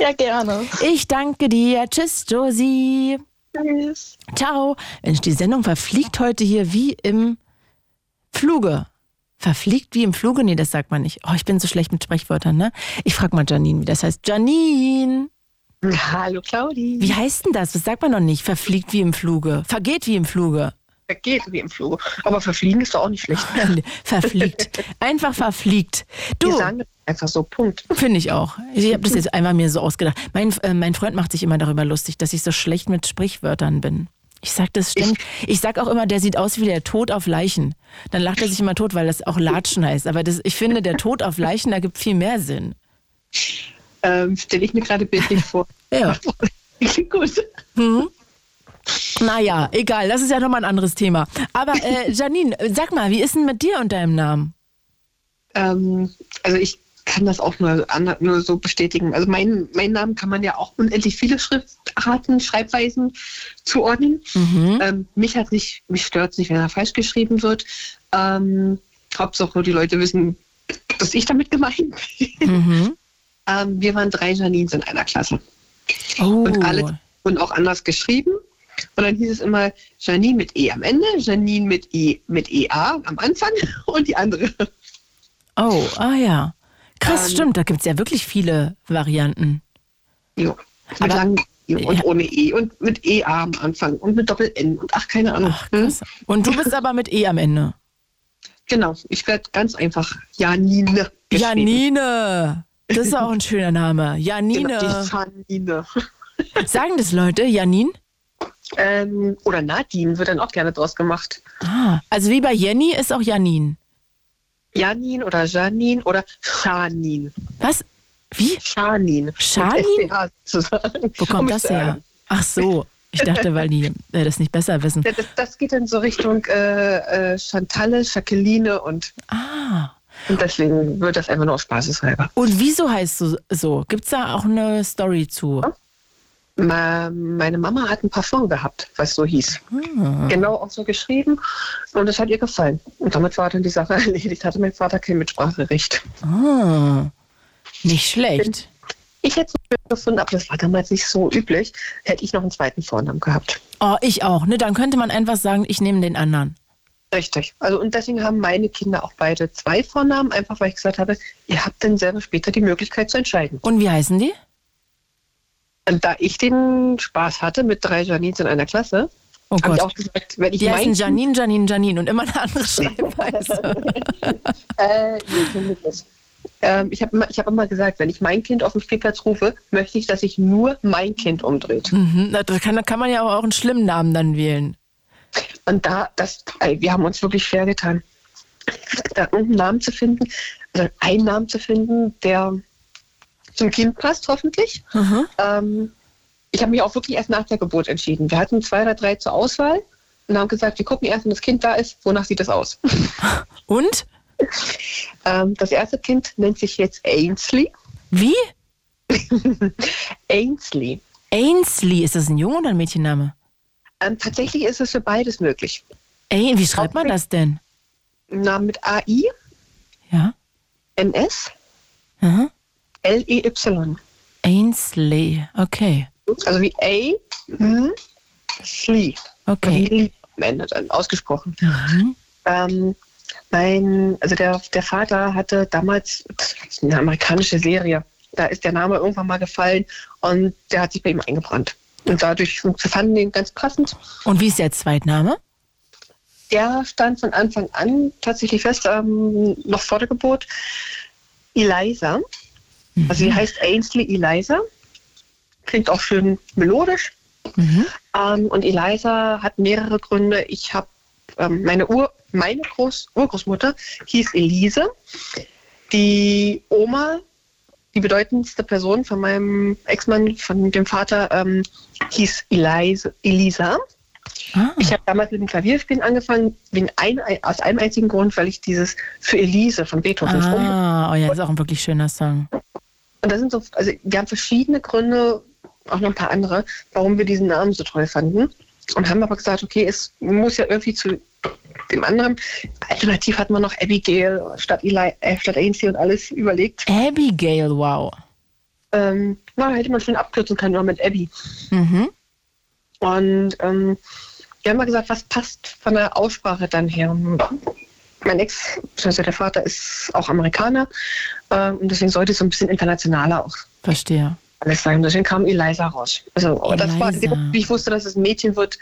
Speaker 5: Ja, gerne.
Speaker 3: Ich danke dir. Tschüss, Josie.
Speaker 5: Tschüss.
Speaker 3: Ciao. Mensch, die Sendung verfliegt heute hier wie im Fluge. Verfliegt wie im Fluge? Nee, das sagt man nicht. Oh, ich bin so schlecht mit Sprechwörtern, ne? Ich frag mal Janine, wie das heißt. Janine! Hallo Claudi. Wie heißt denn das? Das sagt man noch nicht. Verfliegt wie im Fluge. Vergeht wie im Fluge.
Speaker 18: Vergeht wie im Fluge. Aber verfliegen ist doch auch nicht schlecht.
Speaker 3: verfliegt. Einfach verfliegt. Du.
Speaker 18: Wir sagen einfach so, Punkt.
Speaker 3: Finde ich auch. Ich habe das jetzt einfach mir so ausgedacht. Mein, äh, mein Freund macht sich immer darüber lustig, dass ich so schlecht mit Sprichwörtern bin. Ich sag das ständig. Ich, sag auch immer, der sieht aus wie der Tod auf Leichen. Dann lacht er sich immer tot, weil das auch Latschen heißt. Aber das, ich finde, der Tod auf Leichen, da gibt viel mehr Sinn.
Speaker 18: Ähm, Stelle ich mir gerade bildlich vor.
Speaker 3: Ja.
Speaker 18: Klingt gut.
Speaker 3: Hm? Naja, egal, das ist ja nochmal ein anderes Thema. Aber äh, Janine, sag mal, wie ist denn mit dir und deinem Namen?
Speaker 18: Ähm, also ich kann das auch nur, an- nur so bestätigen. Also meinen mein Namen kann man ja auch unendlich viele Schriftarten, Schreibweisen zuordnen. Ähm, mich hat nicht, mich stört es nicht, wenn er falsch geschrieben wird. Ähm, Hauptsache die Leute wissen, dass ich damit gemeint bin. Ähm, wir waren drei Janines in einer Klasse. Und alle und auch anders geschrieben. Und dann hieß es immer Janine mit E am Ende, Janine mit E mit EA am Anfang und die andere.
Speaker 3: Oh, ah ja. Krass,
Speaker 18: Ähm,
Speaker 3: stimmt, da gibt es ja wirklich viele Varianten.
Speaker 18: Jo. Mit langem E und ohne E und mit EA am Anfang und mit Doppel-N und ach, keine Ahnung.
Speaker 3: Und du bist aber mit E am Ende.
Speaker 18: Genau, ich werde ganz einfach Janine. geschrieben.
Speaker 3: Janine! Das ist auch ein schöner Name. Janine.
Speaker 18: Genau, die Janine.
Speaker 3: Sagen das Leute, Janine?
Speaker 18: Ähm, oder Nadine wird dann auch gerne draus gemacht.
Speaker 3: Ah, also wie bei Jenny ist auch Janine.
Speaker 18: Janine oder Janine oder Schanin.
Speaker 3: Was? Wie?
Speaker 18: Schanin.
Speaker 3: Schanin?
Speaker 18: Mit SCH sozusagen.
Speaker 3: Wo
Speaker 18: Um
Speaker 3: kommt
Speaker 18: mich
Speaker 3: das
Speaker 18: zu
Speaker 3: her?
Speaker 18: ärgern.
Speaker 3: Ach so, ich dachte, weil die äh, das nicht besser wissen.
Speaker 18: Ja, Das, das geht dann so Richtung äh, äh, Chantalle, Jacqueline und.
Speaker 3: Ah.
Speaker 18: Und deswegen wird das einfach nur auf Spaß halber.
Speaker 3: Und wieso heißt du so? Gibt es da auch eine Story zu?
Speaker 18: Ma- Meine Mama hat ein Parfum gehabt, was so hieß.
Speaker 3: Ah.
Speaker 18: Genau auch so geschrieben. Und das hat ihr gefallen. Und damit war dann die Sache erledigt. Hatte mein Vater kein Mitspracherecht.
Speaker 3: Ah, nicht schlecht.
Speaker 18: Ich hätte es schön gefunden, aber das war damals nicht so üblich. Hätte ich noch einen zweiten Vornamen gehabt.
Speaker 3: Oh, ich auch. Ne, dann könnte man einfach sagen, ich nehme den anderen.
Speaker 18: Richtig. Also und deswegen haben meine Kinder auch beide zwei Vornamen, einfach weil ich gesagt habe, ihr habt dann selber später die Möglichkeit zu entscheiden.
Speaker 3: Und wie heißen die?
Speaker 18: Und da ich den Spaß hatte mit drei Janines in einer Klasse,
Speaker 3: Oh
Speaker 18: habe
Speaker 3: Gott.
Speaker 18: ich auch gesagt, wenn ich
Speaker 3: die heißen
Speaker 18: mein
Speaker 3: Janine, Janine, Janine und immer eine andere Schreibweise.
Speaker 18: Äh, nee, so nicht das. Ähm, ich habe immer, ich hab immer gesagt, wenn ich mein Kind auf dem Spielplatz rufe, möchte ich, dass sich nur mein Kind umdreht.
Speaker 3: Mhm, na, da, kann, da kann man ja aber auch einen schlimmen Namen dann wählen.
Speaker 18: Und da, das, ey, wir haben uns wirklich schwer getan, da irgendeinen Namen zu finden, also einen Namen zu finden, der zum Kind passt, hoffentlich. Ähm, ich habe mich auch wirklich erst nach der Geburt entschieden. Wir hatten zwei oder drei zur Auswahl und haben gesagt, wir gucken erst, wenn das Kind da ist, wonach sieht das aus.
Speaker 3: Und?
Speaker 18: Ähm, das erste Kind nennt sich jetzt Ainsley.
Speaker 3: Wie?
Speaker 18: Ainsley.
Speaker 3: Ainsley, ist das ein Junge oder ein Mädchenname?
Speaker 18: Ähm, tatsächlich ist es für beides möglich.
Speaker 3: Ey, wie schreibt man das denn?
Speaker 18: Na, mit AI,
Speaker 3: Ja.
Speaker 18: NS,
Speaker 3: Aha.
Speaker 18: E L-E-Y.
Speaker 3: Ainsley, okay.
Speaker 18: Also wie A, M, Sli.
Speaker 3: Okay.
Speaker 18: Wie Li Am Ende dann ausgesprochen.
Speaker 3: Mhm.
Speaker 18: Ähm, mein, also der, der Vater hatte damals das ist eine amerikanische Serie. Da ist der Name irgendwann mal gefallen und der hat sich bei ihm eingebrannt. Und dadurch wir fanden den ganz passend.
Speaker 3: Und wie ist der Zweitname?
Speaker 18: Der stand von Anfang an tatsächlich fest, ähm, noch vor der Geburt, Eliza. Also sie heißt Ainsley Eliza. Klingt auch schön melodisch. Ähm, und Eliza hat mehrere Gründe. Ich habe ähm, meine Ur meine Groß Urgroßmutter hieß Elise. Die Oma, die bedeutendste Person von meinem Ex-Mann, von dem Vater, ähm, hieß Elise, Elisa. Ich habe damals mit dem Klavierspielen angefangen, wegen ein, aus einem einzigen Grund, weil ich dieses für Elise von Beethoven
Speaker 3: Ah, oh ja, das ist auch ein wirklich schöner Song.
Speaker 18: und das sind so, also wir haben verschiedene Gründe, auch noch ein paar andere, warum wir diesen Namen so toll fanden. Und haben aber gesagt, okay, es muss ja irgendwie zu dem anderen. Alternativ hatten wir noch Abigail statt, Eli, äh, statt Ainsley und alles überlegt.
Speaker 3: Abigail, wow.
Speaker 18: Ähm, na, hätte man schon abkürzen können, nur mit Abby.
Speaker 3: Mhm.
Speaker 18: Und ähm, wir haben mal gesagt, was passt von der Aussprache dann her? Mein Ex, also der Vater, ist auch Amerikaner. Ähm, und deswegen sollte es so ein bisschen internationaler auch
Speaker 3: Verstehe.
Speaker 18: alles sagen. Deswegen kam Eliza raus. Also, aber das war,
Speaker 3: Eliza.
Speaker 18: wie ich wusste, dass es ein Mädchen wird,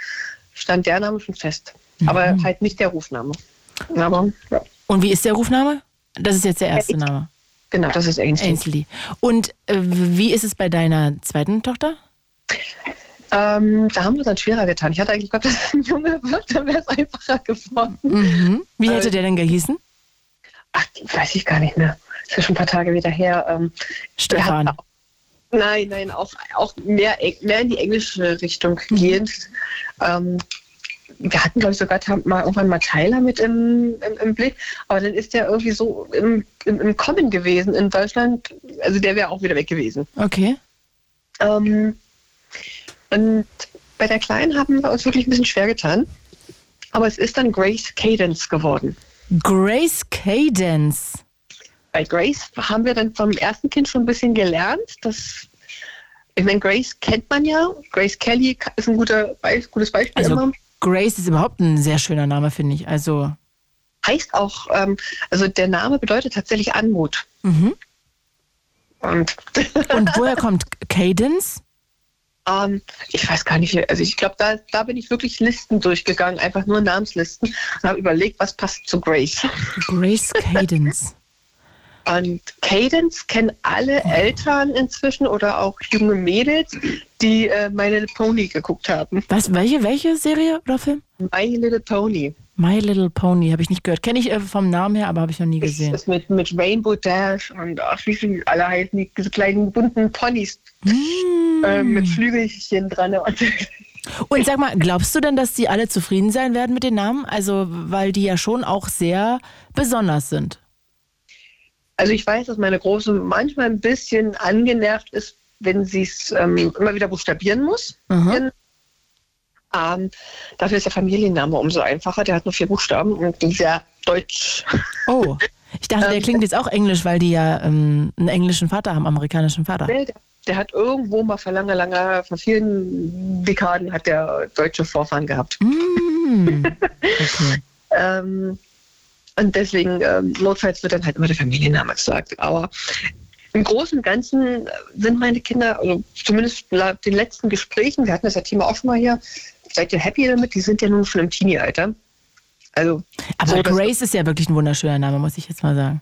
Speaker 18: stand der Name schon fest. Aber halt nicht der Rufname. Aber, ja.
Speaker 3: Mhm. Und wie ist der Rufname? Das ist jetzt der erste Name.
Speaker 18: Genau, das ist Ainsley.
Speaker 3: Ainsley. Und äh, wie ist es bei deiner zweiten Tochter?
Speaker 18: Ähm, da haben wir es dann schwerer getan. Ich hatte eigentlich gedacht, dass es ein Junge wird, dann wäre es einfacher geworden.
Speaker 3: Mhm. Wie hätte der denn gehießen?
Speaker 18: Ach, weiß ich gar nicht mehr. Ist ja schon ein paar Tage wieder her. Ähm,
Speaker 3: Stefan.
Speaker 18: der hat- Nein, nein, auch, auch mehr, Eng- mehr in die englische Richtung
Speaker 3: Mhm.
Speaker 18: gehend. Ähm, wir hatten, glaube ich, sogar ta- mal irgendwann mal Tyler mit im, im, im Blick, aber dann ist der irgendwie so im, im, im Kommen gewesen in Deutschland. Also der wäre auch wieder weg gewesen.
Speaker 3: Okay.
Speaker 18: Ähm, und bei der Kleinen haben wir uns wirklich ein bisschen schwer getan. Aber es ist dann Grace Cadence geworden.
Speaker 3: Grace Cadence.
Speaker 18: Bei Grace haben wir dann vom ersten Kind schon ein bisschen gelernt, dass. Ich meine, Grace kennt man ja. Grace Kelly ist ein guter, Be- gutes Beispiel immer.
Speaker 3: Also Grace ist überhaupt ein sehr schöner Name, finde ich. Also
Speaker 18: Heißt auch, ähm, also der Name bedeutet tatsächlich Anmut.
Speaker 3: mhm.
Speaker 18: Und,
Speaker 3: Und woher kommt Cadence?
Speaker 18: Ähm, ich weiß gar nicht, wie- also ich glaube, da, da bin ich wirklich Listen durchgegangen, einfach nur Namenslisten und habe überlegt, was passt zu Grace.
Speaker 3: Grace Cadence. Mhm.
Speaker 18: Und Cadence kennen alle Eltern inzwischen oder auch junge Mädels, die äh, My Little Pony geguckt haben.
Speaker 3: Was, welche, welche Serie oder Film?
Speaker 18: My Little Pony.
Speaker 3: My Little Pony, habe ich nicht gehört. Kenne ich äh, vom Namen her, aber habe ich noch nie gesehen.
Speaker 18: Das mit, mit Rainbow Dash und ach, wie sie alle heißen, die- diese kleinen bunten Ponys äh, mit Flügelchen dran. Und
Speaker 3: Und sag mal, glaubst du denn, dass die alle zufrieden sein werden mit den Namen? Also, weil die ja schon auch sehr besonders sind.
Speaker 18: Also ich weiß, dass meine Große manchmal ein bisschen angenervt ist, wenn sie es ähm, immer wieder buchstabieren muss. Denn, Ähm, dafür ist der Familienname umso einfacher. Der hat nur vier Buchstaben und die ist ja deutsch.
Speaker 3: Oh, ich dachte,
Speaker 18: Ähm,
Speaker 3: der klingt jetzt auch englisch, weil die ja ähm, einen englischen Vater haben, amerikanischen Vater.
Speaker 18: Der, der hat irgendwo mal vor lange, lange, vor vielen Dekaden hat der deutsche Vorfahren gehabt.
Speaker 3: Mm.
Speaker 18: Ähm, und deswegen, ähm, notfalls wird dann halt immer der Familienname gesagt. Aber im Großen und Ganzen sind meine Kinder, also zumindest nach den letzten Gesprächen, wir hatten das ja Thema auch schon mal hier, seid ihr happy damit? Die sind ja nun schon im Teenie-Alter. Also,
Speaker 3: Aber
Speaker 18: so, dass-
Speaker 3: Grace ist ja wirklich ein wunderschöner Name, muss ich jetzt mal sagen.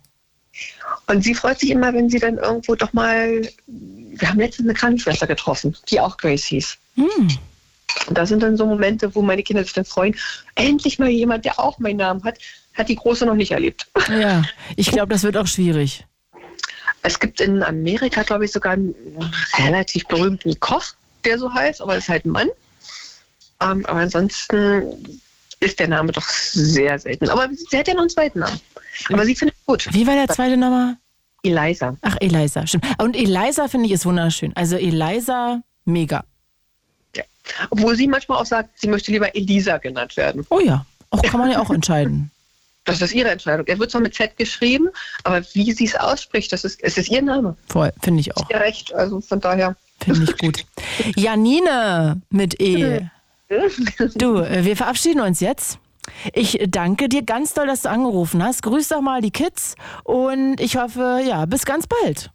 Speaker 18: Und sie freut sich immer, wenn sie dann irgendwo doch mal. Wir haben letztens eine Krankenschwester getroffen, die auch Grace hieß.
Speaker 3: Hm.
Speaker 18: Und das sind dann so Momente, wo meine Kinder sich dann freuen. Endlich mal jemand, der auch meinen Namen hat, hat die Große noch nicht erlebt.
Speaker 3: Ja, ich glaube, das wird auch schwierig.
Speaker 18: Es gibt in Amerika, glaube ich, sogar einen relativ berühmten Koch, der so heißt, aber ist halt ein Mann. Ähm, aber ansonsten ist der Name doch sehr selten. Aber sie hat ja noch einen zweiten Namen. Aber sie findet gut.
Speaker 3: Wie war der zweite Name?
Speaker 18: Eliza.
Speaker 3: Ach, Eliza, stimmt. Und Eliza finde ich ist wunderschön. Also Eliza, mega.
Speaker 18: Obwohl sie manchmal auch sagt, sie möchte lieber Elisa genannt werden.
Speaker 3: Oh ja, auch kann man ja auch entscheiden.
Speaker 18: Das ist ihre Entscheidung. Er wird zwar mit Z geschrieben, aber wie sie es ausspricht, das ist, es ist ihr Name.
Speaker 3: Voll, finde ich auch.
Speaker 18: Ihr Recht, also von daher.
Speaker 3: Finde ich gut. Janine mit E. Du, äh, wir verabschieden uns jetzt. Ich danke dir ganz doll, dass du angerufen hast. Grüß doch mal die Kids und ich hoffe, ja, bis ganz bald.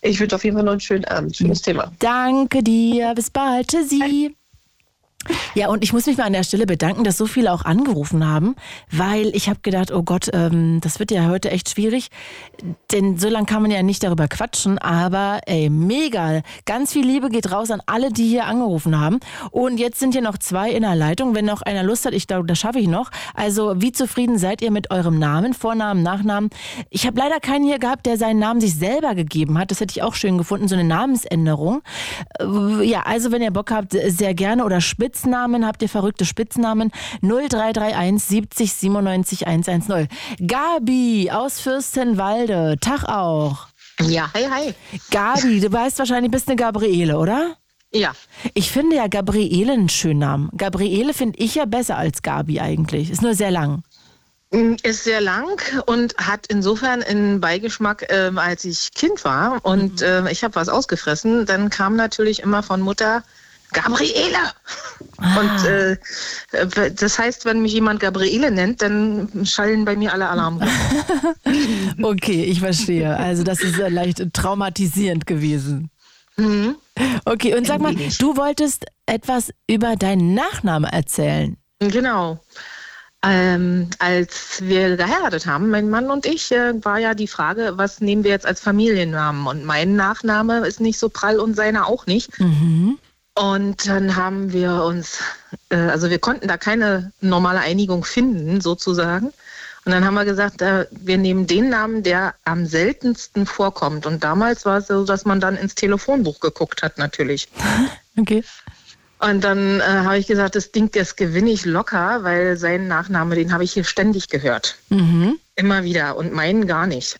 Speaker 18: Ich wünsche auf jeden Fall noch einen schönen Abend. Schönes Thema.
Speaker 3: Danke dir, bis bald. Tschüssi. Ja, und ich muss mich mal an der Stelle bedanken, dass so viele auch angerufen haben, weil ich habe gedacht, oh Gott, ähm, das wird ja heute echt schwierig, denn so lange kann man ja nicht darüber quatschen, aber ey, mega, ganz viel Liebe geht raus an alle, die hier angerufen haben. Und jetzt sind hier noch zwei in der Leitung, wenn noch einer Lust hat, ich glaube, das schaffe ich noch. Also, wie zufrieden seid ihr mit eurem Namen, Vornamen, Nachnamen? Ich habe leider keinen hier gehabt, der seinen Namen sich selber gegeben hat, das hätte ich auch schön gefunden, so eine Namensänderung. Äh, Ja, also wenn ihr Bock habt, sehr gerne. Oder Spitznamen, habt ihr verrückte Spitznamen? 0331 70 97 110. Gabi aus Fürstenwalde, Tag auch.
Speaker 19: Ja, hi, hi.
Speaker 3: Gabi, du weißt wahrscheinlich, bist eine Gabriele, oder?
Speaker 19: Ja.
Speaker 3: Ich finde ja Gabriele einen schönen Namen. Gabriele finde ich ja besser als Gabi eigentlich. Ist nur sehr lang.
Speaker 19: Ist sehr lang und hat insofern einen Beigeschmack, ähm, als ich Kind war und
Speaker 3: Mhm.
Speaker 19: ähm, ich habe was ausgefressen, dann kam natürlich immer von Mutter Gabriele.
Speaker 3: Ah.
Speaker 19: Und äh, äh, das heißt, wenn mich jemand Gabriele nennt, dann schallen bei mir alle Alarmglocken.
Speaker 3: Okay, ich verstehe. Also das ist äh, leicht traumatisierend gewesen.
Speaker 19: Mhm.
Speaker 3: Okay, und sag mal,
Speaker 19: Wenig.
Speaker 3: du wolltest etwas über deinen Nachnamen erzählen.
Speaker 19: Genau. Ähm, als wir geheiratet haben, mein Mann und ich, äh, war ja die Frage, was nehmen wir jetzt als Familiennamen? Und mein Nachname ist nicht so prall und seiner auch nicht.
Speaker 1: Mhm.
Speaker 19: Und dann haben wir uns, äh, also wir konnten da keine normale Einigung finden, sozusagen. Und dann haben wir gesagt, äh, wir nehmen den Namen, der am seltensten vorkommt. Und damals war es so, dass man dann ins Telefonbuch geguckt hat, natürlich.
Speaker 3: Okay.
Speaker 19: Und dann äh, habe ich gesagt, das Ding, das gewinne ich locker, weil seinen Nachname, den habe ich hier ständig gehört.
Speaker 3: Mhm.
Speaker 19: Immer wieder und meinen gar nicht.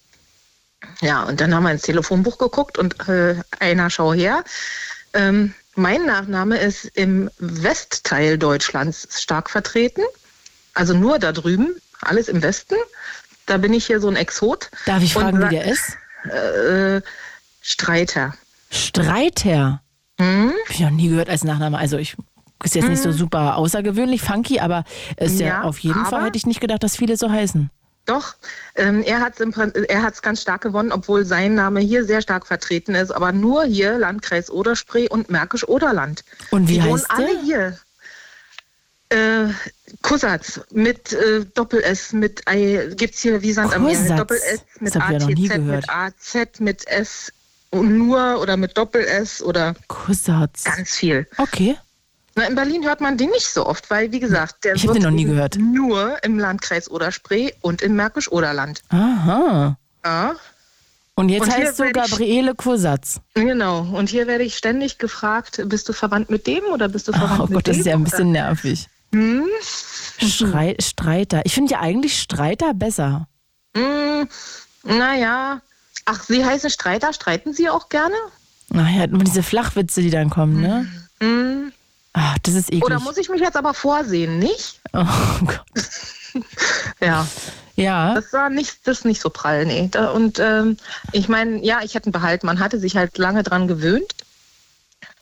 Speaker 19: Ja, und dann haben wir ins Telefonbuch geguckt und äh, einer schau her. Ähm, mein Nachname ist im Westteil Deutschlands stark vertreten. Also nur da drüben, alles im Westen. Da bin ich hier so ein Exot.
Speaker 3: Darf ich
Speaker 19: Und
Speaker 3: fragen, wie
Speaker 19: sag-
Speaker 3: der ist?
Speaker 19: Äh, äh, Streiter.
Speaker 3: Streiter.
Speaker 19: Hm?
Speaker 3: Hab ich noch nie gehört als Nachname. Also ich ist jetzt nicht so
Speaker 19: Mhm.
Speaker 3: super außergewöhnlich, funky, aber ist ja,
Speaker 19: Ja,
Speaker 3: auf jeden Fall
Speaker 19: aber-
Speaker 3: hätte ich nicht gedacht, dass viele so heißen.
Speaker 19: Doch, ähm, er hat es ganz stark gewonnen, obwohl sein Name hier sehr stark vertreten ist, aber nur hier Landkreis Oderspree und Märkisch-Oderland.
Speaker 3: Und wie
Speaker 19: Die wohnen
Speaker 3: heißt der?
Speaker 19: alle hier. Äh, Kusatz mit äh, Doppel-S, mit I, gibt's hier wie Sand am Meer, mit
Speaker 3: Kusatz.
Speaker 19: Doppel-S, mit
Speaker 3: Das hab ich ja noch
Speaker 19: ATZ,
Speaker 3: nie
Speaker 19: mit
Speaker 3: gehört.
Speaker 19: AZ, mit S und nur oder mit Doppel-S oder
Speaker 3: Kusatz.
Speaker 19: ganz viel.
Speaker 3: Okay.
Speaker 19: Na, in Berlin hört man den nicht so oft, weil, wie gesagt, der
Speaker 3: Ich hab
Speaker 19: wird
Speaker 3: den noch nie
Speaker 19: eben
Speaker 3: gehört.
Speaker 19: nur im Landkreis Oder-Spree und im Märkisch-Oderland.
Speaker 3: Aha.
Speaker 19: Ja.
Speaker 3: Und jetzt
Speaker 19: Und hier
Speaker 3: heißt du
Speaker 19: werd ich-
Speaker 3: Gabriele Kusatz.
Speaker 19: Genau, und hier werde ich ständig gefragt, bist du verwandt mit dem oder bist du verwandt
Speaker 3: Oh
Speaker 19: mit dem?
Speaker 3: Gott, das ist ja ein
Speaker 19: oder-
Speaker 3: bisschen nervig.
Speaker 19: Hm?
Speaker 3: Schrei Streiter. Ich finde ja eigentlich Streiter besser.
Speaker 19: Hm, naja, ach, Sie heißen Streiter, streiten Sie auch gerne?
Speaker 3: Naja, immer diese Flachwitze, die dann kommen, ne?
Speaker 19: Hm.
Speaker 3: Ach, das ist eklig.
Speaker 19: Oder muss ich mich jetzt aber vorsehen, nicht?
Speaker 3: oh Gott.
Speaker 19: Ja.
Speaker 3: Ja.
Speaker 19: Das war nicht, das ist nicht so prall, nee. Da, und ähm, ich meine, ja, ich hätte ihn behalten. Man hatte sich halt lange dran gewöhnt.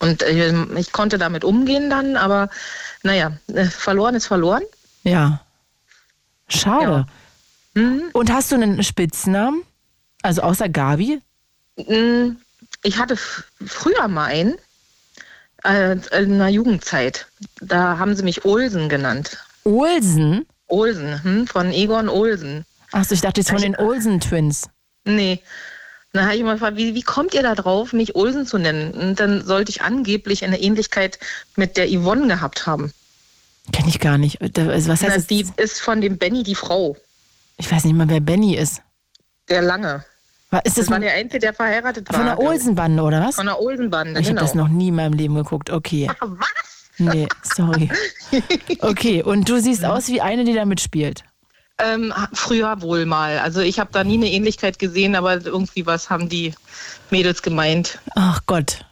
Speaker 19: Und ähm, ich konnte damit umgehen dann, aber naja, äh, verloren ist verloren.
Speaker 3: Ja. Schade.
Speaker 19: Hm?
Speaker 3: Und hast du einen Spitznamen? Also außer Gabi?
Speaker 19: Mm, Ich hatte f- früher mal einen, äh, in der Jugendzeit. Da haben sie mich Olsen genannt.
Speaker 3: Olsen?
Speaker 19: Olsen, hm, von Egon Olsen.
Speaker 3: Achso, ich dachte jetzt von
Speaker 19: Ich-
Speaker 3: den Olsen-Twins.
Speaker 19: Nee. Dann habe ich mal gefragt, wie, wie kommt ihr da drauf, mich Olsen zu nennen? Und dann sollte ich angeblich eine Ähnlichkeit mit der Yvonne gehabt haben.
Speaker 3: Kenne ich gar nicht. Da- Also was heißt
Speaker 19: Na,
Speaker 3: das?
Speaker 19: die ist von dem Benny die Frau,
Speaker 3: Ich weiß nicht mal, wer Benny ist.
Speaker 19: der lange.
Speaker 3: Wa- Ist das
Speaker 19: war
Speaker 3: von,
Speaker 19: der Einzige, der verheiratet war.
Speaker 3: von der Olsen-Bande oder was?
Speaker 19: Von der Olsenbande,
Speaker 3: ich
Speaker 19: genau.
Speaker 3: habe das noch nie in meinem Leben geguckt. Okay. was? Nee, sorry. Okay, und du siehst aus wie eine, die da mitspielt.
Speaker 19: Ähm, früher wohl mal. Also ich habe da nie eine Ähnlichkeit gesehen, aber irgendwie was haben die Mädels gemeint.
Speaker 3: Ach Gott.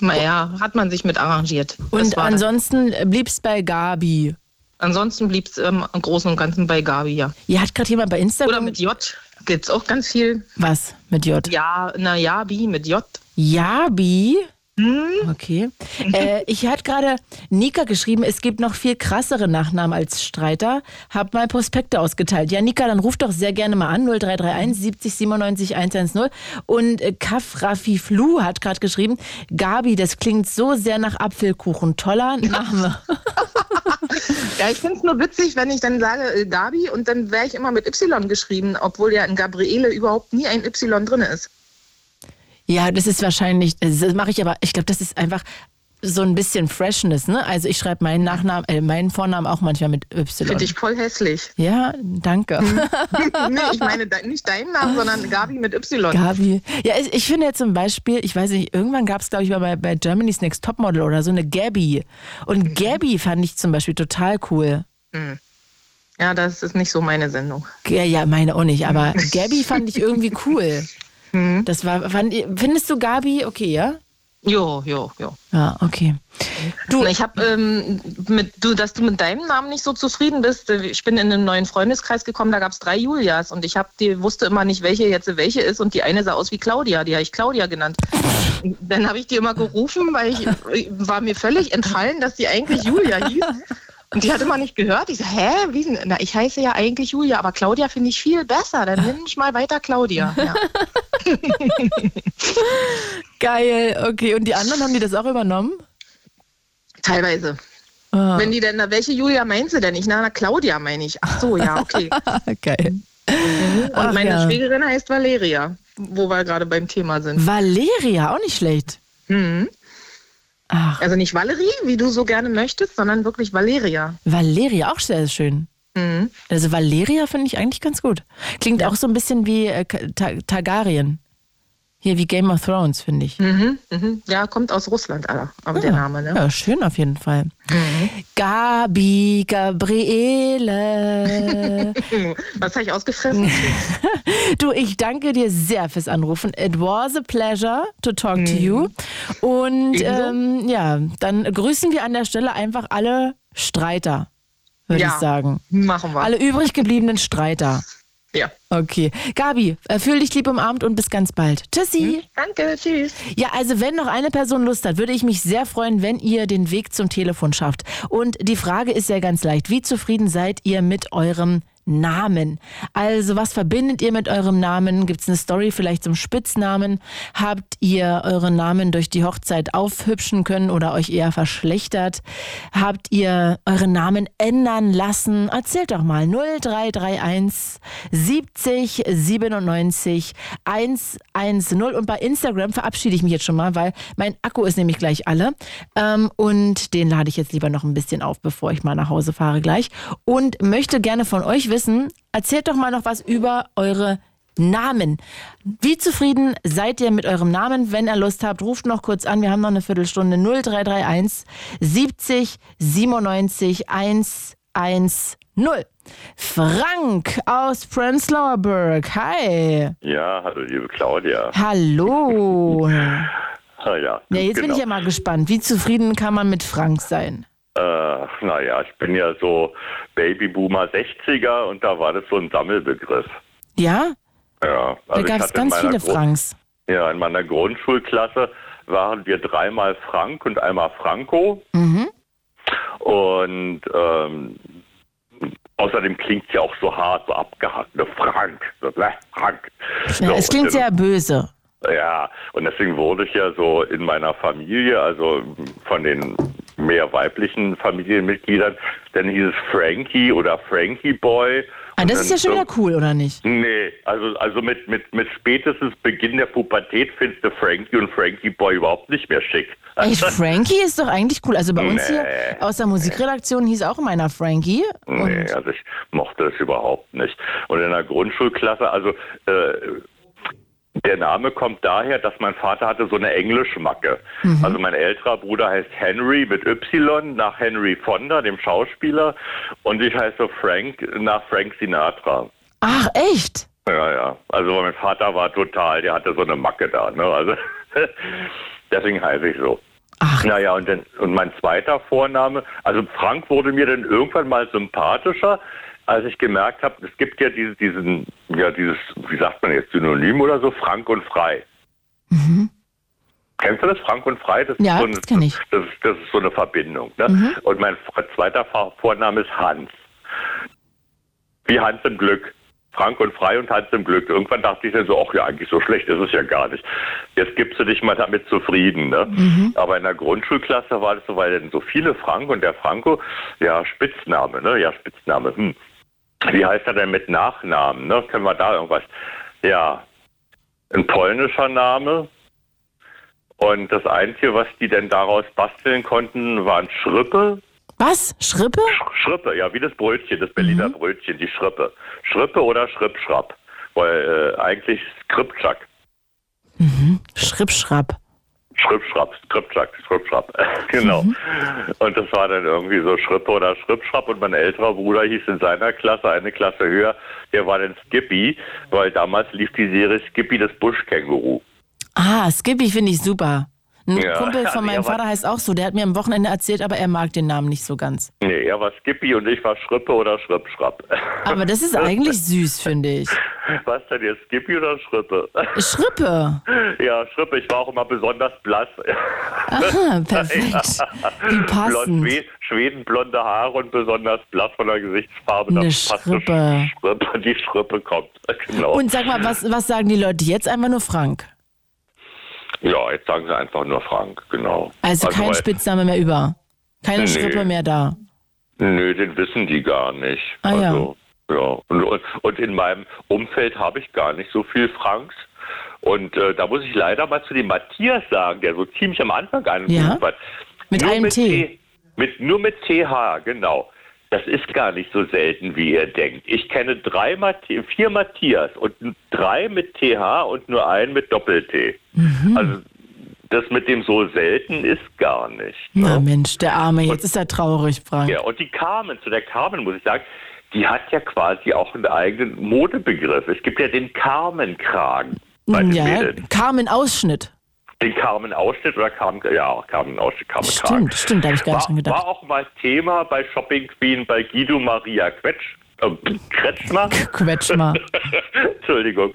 Speaker 19: Naja, hat man sich mit arrangiert.
Speaker 3: Und
Speaker 19: ansonsten,
Speaker 3: ansonsten bliebst bei Gabi.
Speaker 19: ansonsten blieb es ähm, im Großen und Ganzen bei Gabi, ja.
Speaker 3: Ihr hat gerade jemand bei Instagram.
Speaker 19: Oder mit J gibt es auch ganz viel.
Speaker 3: Was? Mit J?
Speaker 19: Ja, na ja, Bi mit J.
Speaker 3: Jabi? Okay. Äh, ich hatte gerade Nika geschrieben, es gibt noch viel krassere Nachnamen als Streiter. Hab mal Prospekte ausgeteilt. Ja, Nika, dann ruf doch sehr gerne mal an. 0331 70 97 110. Und äh, Kafrafi Flu hat gerade geschrieben, Gabi, das klingt so sehr nach Apfelkuchen. Toller Name.
Speaker 19: Ja, ich finde es nur witzig, wenn ich dann sage äh, Gabi und dann wäre ich immer mit Y geschrieben, obwohl ja in Gabriele überhaupt nie ein Y drin ist.
Speaker 3: Ja, das ist wahrscheinlich, das mache ich aber, ich glaube, das ist einfach so ein bisschen Freshness, ne? Also ich schreibe meinen Nachnamen, äh, meinen Vornamen auch manchmal mit Y.
Speaker 19: Finde ich voll hässlich. Hm.
Speaker 3: Ja, danke. Hm.
Speaker 19: nee, ich meine de nicht deinen Namen, sondern Gabi mit Y.
Speaker 3: Gabi. Ja, ich, ich finde ja zum Beispiel, ich weiß nicht, irgendwann gab es, glaube ich, mal bei, bei Germany's Next Topmodel oder so eine Gabby. Und
Speaker 19: Mhm.
Speaker 3: Gabby fand ich zum Beispiel total cool.
Speaker 19: Hm. Ja, das ist nicht so meine Sendung.
Speaker 3: Ja, ja, meine auch nicht, aber Gabby fand ich irgendwie cool.
Speaker 19: Hm.
Speaker 3: Das war, fand, findest du Gabi okay, ja?
Speaker 19: Jo, jo, jo.
Speaker 3: Ja, okay.
Speaker 19: Du, ich habe, ähm, mit, du, dass du mit deinem Namen nicht so zufrieden bist. äh, Ich bin in einen neuen Freundeskreis gekommen, da gab es drei Julias und ich hab, die wusste immer nicht, welche jetzt welche ist und die eine sah aus wie Claudia, die habe ich Claudia genannt. Dann habe ich die immer gerufen, weil ich äh, war mir völlig entfallen, dass die eigentlich Julia hieß. Und die hat immer nicht gehört. Ich so, hä, wie denn? Na, ich heiße ja eigentlich Julia, aber Claudia finde ich viel besser. Dann nimm mich mal weiter Claudia. Ja.
Speaker 3: Geil, okay. Und die anderen haben die das auch übernommen?
Speaker 19: Teilweise.
Speaker 3: Ah.
Speaker 19: Wenn die denn, na, welche Julia meinst du denn? Ich, na, na Claudia meine ich. Ach so, ja, okay. Mhm.
Speaker 3: Geil. Mhm.
Speaker 19: Und
Speaker 3: Ach
Speaker 19: meine
Speaker 3: ja.
Speaker 19: Schwägerin heißt Valeria, wo wir gerade beim Thema sind.
Speaker 3: Valeria, auch nicht schlecht.
Speaker 19: Mhm. Also nicht Valerie, wie du so gerne möchtest, sondern wirklich Valeria. Hm.
Speaker 3: Valeria, auch sehr schön. Also Valeria finde ich eigentlich ganz gut. Klingt auch so ein bisschen wie äh, Ka- Ta Targaryen. Hier wie Game of Thrones, finde ich.
Speaker 19: Mhm, mhm. Ja, kommt aus Russland, aber aber der
Speaker 3: Ja.
Speaker 19: Name, ne?
Speaker 3: Ah. Ja, schön auf jeden Fall. Gabi, Gabriele.
Speaker 19: Was habe ich ausgefressen?
Speaker 3: du, ich danke dir sehr fürs Anrufen. It was a pleasure to talk to
Speaker 19: Mhm.
Speaker 3: you. Und ähm, ja, dann grüßen wir an der Stelle einfach alle Streiter, würde
Speaker 19: Ja,
Speaker 3: ich sagen.
Speaker 19: Machen wir.
Speaker 3: Alle übrig gebliebenen Streiter.
Speaker 19: Ja.
Speaker 3: Okay. Gabi, äh, fühl dich lieb umarmt und bis ganz bald. Tschüssi.
Speaker 19: Mhm. Danke, tschüss.
Speaker 3: Ja, also wenn noch eine Person Lust hat, würde ich mich sehr freuen, wenn ihr den Weg zum Telefon schafft. Und die Frage ist ja ganz leicht. Wie zufrieden seid ihr mit eurem Namen? Also was verbindet ihr mit eurem Namen? Gibt es eine Story vielleicht zum Spitznamen? Habt ihr euren Namen durch die Hochzeit aufhübschen können oder euch eher verschlechtert? Habt ihr euren Namen ändern lassen? Erzählt doch mal 0331 70 97 110 und bei Instagram verabschiede ich mich jetzt schon mal, weil mein Akku ist nämlich gleich alle ähm, und den lade ich jetzt lieber noch ein bisschen auf, bevor ich mal nach Hause fahre gleich und möchte gerne von euch wissen, erzählt doch mal noch was über eure Namen. Wie zufrieden seid ihr mit eurem Namen? Wenn ihr Lust habt, ruft noch kurz an. Wir haben noch eine Viertelstunde. 0331 70 97 110. Frank aus Prenzlauer Berg. Hi.
Speaker 20: Ja, hallo liebe Claudia.
Speaker 3: Hallo.
Speaker 20: Ah, ja,
Speaker 3: Ja, jetzt bin ich ja mal gespannt. Wie zufrieden kann man mit Frank sein?
Speaker 20: Äh, naja, ich bin ja so Babyboomer 60er und da war das so ein Sammelbegriff.
Speaker 3: Ja?
Speaker 20: Ja, also ich
Speaker 3: da gab es
Speaker 20: hatte in
Speaker 3: ganz
Speaker 20: meiner
Speaker 3: viele
Speaker 20: Grund-
Speaker 3: Franks.
Speaker 20: Ja, in meiner Grundschulklasse waren wir dreimal Frank und einmal Franco.
Speaker 3: Mhm.
Speaker 20: Und ähm, außerdem klingt es ja auch so hart, so abgehackt. Ne? Frank, so, ne? Frank.
Speaker 3: Ja,
Speaker 20: So,
Speaker 3: es
Speaker 20: und
Speaker 3: klingt
Speaker 20: dann-
Speaker 3: sehr böse.
Speaker 20: Ja, und deswegen wurde ich ja so in meiner Familie, also von den mehr weiblichen Familienmitgliedern, dann hieß es Frankie oder Frankie Boy.
Speaker 3: Ah,
Speaker 20: Und
Speaker 3: das ist ja schon
Speaker 20: dann-
Speaker 3: wieder cool, oder nicht?
Speaker 20: Nee, also, also mit, mit, mit spätestens Beginn der Pubertät findest du Frankie und Frankie Boy überhaupt nicht mehr schick.
Speaker 3: Echt, Frankie ist doch eigentlich cool. Also bei uns
Speaker 20: Nee.
Speaker 3: hier aus der Musikredaktion hieß auch meiner Frankie.
Speaker 20: Nee, also ich mochte es überhaupt nicht. Und in der Grundschulklasse, also äh, der Name kommt daher, dass mein Vater hatte so eine Englischmacke.
Speaker 21: Mhm.
Speaker 20: Also mein älterer Bruder heißt Henry mit Y nach Henry Fonda, dem Schauspieler, und ich heiße Frank nach Frank Sinatra.
Speaker 3: Ach, echt?
Speaker 20: Ja, ja. Also mein Vater war total, der hatte so eine Macke da, ne? Also deswegen heiße ich so.
Speaker 3: Ach.
Speaker 20: Naja, und, dann, und mein zweiter Vorname, also Frank wurde mir dann irgendwann mal sympathischer, als ich gemerkt habe, es gibt ja diese, diesen, ja dieses, wie sagt man jetzt, Synonym oder so, Frank und Frei. Kennst du das, Frank und Frei? Das
Speaker 3: Mhm. Ja,
Speaker 20: ist so eine,
Speaker 3: das kenn ich.
Speaker 20: Das, ist- das ist so eine Verbindung. Ne?
Speaker 3: Mhm.
Speaker 20: Und mein Fr- zweiter Fa- Vorname ist Hans. Wie Hans im Glück. Frank und Frei und Hans im Glück. Irgendwann dachte ich dann so, ach ja, eigentlich so schlecht ist es ja gar nicht. Jetzt gibst du dich mal damit zufrieden. Ne? Aber in der Grundschulklasse war das so, weil dann so viele Frank und der Franco, ja, Spitzname, ne? Ja, Spitzname. Hm. Wie heißt er denn mit Nachnamen? Ne? Können wir da irgendwas? Ja, ein polnischer Name. Und das Einzige, was die denn daraus basteln konnten, waren Schrippe.
Speaker 3: Was? Schrippe? Mhm.
Speaker 20: Schrippe, ja, wie das Brötchen, das Berliner Brötchen, die Schrippe. Schrippe oder Schrippschrapp. Weil äh, eigentlich Skriptschak.
Speaker 3: Mhm. Schrippschrapp.
Speaker 20: Schrippschrapp, Skriptschak, Schrippschrapp. genau.
Speaker 3: Mhm.
Speaker 20: Und das war dann irgendwie so Schrippe oder Schrippschrapp. Und mein älterer Bruder hieß in seiner Klasse, eine Klasse höher, der war dann Skippy, weil damals lief die Serie Skippy das Buschkänguru.
Speaker 3: Ah, Skippy finde ich super. Ein
Speaker 20: Ja,
Speaker 3: Kumpel von
Speaker 20: also
Speaker 3: meinem
Speaker 20: er war-
Speaker 3: Vater heißt auch so. Der hat mir am Wochenende erzählt, aber er mag den Namen nicht so ganz.
Speaker 20: Nee, er war Skippy und ich war Schrippe oder Schrippschrapp.
Speaker 3: Aber das ist eigentlich süß, finde ich.
Speaker 20: Was denn jetzt, Skippy oder Schrippe?
Speaker 3: Schrippe.
Speaker 20: Ja, Schrippe, ich war auch immer besonders blass.
Speaker 3: Aha, perfekt. Wie passend.
Speaker 20: Blond, Schwe- Schweden, blonde Haare und besonders blass von der Gesichtsfarbe.
Speaker 3: Eine
Speaker 20: Das passt zur
Speaker 3: Schrippe.
Speaker 20: Schrippe. Die Schrippe kommt, genau.
Speaker 3: Und sag mal, was, was sagen die Leute jetzt? Einfach nur Frank.
Speaker 20: Ja, jetzt sagen sie einfach nur Frank, genau.
Speaker 3: Also, kein
Speaker 20: weil-
Speaker 3: Spitzname mehr über. Keine
Speaker 20: Nee.
Speaker 3: Schrippe mehr da.
Speaker 20: Nö, den wissen die gar nicht.
Speaker 3: Ah ja.
Speaker 20: also, ja. Und, und, und in meinem Umfeld habe ich gar nicht so viel Franks. Und äh, da muss ich leider mal zu dem Matthias sagen, der so ziemlich am Anfang angerufen hat. Mit nur einem mit T. Mit, nur mit TH, genau. Das ist gar nicht so selten, wie ihr denkt. Ich kenne drei Matthi vier Matthias und drei mit TH und nur einen mit Doppel-T. Also das mit dem so selten ist gar nicht.
Speaker 3: Na Mensch, der Arme, jetzt ist er traurig, Frank.
Speaker 20: Ja, und die Carmen, zu der Carmen muss ich sagen, die hat ja quasi auch einen eigenen Modebegriff. Es gibt ja den Carmen-Kragen. bei den
Speaker 3: Mm, Ja,
Speaker 20: Mädels.
Speaker 3: Carmen Ausschnitt.
Speaker 20: Den Carmen-Ausschnitt oder Carmen, ja, Carmen-Ausschnitt, Carmen-Kragen.
Speaker 3: Stimmt, stimmt, da habe ich gar nicht dran
Speaker 20: War,
Speaker 3: gedacht.
Speaker 20: war auch mal Thema bei Shopping Queen bei Guido Maria Quetsch, äh, Kretschmer.
Speaker 3: Quetschmer.
Speaker 20: Entschuldigung,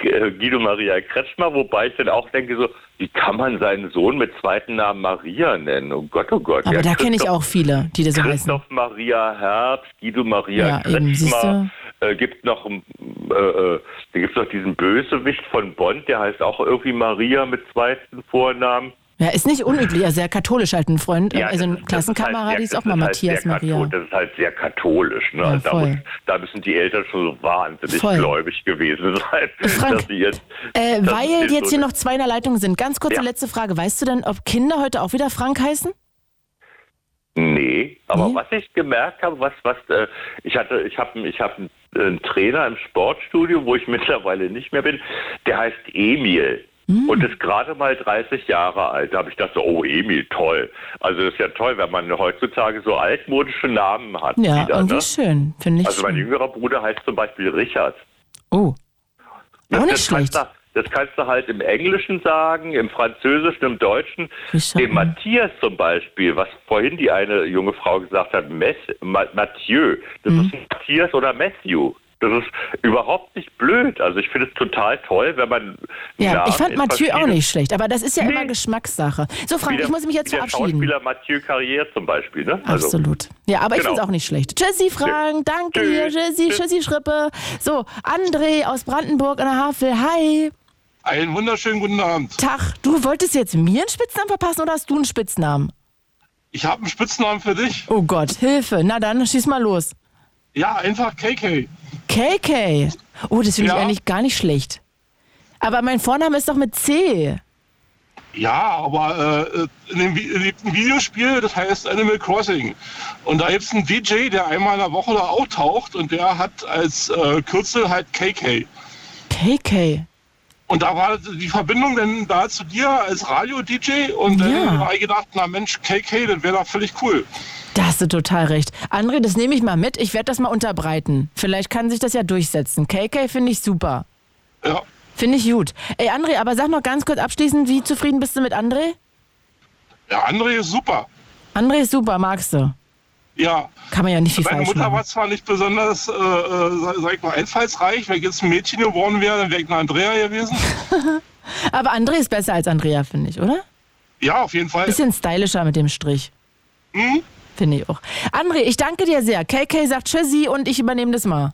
Speaker 20: Äh, Guido Maria Kretschmer, wobei ich dann auch denke so, wie kann man seinen Sohn mit zweiten Namen Maria nennen? Oh Gott, oh Gott.
Speaker 3: Aber
Speaker 20: Ja,
Speaker 3: da kenne ich
Speaker 20: Christoph-
Speaker 3: auch viele, die das so heißen.
Speaker 20: Christoph Maria Herbst, Guido Maria
Speaker 3: Ja, eben,
Speaker 20: Kretschmer. Äh, gibt noch, ähm, äh, äh, da gibt's noch diesen Bösewicht von Bond, der heißt auch irgendwie Maria mit zweiten Vornamen.
Speaker 3: Ja, ist nicht unüblich, also sehr katholisch halt ein Freund.
Speaker 20: Ja,
Speaker 3: also ein Klassenkamerad, die ist auch mal
Speaker 20: halt
Speaker 3: Matthias
Speaker 20: sehr
Speaker 3: Maria.
Speaker 20: kathol- Das ist halt sehr katholisch. Ne?
Speaker 3: Ja,
Speaker 20: Also da,
Speaker 3: voll.
Speaker 20: muss, da müssen die Eltern schon so wahnsinnig
Speaker 3: Voll.
Speaker 20: gläubig gewesen sein.
Speaker 3: Frank,
Speaker 20: dass sie jetzt,
Speaker 3: Äh,
Speaker 20: dass sie
Speaker 3: weil jetzt
Speaker 20: so
Speaker 3: hier noch zwei in der Leitung sind. Ganz kurze
Speaker 20: Ja.
Speaker 3: letzte Frage. Weißt du denn, ob Kinder heute auch wieder Frank heißen?
Speaker 20: Nee, aber was ich gemerkt habe, was, was, äh, ich hatte, ich habe ich hab einen, äh, einen Trainer im Sportstudio, wo ich mittlerweile nicht mehr bin, der heißt Emil.
Speaker 3: Hm.
Speaker 20: Und ist gerade mal 30 Jahre alt. Da habe ich gedacht, so, oh, Emil, toll. Also, das ist ja toll, wenn man heutzutage so altmodische Namen hat.
Speaker 3: Ja,
Speaker 20: wieder,
Speaker 3: irgendwie
Speaker 20: ne?
Speaker 3: schön, finde ich.
Speaker 20: Also, mein jüngerer Bruder heißt zum Beispiel Richard.
Speaker 3: Oh.
Speaker 20: Das, das, kannst du, das kannst du halt im Englischen sagen, im Französischen, im Deutschen. Dem Matthias zum Beispiel, was vorhin die eine junge Frau gesagt hat, Mess, Ma, Mathieu,
Speaker 3: Mhm.
Speaker 20: das ist Matthias oder Matthew. Das ist überhaupt nicht blöd. Also ich finde es total toll, wenn man...
Speaker 3: Ja,
Speaker 20: Namen
Speaker 3: ich fand
Speaker 20: in
Speaker 3: Mathieu auch
Speaker 20: verschiedenen-
Speaker 3: nicht schlecht, aber das ist ja immer Geschmackssache. So,
Speaker 20: Wie
Speaker 3: Frank,
Speaker 20: der-
Speaker 3: ich muss mich jetzt
Speaker 20: wie der
Speaker 3: verabschieden.
Speaker 20: Schauspieler Mathieu Carrière zum Beispiel, ne?
Speaker 3: Absolut. Ja, aber ich
Speaker 20: Genau.
Speaker 3: finde es auch nicht schlecht. Tschüssi, Frank. Danke dir. Tschüssi, tschüssi, Schrippe. So, André aus Brandenburg an der Havel. Hi.
Speaker 21: Einen wunderschönen guten Abend.
Speaker 3: Tag. Du wolltest jetzt mir einen Spitznamen verpassen oder hast du einen Spitznamen?
Speaker 21: Ich habe einen Spitznamen für dich.
Speaker 3: Oh Gott, Hilfe. Na dann, schieß mal los.
Speaker 21: Ja, einfach KK.
Speaker 3: KK. Oh, das finde
Speaker 21: Ja.
Speaker 3: ich eigentlich gar nicht schlecht. Aber mein Vorname ist doch mit C.
Speaker 21: Ja, aber äh, in dem Vi- es gibt ein Videospiel, das heißt Animal Crossing. Und da gibt es einen DJ, der einmal in der Woche da auftaucht und der hat als äh, Kürzel halt KK.
Speaker 3: KK.
Speaker 21: Und da war die Verbindung dann da zu dir als Radio-DJ und dann habe ich gedacht, na Mensch, KK, das wäre doch völlig cool.
Speaker 3: Da hast du total recht. André, das nehme ich mal mit. Ich werde das mal unterbreiten. Vielleicht kann sich das ja durchsetzen. KK finde ich super.
Speaker 21: Ja.
Speaker 3: Finde ich gut. Ey, André, aber sag noch ganz kurz abschließend, wie zufrieden bist du mit André?
Speaker 21: Ja, André ist super.
Speaker 3: André ist super, magst du.
Speaker 21: Ja.
Speaker 3: Kann man ja nicht viel
Speaker 21: Meine
Speaker 3: falsch
Speaker 21: Mutter
Speaker 3: machen.
Speaker 21: war zwar nicht besonders, äh, äh, sag- sag ich mal, einfallsreich. Wenn ich jetzt ein Mädchen geworden wäre, dann wäre ich eine Andrea gewesen.
Speaker 3: aber André ist besser als Andrea, finde ich, oder?
Speaker 21: Ja, auf jeden Fall.
Speaker 3: Bisschen stylischer mit dem Strich.
Speaker 22: Hm?
Speaker 3: Finde ich auch. André, ich danke dir sehr. KK sagt Tschüssi und ich übernehme das mal.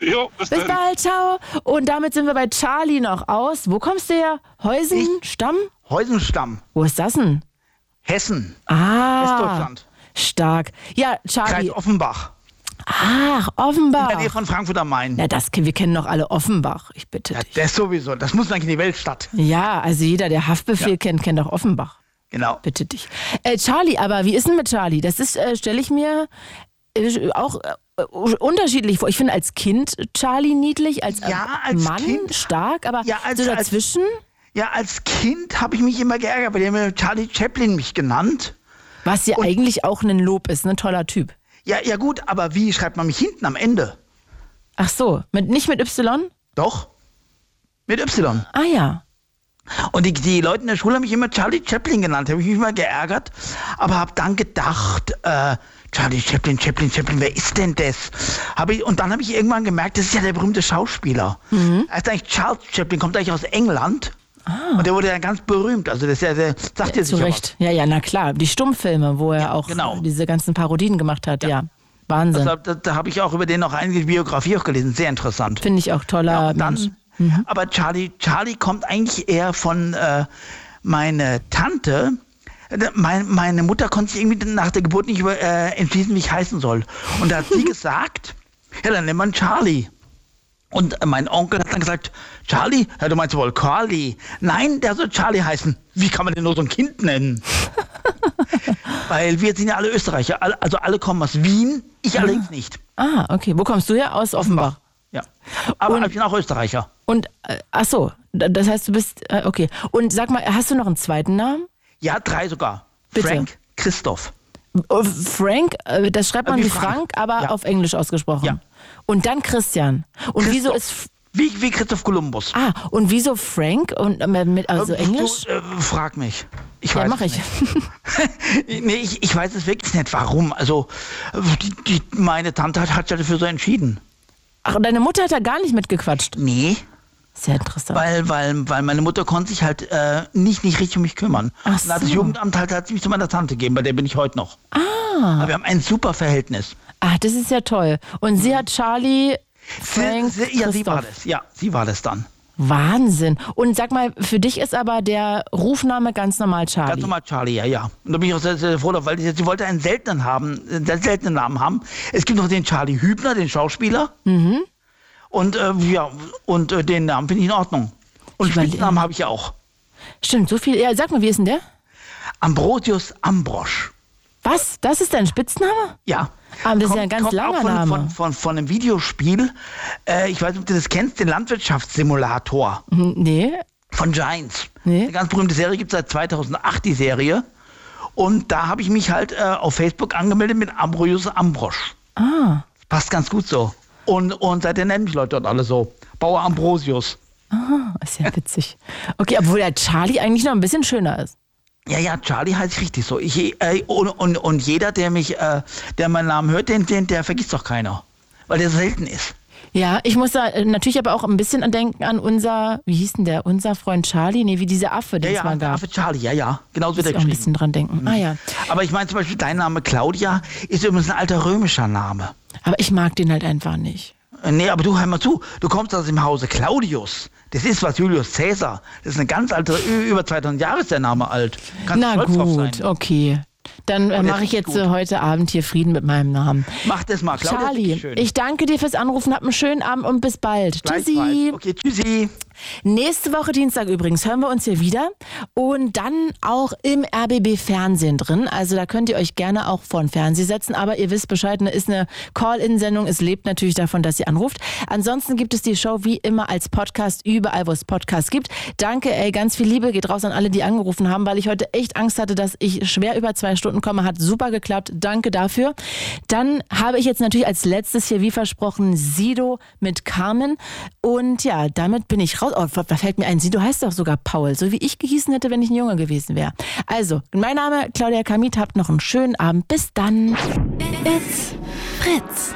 Speaker 21: Jo, bis,
Speaker 3: Bis bald, ciao. Und damit sind wir bei Charlie noch aus. Wo kommst du her? Heusenstamm?
Speaker 22: Heusenstamm.
Speaker 3: Wo ist das denn?
Speaker 22: Hessen.
Speaker 3: Ah.
Speaker 22: Westdeutschland.
Speaker 3: Stark. Ja, Charlie.
Speaker 22: Kreis Offenbach.
Speaker 3: Ach, Offenbach.
Speaker 22: In der Nähe von Frankfurt am Main.
Speaker 3: Na, das, wir kennen noch alle Offenbach. Ich bitte
Speaker 22: ja, Das sowieso. Das muss eigentlich in die Weltstadt.
Speaker 3: Ja, also jeder, der Haftbefehl
Speaker 22: Ja.
Speaker 3: kennt, kennt auch Offenbach.
Speaker 22: Genau.
Speaker 3: Bitte dich. Äh, Charlie, aber wie ist denn mit Charlie? Das ist, äh, stelle ich mir äh, auch äh, unterschiedlich vor. Ich finde als Kind Charlie niedlich, als, äh,
Speaker 22: als
Speaker 3: Mann
Speaker 22: Kind-
Speaker 3: stark, aber so dazwischen.
Speaker 22: Als, ja, als Kind habe ich mich immer geärgert, weil die haben Charlie Chaplin mich genannt.
Speaker 3: Was ja eigentlich auch ein Lob ist, ein toller Typ.
Speaker 22: Ja, ja gut, aber wie schreibt man mich hinten am Ende?
Speaker 3: Ach so, mit, nicht mit Y?
Speaker 22: Doch. Mit Y.
Speaker 3: Ah ja.
Speaker 22: Und die, die Leute in der Schule haben mich immer Charlie Chaplin genannt, habe ich mich immer geärgert, aber habe dann gedacht, äh, Charlie Chaplin, Chaplin, Chaplin, wer ist denn das? Hab ich, und dann habe ich irgendwann gemerkt, das ist ja der berühmte Schauspieler.
Speaker 3: Mhm.
Speaker 22: Er heißt eigentlich Charles Chaplin, kommt eigentlich aus England. Und der wurde ja ganz berühmt. Also das ist ja, genau. der, sagt
Speaker 3: Ah. Ja,
Speaker 22: ihr
Speaker 3: zu
Speaker 22: sicher
Speaker 3: Recht. äh, Ja, ja, na klar. Die Stummfilme, wo er auch diese ganzen Parodien gemacht hat. Ja. Wahnsinn.
Speaker 22: was. Also, da da habe ich auch über den noch einige Biografie auch gelesen, sehr interessant.
Speaker 3: Finde ich auch toller
Speaker 22: ja, und dann,
Speaker 3: Mensch. Mhm.
Speaker 22: Aber Charlie, Charlie kommt eigentlich eher von äh, meine Tante. Äh, Mein, meine Mutter konnte sich irgendwie nach der Geburt nicht über, äh, entschließen, wie ich heißen soll. Und da hat sie gesagt, ja, dann nennt man Charlie. Und äh, mein Onkel hat dann gesagt, Charlie, ja, du meinst wohl Carly. Nein, der soll Charlie heißen. Wie kann man denn nur so ein Kind nennen? Weil wir sind ja alle Österreicher, alle- also alle kommen aus Wien,
Speaker 3: Mhm.
Speaker 22: ich allerdings nicht.
Speaker 3: Ah, okay. Wo kommst du her? Aus Offenbach.
Speaker 22: Ja. Aber ich bin auch Österreicher.
Speaker 3: Und, äh, ach so, d- das heißt, du bist, äh, okay. Und sag mal, hast du noch einen zweiten Namen?
Speaker 22: Ja, drei sogar.
Speaker 3: Bitte.
Speaker 22: Frank Christoph.
Speaker 3: Äh, Frank, äh, das schreibt man
Speaker 22: Wie
Speaker 3: wie
Speaker 22: Frank.
Speaker 3: Frank, aber
Speaker 22: Ja.
Speaker 3: auf Englisch ausgesprochen. Ja. Und dann Christian. Und wieso ist.
Speaker 22: Wie, wie Christoph Kolumbus.
Speaker 3: Ah, und wieso Frank? Und äh, mit, also
Speaker 22: Ähm,
Speaker 3: Englisch?
Speaker 22: Du, äh, frag mich. Ich
Speaker 3: Ja,
Speaker 22: weiß
Speaker 3: mach
Speaker 22: es Nicht. nee, ich, ich weiß es wirklich nicht, warum. Also, äh, die, die, meine Tante hat, hat sich dafür so entschieden.
Speaker 3: Ach, und deine Mutter hat da gar nicht mitgequatscht?
Speaker 22: Nee.
Speaker 3: Sehr interessant.
Speaker 22: Weil, weil, weil meine Mutter konnte sich halt äh, nicht, nicht richtig um mich kümmern.
Speaker 3: Ach
Speaker 22: Und hat das
Speaker 3: so.
Speaker 22: Jugendamt halt hat sie mich zu meiner Tante gegeben, bei der bin ich heute noch.
Speaker 3: Ah.
Speaker 22: Aber wir haben ein super Verhältnis.
Speaker 3: Ah, das ist ja toll. Und sie hat Charlie, Frank,
Speaker 22: Mhm. Sie, ja, sie war
Speaker 3: Christoph.
Speaker 22: das. Ja, sie war das dann.
Speaker 3: Wahnsinn. Und sag mal, für dich ist aber der Rufname ganz normal Charlie.
Speaker 22: Ganz normal Charlie, ja, ja. Und da bin ich auch sehr, sehr froh, drauf, weil sie sie wollte einen seltenen haben, äh, einen sehr seltenen Namen haben. Es gibt noch den Charlie Hübner, den Schauspieler. Und äh, ja, und äh, den Namen finde ich in Ordnung. Und Spitznamen habe ich ja auch.
Speaker 3: Stimmt, so viel. Ja, sag mal, wie ist denn der?
Speaker 22: Ambrosius Ambrosch.
Speaker 3: Was? Das ist dein Spitzname?
Speaker 22: Ja.
Speaker 3: Aber Ah, das ist ja ein ganz
Speaker 22: kommt
Speaker 3: langer
Speaker 22: auch von,
Speaker 3: Name.
Speaker 22: Von, von, von einem Videospiel. Äh, ich weiß nicht, ob du das kennst, den Landwirtschaftssimulator.
Speaker 3: Mhm, Nee.
Speaker 22: Von Giants. Nee. Eine ganz berühmte Serie gibt es seit 2008, die Serie. Und da habe ich mich halt äh, auf Facebook angemeldet mit Ambrosius Ambrosch.
Speaker 3: Ah.
Speaker 22: Passt ganz gut so. Und, und seitdem nennen mich Leute dort alle so. Bauer Ambrosius.
Speaker 3: Ah, ist ja witzig. Okay, obwohl der Charlie eigentlich noch ein bisschen schöner ist.
Speaker 22: Ja, ja, Charlie heißt ich richtig so. Ich, äh, und, und, und jeder, der mich, äh, der meinen Namen hört, den, den, der vergisst doch keiner. Weil der so selten ist.
Speaker 3: Ja, ich muss da äh, natürlich aber auch ein bisschen an denken an unser, wie hieß denn der, unser Freund Charlie? Nee, wie dieser Affe, den
Speaker 22: Ja,
Speaker 3: es
Speaker 22: ja,
Speaker 3: mal gab.
Speaker 22: Affe Charlie, ja, ja. Genau so
Speaker 3: Muss
Speaker 22: wird er
Speaker 3: ich auch ein
Speaker 22: geschrieben. Mhm.
Speaker 3: bisschen dran denken. Ah ja.
Speaker 22: Aber ich meine zum Beispiel, dein Name Claudia ist übrigens ein alter römischer Name.
Speaker 3: Aber ich mag den halt einfach nicht.
Speaker 22: Äh, Nee, aber du hör mal zu, du kommst aus dem Hause Claudius. Das ist was Julius Caesar. Das ist eine ganz alte, ü- über 2000 Jahre ist der Name alt. Kannst
Speaker 3: Na
Speaker 22: stolz drauf
Speaker 3: gut, okay. Dann äh,
Speaker 22: Und jetzt
Speaker 3: mache ich
Speaker 22: ist
Speaker 3: jetzt äh, heute Abend hier Frieden mit meinem Namen.
Speaker 22: Mach das mal, Claudia, das ist
Speaker 3: Charlie,
Speaker 22: schön.
Speaker 3: ich danke dir fürs Anrufen, hab einen schönen Abend und bis bald. Tschüssi.
Speaker 22: Okay, tschüssi.
Speaker 3: Nächste Woche Dienstag übrigens hören wir uns hier wieder und dann auch im RBB Fernsehen drin. Also da könnt ihr euch gerne auch vor den Fernseher setzen, aber ihr wisst Bescheid, ne, ist eine Call-In-Sendung. Es lebt natürlich davon, dass ihr anruft. Ansonsten gibt es die Show wie immer als Podcast überall, wo es Podcasts gibt. Danke, ey, ganz viel Liebe geht raus an alle, die angerufen haben, weil ich heute echt Angst hatte, dass ich schwer über zwei Stunden komme. Hat super geklappt. Danke dafür. Dann habe ich jetzt natürlich als letztes hier, wie versprochen, Sido mit Carmen. Und ja, damit bin ich raus. Oh, da fällt mir ein, Sido heißt doch sogar Paul, so wie ich gehießen hätte, wenn ich ein Junge gewesen wäre. Also, mein Name Claudia Kamit. Habt noch einen schönen Abend. Bis dann.
Speaker 1: It's Fritz.